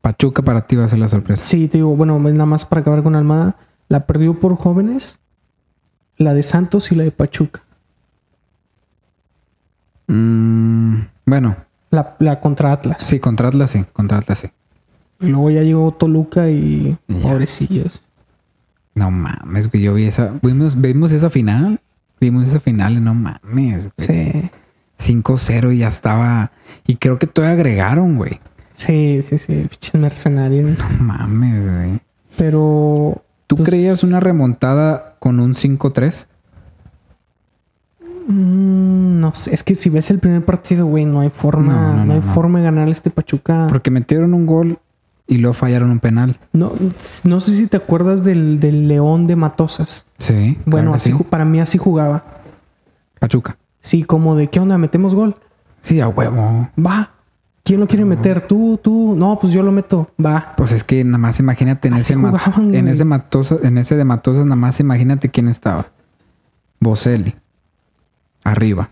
B: Pachuca para ti va a ser la sorpresa.
A: sí, te digo, bueno, nada más para acabar con Almada. La perdió por jóvenes, la de Santos y la de Pachuca.
B: Mm, bueno,
A: La, la contra Atlas.
B: sí, contra Atlas sí, contra Atlas sí.
A: Y luego ya llegó Toluca y
B: Ya.
A: pobrecillos.
B: No mames, güey. Yo vi esa. Vimos, vimos esa final. Vimos esa final y no mames. güey.
A: Sí,
B: 5-0 y ya estaba. Y creo que todavía agregaron, güey.
A: sí, sí, sí, pinches mercenarios.
B: No mames, güey.
A: Pero
B: ¿Tú
A: Pues-
B: creías una remontada con un 5-3?
A: mm, no sé, es que si ves el primer partido, güey, no hay forma,
B: No,
A: no,
B: no, no,
A: hay
B: no.
A: forma de ganarle a este Pachuca.
B: Porque metieron un gol y luego fallaron un penal.
A: No, no sé si te acuerdas del, del León de Matosas.
B: Sí.
A: Bueno,
B: claro que
A: así
B: sí.
A: ju- para mí así jugaba.
B: Pachuca.
A: Sí, como de qué onda, metemos gol.
B: Sí, a huevo.
A: Va. ¿Quién lo quiere meter? Tú, tú. No, pues yo lo meto. Va.
B: Pues es que nada más imagínate en
A: Así
B: ese, ma-
A: jugaban,
B: en
A: güey.
B: ese Matosas, en ese de Matosas, nada más imagínate quién estaba. Boselli. Arriba.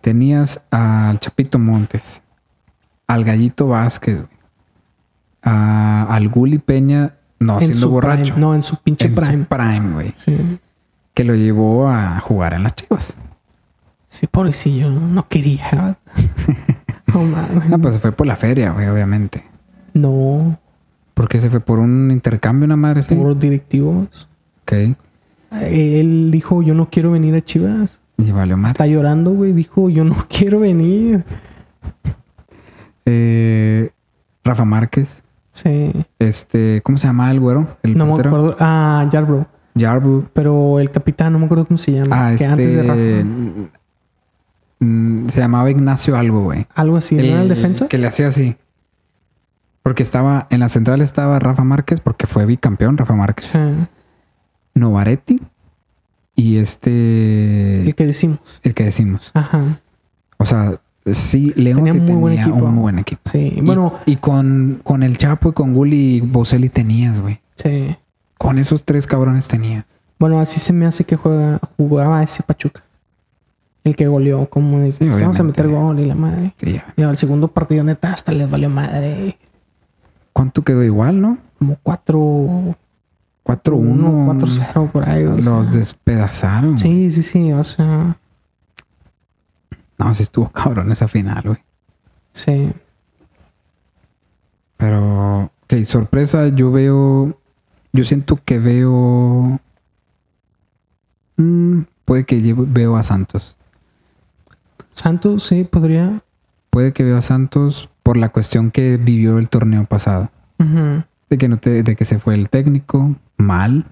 B: Tenías al Chapito Montes, al Gallito Vázquez, güey. A- al Guli Peña, no, siendo
A: su
B: borracho.
A: prime. No, en su pinche
B: en su
A: prime.
B: prime, güey.
A: Sí.
B: Que lo llevó a jugar en las chivas.
A: Sí, pobrecillo. No quería. no mames.
B: No, pues se fue por la feria, güey, obviamente.
A: No.
B: Porque se fue por un intercambio, una madre, sí.
A: Por directivos. Eh,
B: Ok.
A: Él dijo, yo no quiero venir a Chivas.
B: Y valió más.
A: Está llorando, güey. Dijo, yo no quiero venir.
B: Eh, Rafa Márquez.
A: Sí.
B: Este, ¿cómo se llama el güero? El
A: no me
B: portero.
A: acuerdo. Ah, Yarbrough.
B: Jarbu.
A: Pero el capitán, no me acuerdo cómo se llama.
B: Ah,
A: que
B: este.
A: antes de Rafa.
B: mm, se llamaba Ignacio algo, güey.
A: Algo así. ¿No era el defensa?
B: Que le hacía así. Porque estaba, en la central estaba Rafa Márquez, porque fue bicampeón Rafa Márquez.
A: Sí.
B: Novaretti. Y este.
A: El que decimos.
B: El que decimos.
A: Ajá.
B: O sea, sí, León
A: Tenía
B: sí
A: muy buen
B: tenía
A: equipo.
B: un muy buen equipo.
A: Sí.
B: Y-
A: Bueno,
B: y, con, con el Chapo y con Gulli y Boselli tenías, güey.
A: sí.
B: Con esos tres cabrones tenías.
A: Bueno, así se me hace que juega, jugaba ese Pachuca. El que goleó, como de,
B: Sí,
A: "Pues vamos a
B: obviamente.
A: meter gol y la madre.
B: Sí, ya.
A: Y al segundo partido, neta, hasta les valió madre.
B: ¿Cuánto quedó igual, no?
A: Como 4-1,
B: 4-1.
A: 4-0 por ahí. o sea.
B: Los despedazaron.
A: Sí, sí, sí. O sea,
B: No, sí estuvo cabrón esa final, güey.
A: sí.
B: Pero, ok, sorpresa, yo veo. Yo siento que veo. mm, puede que llevo- veo a Santos.
A: Santos, sí, podría.
B: Puede que veo a Santos por la cuestión que vivió el torneo pasado.
A: Ujú.
B: De que, no te- de que se fue el técnico mal,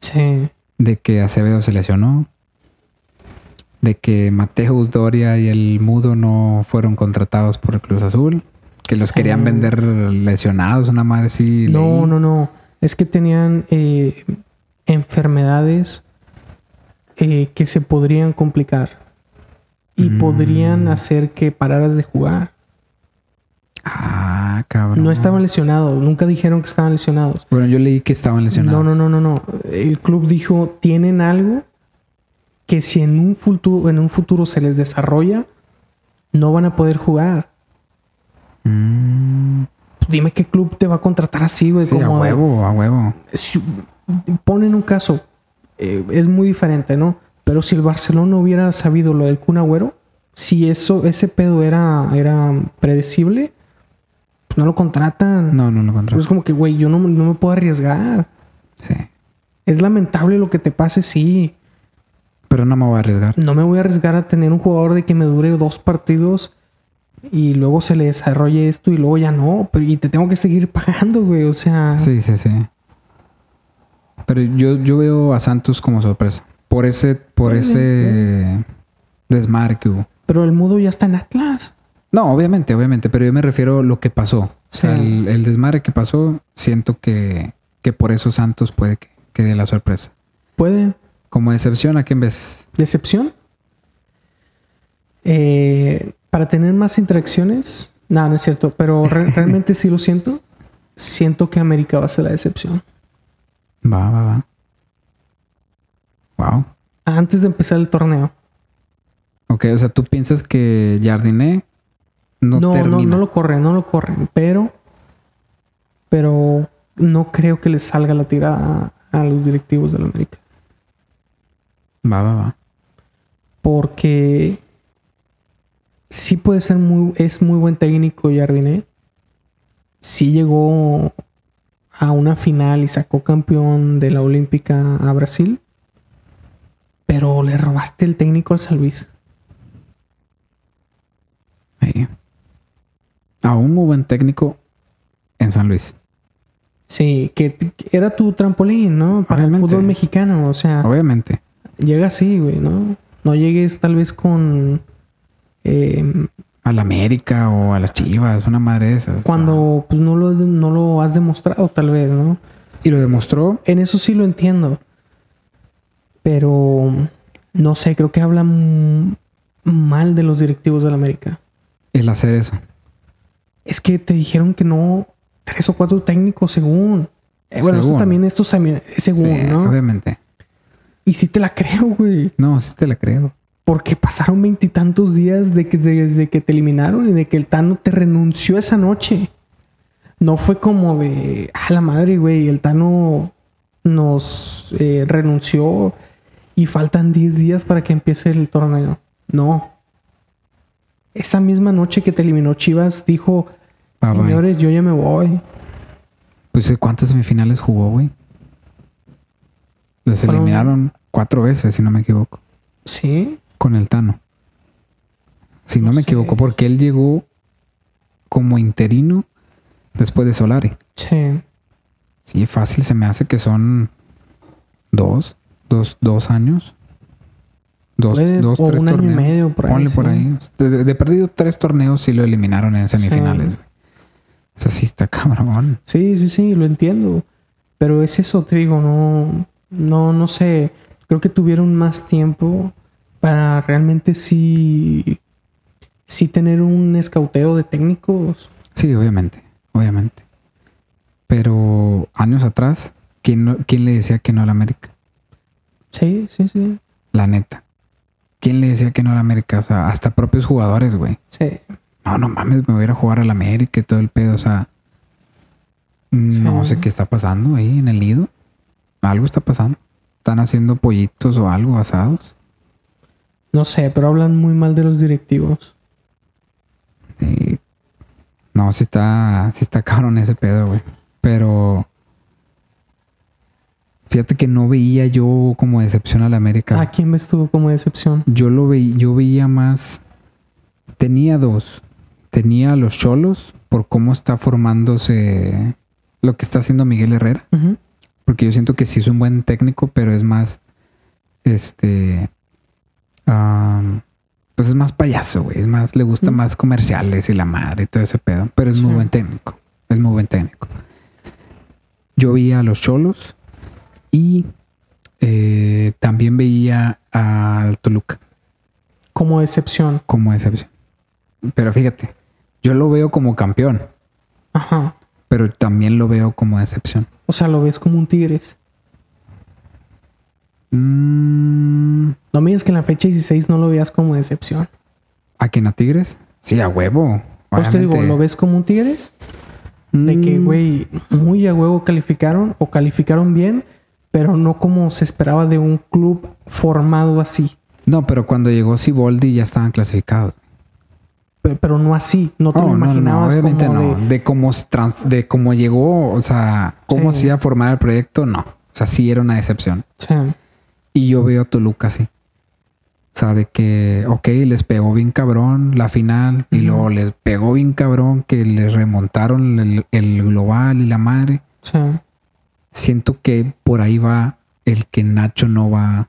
A: Sí.
B: de que Acevedo se lesionó, de que Mateus Doria y el Mudo no fueron contratados por el Cruz Azul, que los
A: Sí.
B: querían vender lesionados, una madre así.
A: No,
B: leí.
A: no, no. Es que tenían eh, enfermedades eh, que se podrían complicar y
B: Mm.
A: podrían hacer que pararas de jugar.
B: Ah, cabrón.
A: No estaban lesionados, nunca dijeron que estaban lesionados.
B: Bueno, yo leí que estaban lesionados.
A: No, no, no, no, no. El club dijo, tienen algo que si en un futuro, en un futuro se les desarrolla, no van a poder jugar.
B: Mm,
A: Pues dime qué club te va a contratar así, güey.
B: sí, a
A: como de-
B: huevo, a huevo.
A: si- ponen un caso, eh, es muy diferente, ¿no? Pero si el Barcelona hubiera sabido lo del Kun Agüero, si eso, ese pedo era, era predecible, pues no lo contratan. Pues
B: No, no lo contrataron.
A: Es como que, güey, yo no, no me puedo arriesgar. Pues-
B: Sí.
A: Es lamentable lo que te pase, sí.
B: Pero no me voy a arriesgar.
A: No me voy a arriesgar a tener un jugador de que me dure dos partidos y luego se le desarrolle esto y luego ya no. Pero y te tengo que seguir pagando, güey. O sea,
B: Sí, sí, sí. Pero yo, yo veo a Santos como sorpresa. Por ese, por
A: Puede,
B: ese desmarque que hubo.
A: pero el mudo ya está en Atlas.
B: No, obviamente, obviamente, pero yo me refiero a lo que pasó. O sea,
A: Sí.
B: el, el desmadre que pasó, siento que, que por eso Santos puede que, que dé la sorpresa.
A: Puede.
B: Como excepción, ¿a quién ves?
A: ¿Decepción? Eh, para tener más interacciones. No, no es cierto. Pero re- realmente sí lo siento. Siento que América va a ser la decepción.
B: Va, va, va. Wow.
A: Antes de empezar el torneo.
B: Ok, o sea, tú piensas que Jardiné no,
A: No, no,
B: termina.
A: no, lo corren, no lo corren. Pero. Pero no creo que les salga la tirada a, a los directivos de la América.
B: Va, va, va.
A: Porque. Sí puede ser muy. Es muy buen técnico Jardiné. Sí llegó a una final y sacó campeón de la Olímpica a Brasil. Pero le robaste el técnico al San Luis.
B: Ahí. A un muy buen técnico en San Luis.
A: Sí, que, que era tu trampolín, ¿no? Para
B: Obviamente.
A: el fútbol mexicano. O sea,
B: Obviamente.
A: llega así, güey, ¿no? No llegues tal vez con. eh,
B: a la América o a las Chivas, una madre de esas.
A: Cuando pues, no, lo, no lo has demostrado, tal vez, ¿no?
B: Y lo demostró.
A: En eso sí lo entiendo. Pero no sé, creo que habla m- mal de los directivos del América.
B: El hacer eso.
A: Es que te dijeron que no tres o cuatro técnicos, según. Eh, bueno, esto
B: Según.
A: también, esto también, según,
B: Sí,
A: ¿no?
B: Obviamente.
A: Y sí te la creo, güey.
B: No, sí te la creo.
A: Porque pasaron veintitantos días de que, desde que te eliminaron y de que el Tano te renunció esa noche. No fue como de, a la madre, güey, el Tano nos eh, renunció y faltan 10 días para que empiece el torneo. No. Esa misma noche que te eliminó Chivas dijo,
B: Bye, bye.
A: señores, yo ya me voy.
B: Pues ¿cuántas semifinales jugó, güey? Les
A: Fueron-
B: eliminaron cuatro veces, si no me equivoco.
A: Sí,
B: Con el Tano. Si no,
A: No
B: me
A: sé.
B: equivoco, porque él llegó como interino después de Solari.
A: sí.
B: Sí, fácil, se me hace que son dos, dos, dos años. Dos,
A: Puede-
B: dos
A: o
B: tres
A: un año y
B: torneos.
A: medio por ahí,
B: Ponle por
A: sí.
B: ahí. De, de- de perdido tres torneos sí lo eliminaron en semifinales. güey. O sea, sí está cabrón.
A: Sí, sí, sí, lo entiendo. Pero es eso, te digo, no, no, no sé. Creo que tuvieron más tiempo para realmente sí, sí tener un escauteo de técnicos.
B: Sí, obviamente, obviamente. Pero años atrás, ¿quién, no- quién le decía que no al América?
A: Sí, sí, sí.
B: La neta. ¿Quién le decía que no al América? O sea, hasta propios jugadores, güey.
A: Sí,
B: No, no mames, me voy a ir a jugar al América y todo el pedo. O sea, no
A: Sí.
B: sé qué está pasando ahí en el nido. Algo está pasando. Están haciendo pollitos o algo asados.
A: no sé, pero hablan muy mal de los directivos.
B: Y- No, sí está, sí está cabrón ese pedo, güey. Pero fíjate que no veía yo como decepción al América.
A: ¿A quién ves tú como decepción?
B: Yo lo veía, yo veía más. Tenía dos. Tenía a los cholos por cómo está formándose lo que está haciendo Miguel Herrera.
A: Ujú.
B: Porque yo siento que sí es un buen técnico, pero es más. Este. am, pues es más payaso, güey. Es más, le gusta
A: Mm.
B: más comerciales y la madre y todo ese pedo. Pero es
A: Sí.
B: muy buen técnico. Es muy buen técnico. Yo veía a los cholos y eh, también veía al Toluca
A: Como decepción.
B: como excepción. Pero fíjate, yo lo veo como campeón,
A: Ajá.
B: pero también lo veo como decepción.
A: O sea, lo ves como un Tigres.
B: Mm,
A: No me digas que en la fecha 16 no lo veas como decepción.
B: ¿A quién a Tigres? Sí, a huevo.
A: Pues te digo,
B: obviamente.
A: ¿lo ves como un Tigres? De que,
B: Mm,
A: güey, muy a huevo calificaron o calificaron bien, pero no como se esperaba de un club formado así.
B: No, pero cuando llegó Siboldi ya estaban clasificados.
A: Pe- Pero, no así, no te
B: Oh,
A: lo
B: no, no,
A: imaginabas
B: obviamente
A: como
B: no.
A: de-
B: De, cómo se trans- de cómo llegó, o sea, cómo
A: Sí.
B: se iba a formar el proyecto, no. O sea, sí era una decepción.
A: Sí,
B: Y yo veo a Toluca así. O sea, de que, ok, les pegó bien cabrón la final y
A: Ujú.
B: luego les pegó bien cabrón que les remontaron el, el global y la madre.
A: sí.
B: Siento que por ahí va el que Nacho no va.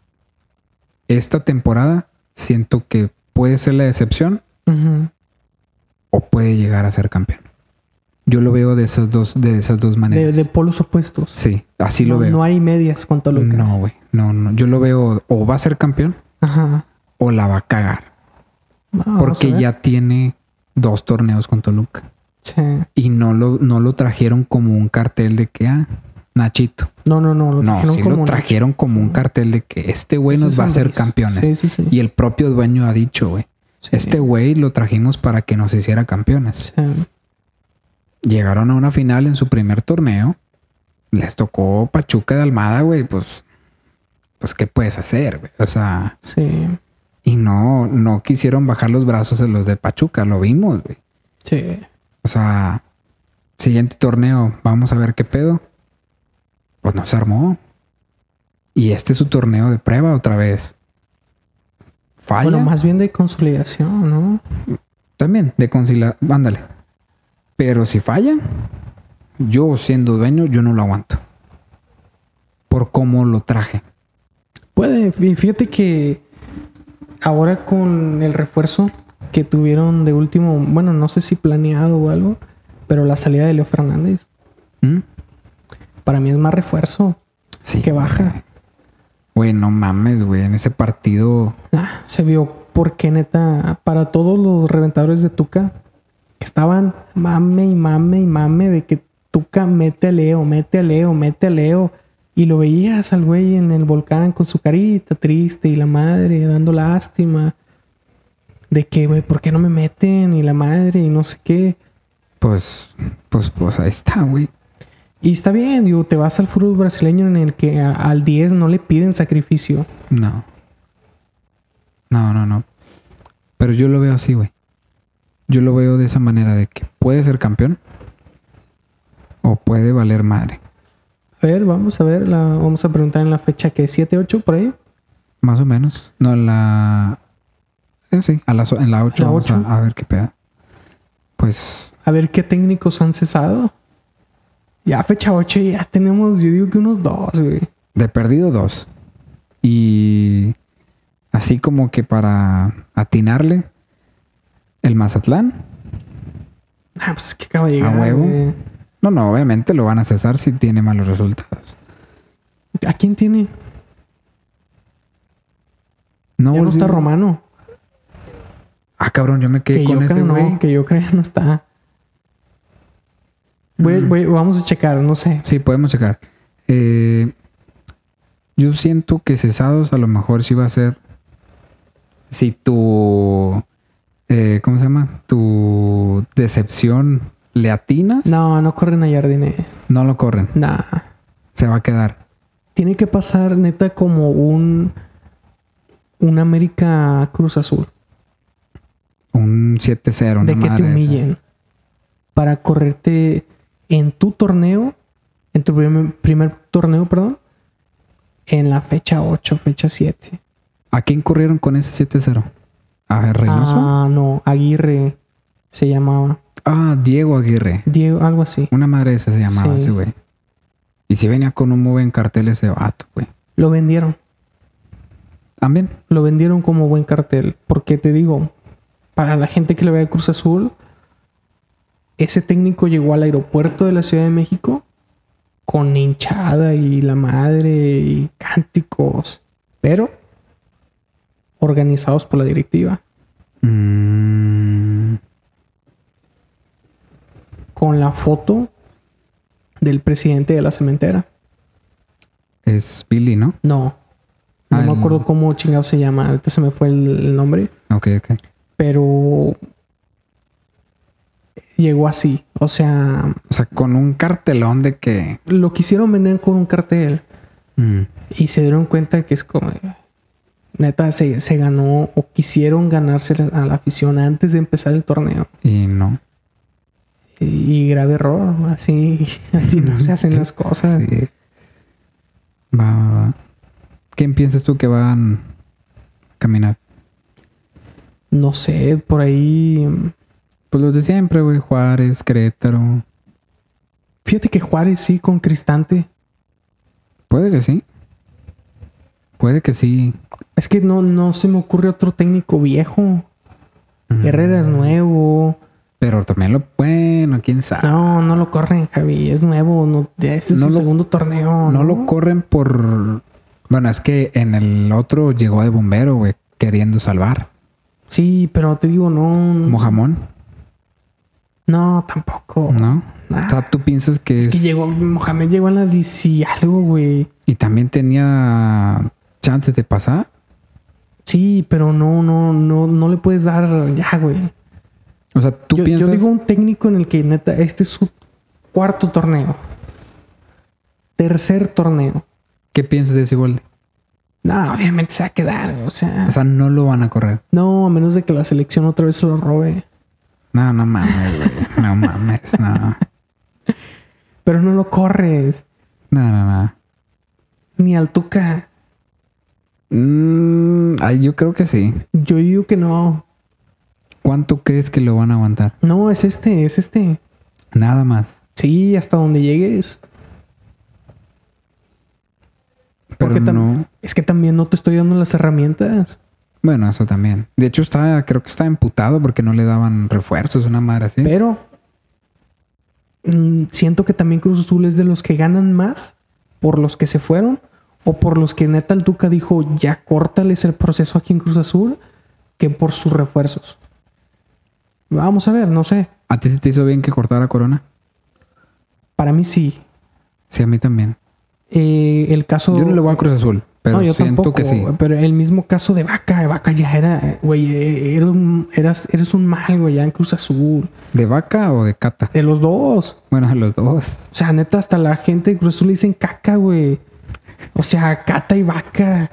B: Esta temporada siento que puede ser la decepción
A: Ujú.
B: o puede llegar a ser campeón. Yo lo veo de esas dos, de esas dos
A: de,
B: maneras.
A: de polos opuestos.
B: sí, así
A: no,
B: lo veo.
A: no hay medias con Toluca.
B: No, güey. No, no. Yo lo veo o va a ser campeón
A: Ajá.
B: o la va a cagar.
A: Ah, Vamos a
B: Porque
A: ver.
B: ya tiene dos torneos con Toluca.
A: Sí.
B: Y no lo, no lo trajeron como un cartel de que, ah, Nachito.
A: No, no, no. Lo
B: No,
A: trajeron
B: sí
A: como
B: lo
A: un-
B: trajeron como un cartel de que este güey
A: Ese
B: nos
A: es
B: va a
A: un
B: hacer
A: Luis.
B: campeones.
A: Sí, sí, sí.
B: Y el propio dueño ha dicho, güey,
A: Sí.
B: este güey lo trajimos para que nos hiciera campeones.
A: Sí.
B: Llegaron a una final en su primer torneo. Les tocó Pachuca de Almada, güey, pues, pues, ¿qué puedes hacer, güey? O sea,
A: Sí.
B: y no, no quisieron bajar los brazos de los de Pachuca, lo vimos, güey.
A: Sí.
B: O sea, siguiente torneo, vamos a ver qué pedo. Pues no se armó. Y este es su torneo de prueba otra vez. Falla.
A: Bueno, más bien de consolidación, ¿no?
B: También, de conciliar. Ándale. Pero si falla, yo siendo dueño, yo no lo aguanto. Por cómo lo traje.
A: Puede, y fíjate que ahora con el refuerzo que tuvieron de último, bueno, no sé si planeado o algo, pero la salida de Leo Fernández.
B: ¿Mm?
A: Para mí es más refuerzo
B: Sí.
A: que baja.
B: Güey, no mames, güey. En ese partido.
A: Ah, se vio porque neta, para todos los reventadores de Tuca, que estaban mame y mame y mame de que Tuca mete a Leo, mete a Leo, mete a Leo. Y lo veías al güey en el volcán con su carita triste y la madre dando lástima. De que, güey, ¿por qué no me meten? Y la madre y no sé qué.
B: Pues, pues, pues ahí está, güey.
A: Y está bien, digo, te vas al fútbol brasileño en el que a- al 10 no le piden sacrificio.
B: No. No, no, no. Pero yo lo veo así, güey. Yo lo veo de esa manera de que puede ser campeón o puede valer madre.
A: A ver, vamos a ver, la, vamos a preguntar en la fecha que es 7-8 por ahí.
B: Más o menos. No, la... eh, sí, a las o- en la 8
A: ¿La
B: vamos a-
A: ocho?
B: A, ver qué peda. Pues
A: A ver qué técnicos han cesado. Ya fecha 8 ya tenemos, yo digo que unos dos, güey.
B: de perdido dos. Y así como que para atinarle el Mazatlán.
A: Ah, pues es que acaba de llegar.
B: ¿A huevo?
A: güey.
B: No, no, obviamente lo van a cesar si tiene malos resultados.
A: ¿A quién tiene?
B: No,
A: ya no
B: volvió-
A: está Romano.
B: Ah, cabrón, yo me quedé
A: Que yo
B: con ese
A: creo
B: güey.
A: no, que yo creo no está. Güey,
B: Mm.
A: güey, vamos a checar, no sé.
B: Sí, podemos checar. Eh, yo siento que cesados a lo mejor sí va a ser. Si tu. eh, ¿Cómo se llama? Tu decepción le atinas,
A: No, no corren a Jardine.
B: no lo corren.
A: Nah.
B: Se va a quedar.
A: Tiene que pasar neta como un un América Cruz Azul,
B: Un 7-0.
A: de
B: una
A: que te
B: madre esa.
A: humillen para correrte en tu torneo, en tu primer, primer torneo, perdón, en la fecha 8, fecha 7.
B: ¿A quién corrieron con ese 7-0? ¿A Reynoso?
A: Ah, no, Aguirre se llamaba,
B: Ah, Diego Aguirre.
A: Diego, algo así.
B: Una madre esa se llamaba
A: Sí.
B: ese güey. Y si venía con un muy buen cartel ese vato, güey.
A: Lo vendieron,
B: También.
A: lo vendieron como buen cartel, porque te digo, para la gente que le vea Cruz Azul, ese técnico llegó al aeropuerto de la Ciudad de México con hinchada y la madre y cánticos, pero organizados por la directiva,
B: Mm,
A: con la foto del presidente de la cementera.
B: es Billy, ¿no?
A: No, no
B: Ah,
A: me
B: el-
A: acuerdo cómo chingado se llama, ahorita se me fue el- el nombre.
B: Ok, ok.
A: pero llegó así. O sea,
B: O sea, con un cartelón de que.
A: lo quisieron vender con un cartel
B: Mm,
A: y se dieron cuenta que es como... Neta, se, se ganó o quisieron ganarse la- a la afición antes de empezar el torneo.
B: y no.
A: Y, y grave error, así, así no se hacen las cosas.
B: Sí. Va, va, va. ¿Quién piensas tú que van a caminar?
A: No sé, por ahí...
B: Pues los de siempre, güey. Juárez, Querétaro.
A: Fíjate que Juárez sí con Cristante.
B: Puede que sí. Puede que sí.
A: Es que no, no se me ocurre otro técnico viejo.
B: Mm.
A: Herrera es nuevo.
B: Pero también lo. Bueno, quién sabe.
A: No, no lo corren, Javi. Es nuevo. No, este es
B: No
A: su
B: lo-
A: segundo torneo.
B: No, lo corren por. Bueno, es que en el otro llegó de bombero, güey, queriendo salvar.
A: Sí, pero te digo, no.
B: Mojamón,
A: No, tampoco.
B: ¿no?
A: Ah.
B: O sea, tú piensas que es.
A: Es que llegó, Mohamed llegó a la 10 y algo, güey.
B: Y también tenía chances de pasar.
A: Sí, pero no, no, no, no le puedes dar ya, güey.
B: O sea, tú
A: Yo, yo
B: piensas.
A: digo un técnico en el que neta, este es su cuarto torneo. Tercer torneo.
B: ¿Qué piensas de ese gol?
A: No, obviamente se va a quedar, güey, o sea.
B: O sea, no lo van a correr.
A: No, a menos de que la selección otra vez se lo robe.
B: No, no mames, güey. No mames, no.
A: Pero no lo corres.
B: No, no, no.
A: Ni al Tuca.
B: Mm, ay, yo creo que sí.
A: Yo digo que no.
B: ¿Cuánto crees que lo van a aguantar?
A: No, es este, es este.
B: Nada más.
A: Sí, hasta donde llegues.
B: Pero
A: Porque tam-
B: no.
A: Es que también no te estoy dando las herramientas.
B: Bueno, eso también. De hecho, está, creo que está emputado porque no le daban refuerzos, una madre así.
A: Pero mm, siento que también Cruz Azul es de los que ganan más por los que se fueron o por los que neta el Tuca dijo ya córtales el proceso aquí en Cruz Azul que por sus refuerzos. Vamos a ver, no sé.
B: ¿A ti se te hizo bien que cortara Corona?
A: Para mí sí.
B: Sí, a mí también.
A: Eh, el caso.
B: Yo no le voy a Cruz Azul, pero
A: no, yo
B: siento
A: tampoco,
B: que sí.
A: Pero el mismo caso de Vaca, de Vaca ya era, güey, eh, era un- eras, eres un mal, güey, ya en Cruz Azul.
B: ¿De vaca o de cata?
A: De los dos.
B: Bueno, los dos.
A: O sea, neta, hasta la gente de Cruz Azul le dicen caca, güey. O sea, cata y vaca.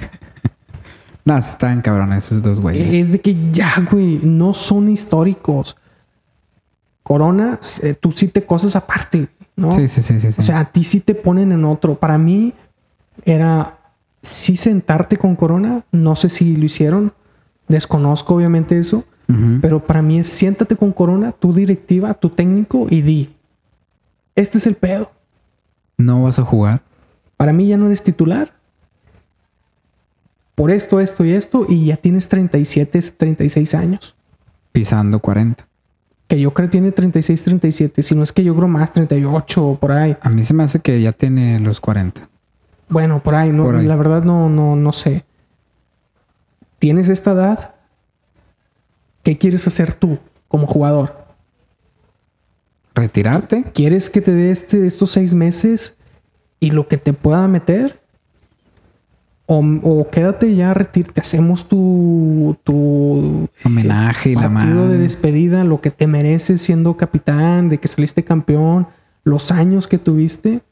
B: Nah, están cabrones esos dos güeyes.
A: Es de que ya, güey, no son históricos. Corona, eh, tú sí te cosas aparte, ¿no?
B: Sí, sí, sí, sí. sí.
A: O sea, a ti sí te ponen en otro. Para mí era sí sentarte con Corona. No sé si lo hicieron. Desconozco obviamente eso.
B: Ujú.
A: Pero para mí es siéntate con Corona, tu directiva, tu técnico y di. Este es el pedo.
B: No vas a jugar.
A: Para mí ya no eres titular. Por esto, esto y esto. Y ya tienes 37, 36 años.
B: pisando 40.
A: Que yo creo tiene 36, 37. Si no es que yo creo más, 38 o por ahí.
B: A mí se me hace que ya tiene los 40.
A: Bueno, por ahí, no,
B: Por ahí.
A: la verdad no, no, no sé. Tienes esta edad. ¿Qué quieres hacer tú como jugador?
B: ¿Retirarte?
A: ¿Quieres que te dé este, estos seis meses y lo que te pueda meter? O, o quédate ya, retir, te hacemos tu, tu
B: Homenaje y la
A: partido de
B: madre.
A: despedida, lo que te mereces siendo capitán, de que saliste campeón, los años que tuviste.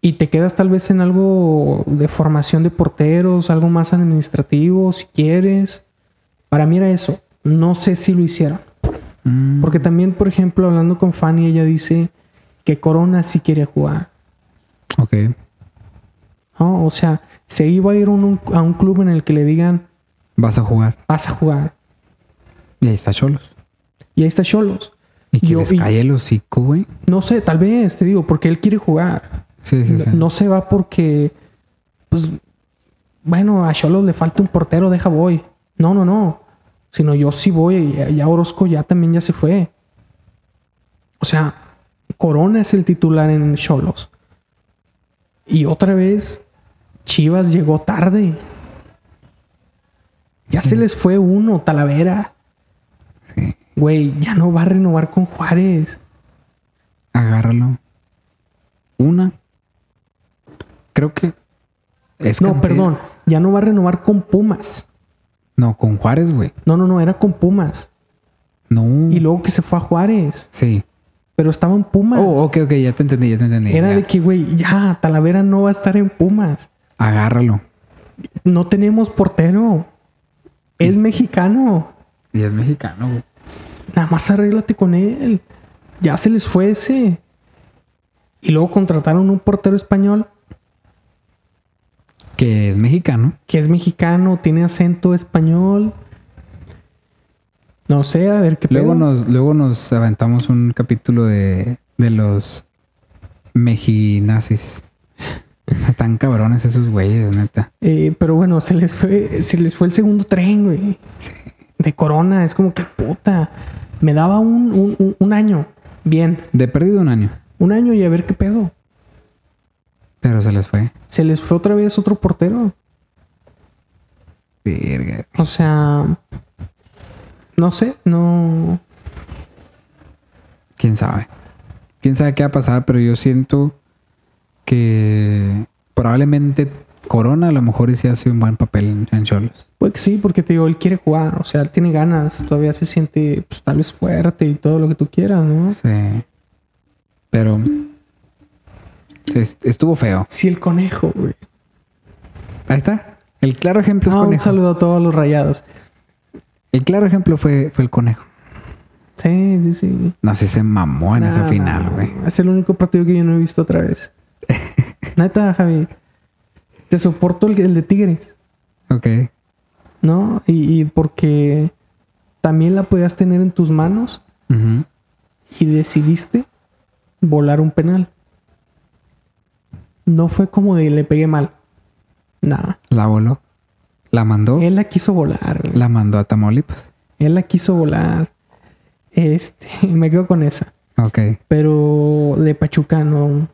A: Y te quedas tal vez en algo de formación de porteros, algo más administrativo, si quieres. Para mí era eso. No sé si lo hicieron.
B: Mm,
A: Porque también, por ejemplo, hablando con Fanny, ella dice que Corona sí quiere jugar.
B: ok.
A: ¿no? O sea, se iba a ir un- a un club en el que le digan,
B: Vas a jugar.
A: vas a jugar.
B: Y ahí está Cholos.
A: Y ahí está Cholos.
B: Y que
A: Yo-
B: les
A: y-
B: cae el hocico, güey.
A: No sé, tal vez, te digo, porque él quiere jugar.
B: Sí, sí, sí.
A: No se va porque, pues, bueno, a Cholos le falta un portero, deja voy. No, no, no. Sino yo sí voy. Ya- Ya Orozco ya también ya se fue. O sea, Corona es el titular en Cholos. Y otra vez, Chivas llegó tarde. Ya se les fue uno, Talavera.
B: Sí.
A: Güey, ya no va a renovar con Juárez.
B: Agárralo. Una. Creo que. Es
A: No,
B: cantera.
A: perdón, ya no va a renovar con Pumas.
B: No, con Juárez, güey.
A: No, no, no, era con Pumas.
B: No.
A: Y luego que se fue a Juárez.
B: Sí.
A: Pero estaba en Pumas.
B: Oh, ok, ok, ya te entendí, ya te entendí.
A: Era
B: Ya.
A: de que, güey, ya, Talavera no va a estar en Pumas.
B: Agárralo.
A: No tenemos portero. Es mexicano.
B: Y es mexicano, güey.
A: Nada más arréglate con él. Ya se les fue ese. Y luego contrataron un portero español
B: Que es mexicano.
A: que es mexicano, tiene acento español. No sé, a ver qué pedo.
B: Luego nos, luego nos aventamos un capítulo de, de los mexinazis. Están cabrones esos güeyes, neta.
A: Eh, pero bueno, se les fue, se les fue el segundo tren, güey. De corona, es como que puta. Me daba un, un- un- un año. Bien,
B: De perdido un año,
A: un año y a ver qué pedo.
B: pero se les fue.
A: Se les fue otra vez otro portero.
B: Verga.
A: O sea, no sé, no.
B: ¿Quién sabe? ¿Quién sabe qué va a pasar? Pero yo siento que probablemente Corona a lo mejor y sí hace un buen papel en, en Cholos.
A: Puede que sí, porque te digo, él quiere jugar, o sea, él tiene ganas, todavía se siente, pues tal vez fuerte y todo lo que tú quieras, ¿no?
B: Sí. Pero sí, est- estuvo feo.
A: Sí, el conejo, güey.
B: Ahí está. El claro ejemplo es
A: Ah, un
B: conejo.
A: saludo a todos los rayados.
B: El claro ejemplo fue, fue el conejo.
A: Sí, sí, sí.
B: No sé, se mamó en esa
A: Nah,
B: final,
A: nah,
B: güey.
A: Es el único partido que yo no he visto otra vez. Neta, Javi. Te soporto el, el de Tigres,
B: Ok.
A: ¿no? Y, y porque también la podías tener en tus manos
B: Ujú.
A: y decidiste volar un penal. No fue como de le pegué mal. Nada.
B: La voló. La mandó,
A: Él la quiso volar, güey.
B: la mandó a Tamaulipas.
A: Él la quiso volar. Este, me quedo con esa.
B: Ok.
A: Pero de Pachuca no.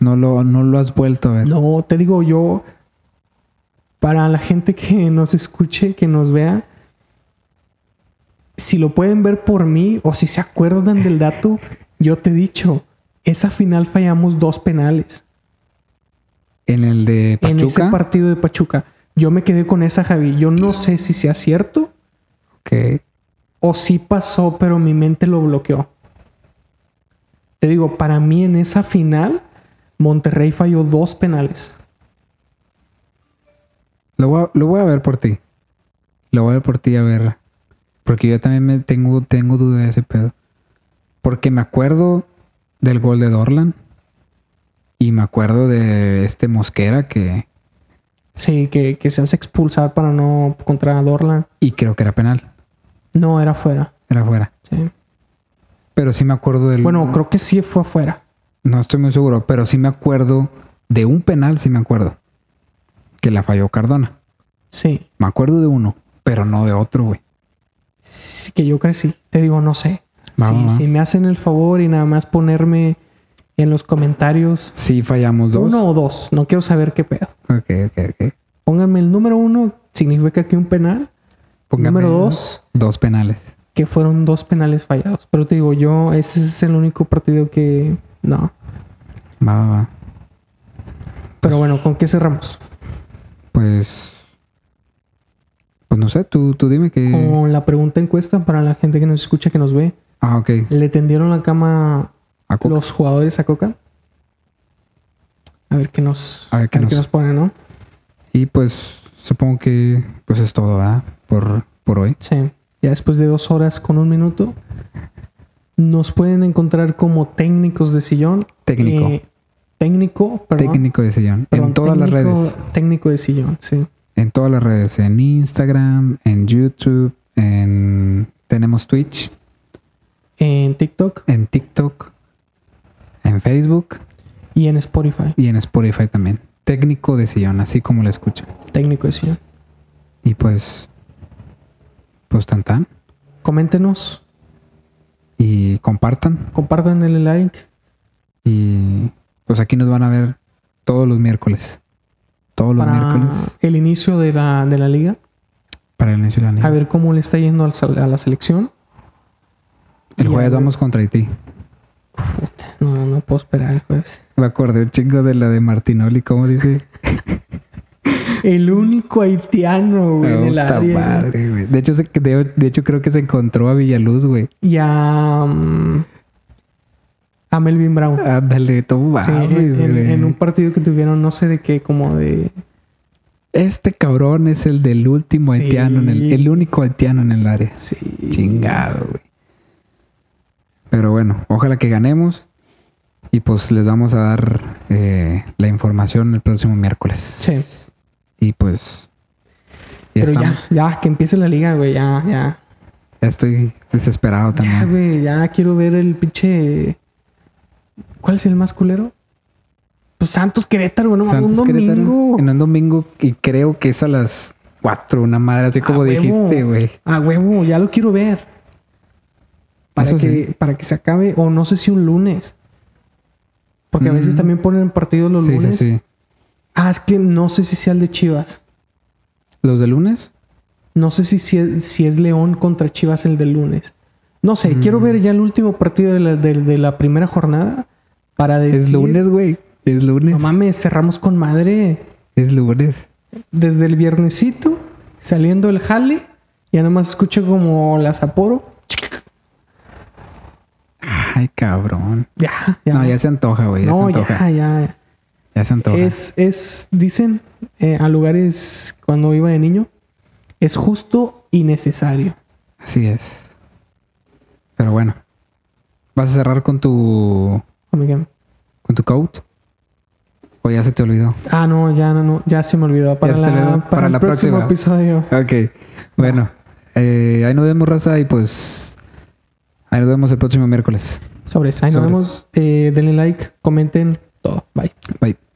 B: No lo, no lo has vuelto a ver.
A: No, te digo yo. Para la gente que nos escuche, que nos vea, si lo pueden ver por mí o si se acuerdan del dato, yo te he dicho, esa final fallamos dos penales
B: En el de
A: en ese
B: Pachuca.
A: partido de Pachuca. Yo me quedé con esa, Javi. Yo no sé si sea cierto
B: Ok.
A: o sí pasó, pero mi mente lo bloqueó. Te digo, para mí en esa final, Monterrey falló dos penales.
B: Lo voy, a, lo voy a ver por ti. Lo voy a ver por ti a ver. Porque yo también me tengo, tengo duda de ese pedo. Porque me acuerdo del gol de Dorlan. Y me acuerdo de este Mosquera que.
A: Sí, que, que se hace expulsar para no contra Dorlan.
B: Y creo que era penal.
A: No, era fuera.
B: Era fuera.
A: sí.
B: Pero sí me acuerdo del.
A: Bueno, creo que sí fue afuera.
B: No estoy muy seguro. Pero sí me acuerdo de un penal, sí me acuerdo. Que la falló Cardona.
A: Sí.
B: Me acuerdo de uno, pero no de otro, güey.
A: sí, que yo crecí. Te digo, no sé.
B: Va,
A: Sí,
B: va, va.
A: si me hacen el favor y nada más ponerme en los comentarios
B: Sí fallamos dos.
A: uno o dos, no quiero saber qué pedo.
B: Ok, ok, ok.
A: Pónganme el número uno, significa que un penal.
B: Póngame
A: número dos,
B: Dos penales.
A: que fueron dos penales fallados. Pero te digo, yo, ese es el único partido que. No.
B: Va, va, va.
A: Pero bueno, ¿con qué cerramos?
B: Pues. Pues no sé, tú, tú dime que.
A: Con la pregunta encuesta para la gente que nos escucha, que nos ve.
B: Ah, ok.
A: ¿Le tendieron la cama
B: A Coca.
A: los jugadores a Coca? A ver qué nos,
B: A ver qué nos-
A: pone, ¿no?
B: Y pues supongo que pues es todo, ¿verdad? Por, por hoy.
A: Sí. Ya después de dos horas con un minuto, nos pueden encontrar como técnicos de sillón.
B: Técnico.
A: Eh, técnico, perdón.
B: Técnico de sillón. en
A: Perdón,
B: todas las
A: técnico-
B: redes.
A: Técnico de sillón, sí.
B: En todas las redes. En Instagram, en YouTube, en. Tenemos Twitch,
A: En TikTok
B: en TikTok, en Facebook
A: y en Spotify.
B: y en Spotify también. Técnico de sillón, así como lo escuchan.
A: Técnico de sillón.
B: Y pues. Pues tan tan.
A: Coméntenos,
B: Y compartan.
A: compartan el like.
B: Y pues aquí nos van a ver todos los miércoles. Todos los
A: para
B: miércoles
A: el inicio de la, de la liga.
B: para el inicio de la liga.
A: A ver cómo le está yendo al sal- a la selección.
B: el
A: y a
B: jueves
A: ver.
B: vamos contra Haití.
A: Puta, no, no puedo esperar el jueves.
B: Me acordé un chingo de la de Martinoli, ¿cómo dice?
A: El único haitiano, güey, en el
B: Puta
A: área.
B: madre, güey. De hecho, se- de, de hecho, creo que se encontró a Villaluz, güey.
A: Y a. mm, a Melvin Brown.
B: Ándale, no
A: Sí,
B: mames,
A: en,
B: Ah, güey.
A: en un partido que tuvieron, no sé de qué, como de.
B: Este cabrón es el del último
A: Sí.
B: haitiano, en el, el único haitiano en el área.
A: Sí.
B: Chingado, güey. Pero bueno, ojalá que ganemos. Y pues les vamos a dar eh, la información el próximo miércoles.
A: Sí.
B: Y pues. Ya,
A: Pero ya,
B: estamos.
A: ya, que empiece la liga, güey, ya, ya.
B: Ya estoy desesperado
A: Ya,
B: también.
A: güey, ya quiero ver el pinche. ¿Cuál es el más culero? Pues Santos Querétaro, no mames, un
B: Santos Querétaro,
A: domingo.
B: En un domingo. Y creo que es a las 4, una madre, así como
A: A Ah, huevo.
B: dijiste, güey.
A: A huevo, ya lo quiero ver. Para
B: Eso
A: que, para que se acabe, o no sé si un lunes. Porque a veces
B: Mm.
A: también ponen partidos los
B: Sí, sí,
A: lunes.
B: sí.
A: Ah, es que no sé si sea el de Chivas.
B: ¿Los de lunes?
A: No sé si, si, es, si es León contra Chivas el del lunes. No sé, quiero
B: Mm.
A: ver ya el último partido de la, de- de la primera jornada para decir...
B: Es lunes, güey. Es lunes.
A: No mames, cerramos con madre.
B: es lunes.
A: Desde el viernesito, saliendo el jale, ya nada más escucho como la Sapporo.
B: Ay, cabrón.
A: Ya, ya.
B: No, ya se antoja, güey. Ya
A: No,
B: se antoja.
A: ya, ya.
B: Ya se antoja.
A: Es, es, dicen eh, a lugares cuando iba de niño, es justo y necesario.
B: Así es. Pero bueno. ¿Vas a cerrar con tu
A: Amiga.
B: con tu coat? ¿O ya se te olvidó?
A: Ah, no, ya no, no, ya se me olvidó. Para,
B: se
A: la,
B: le olvidó.
A: para,
B: Para
A: el
B: la
A: próximo
B: próxima.
A: episodio.
B: Ok. Bueno. eh, ahí nos vemos, raza. Y pues... Ahí nos vemos el próximo miércoles.
A: Sobre eso. Ahí
B: Sobres.
A: nos vemos. Eh, denle like, comenten todo. Bye.
B: Bye.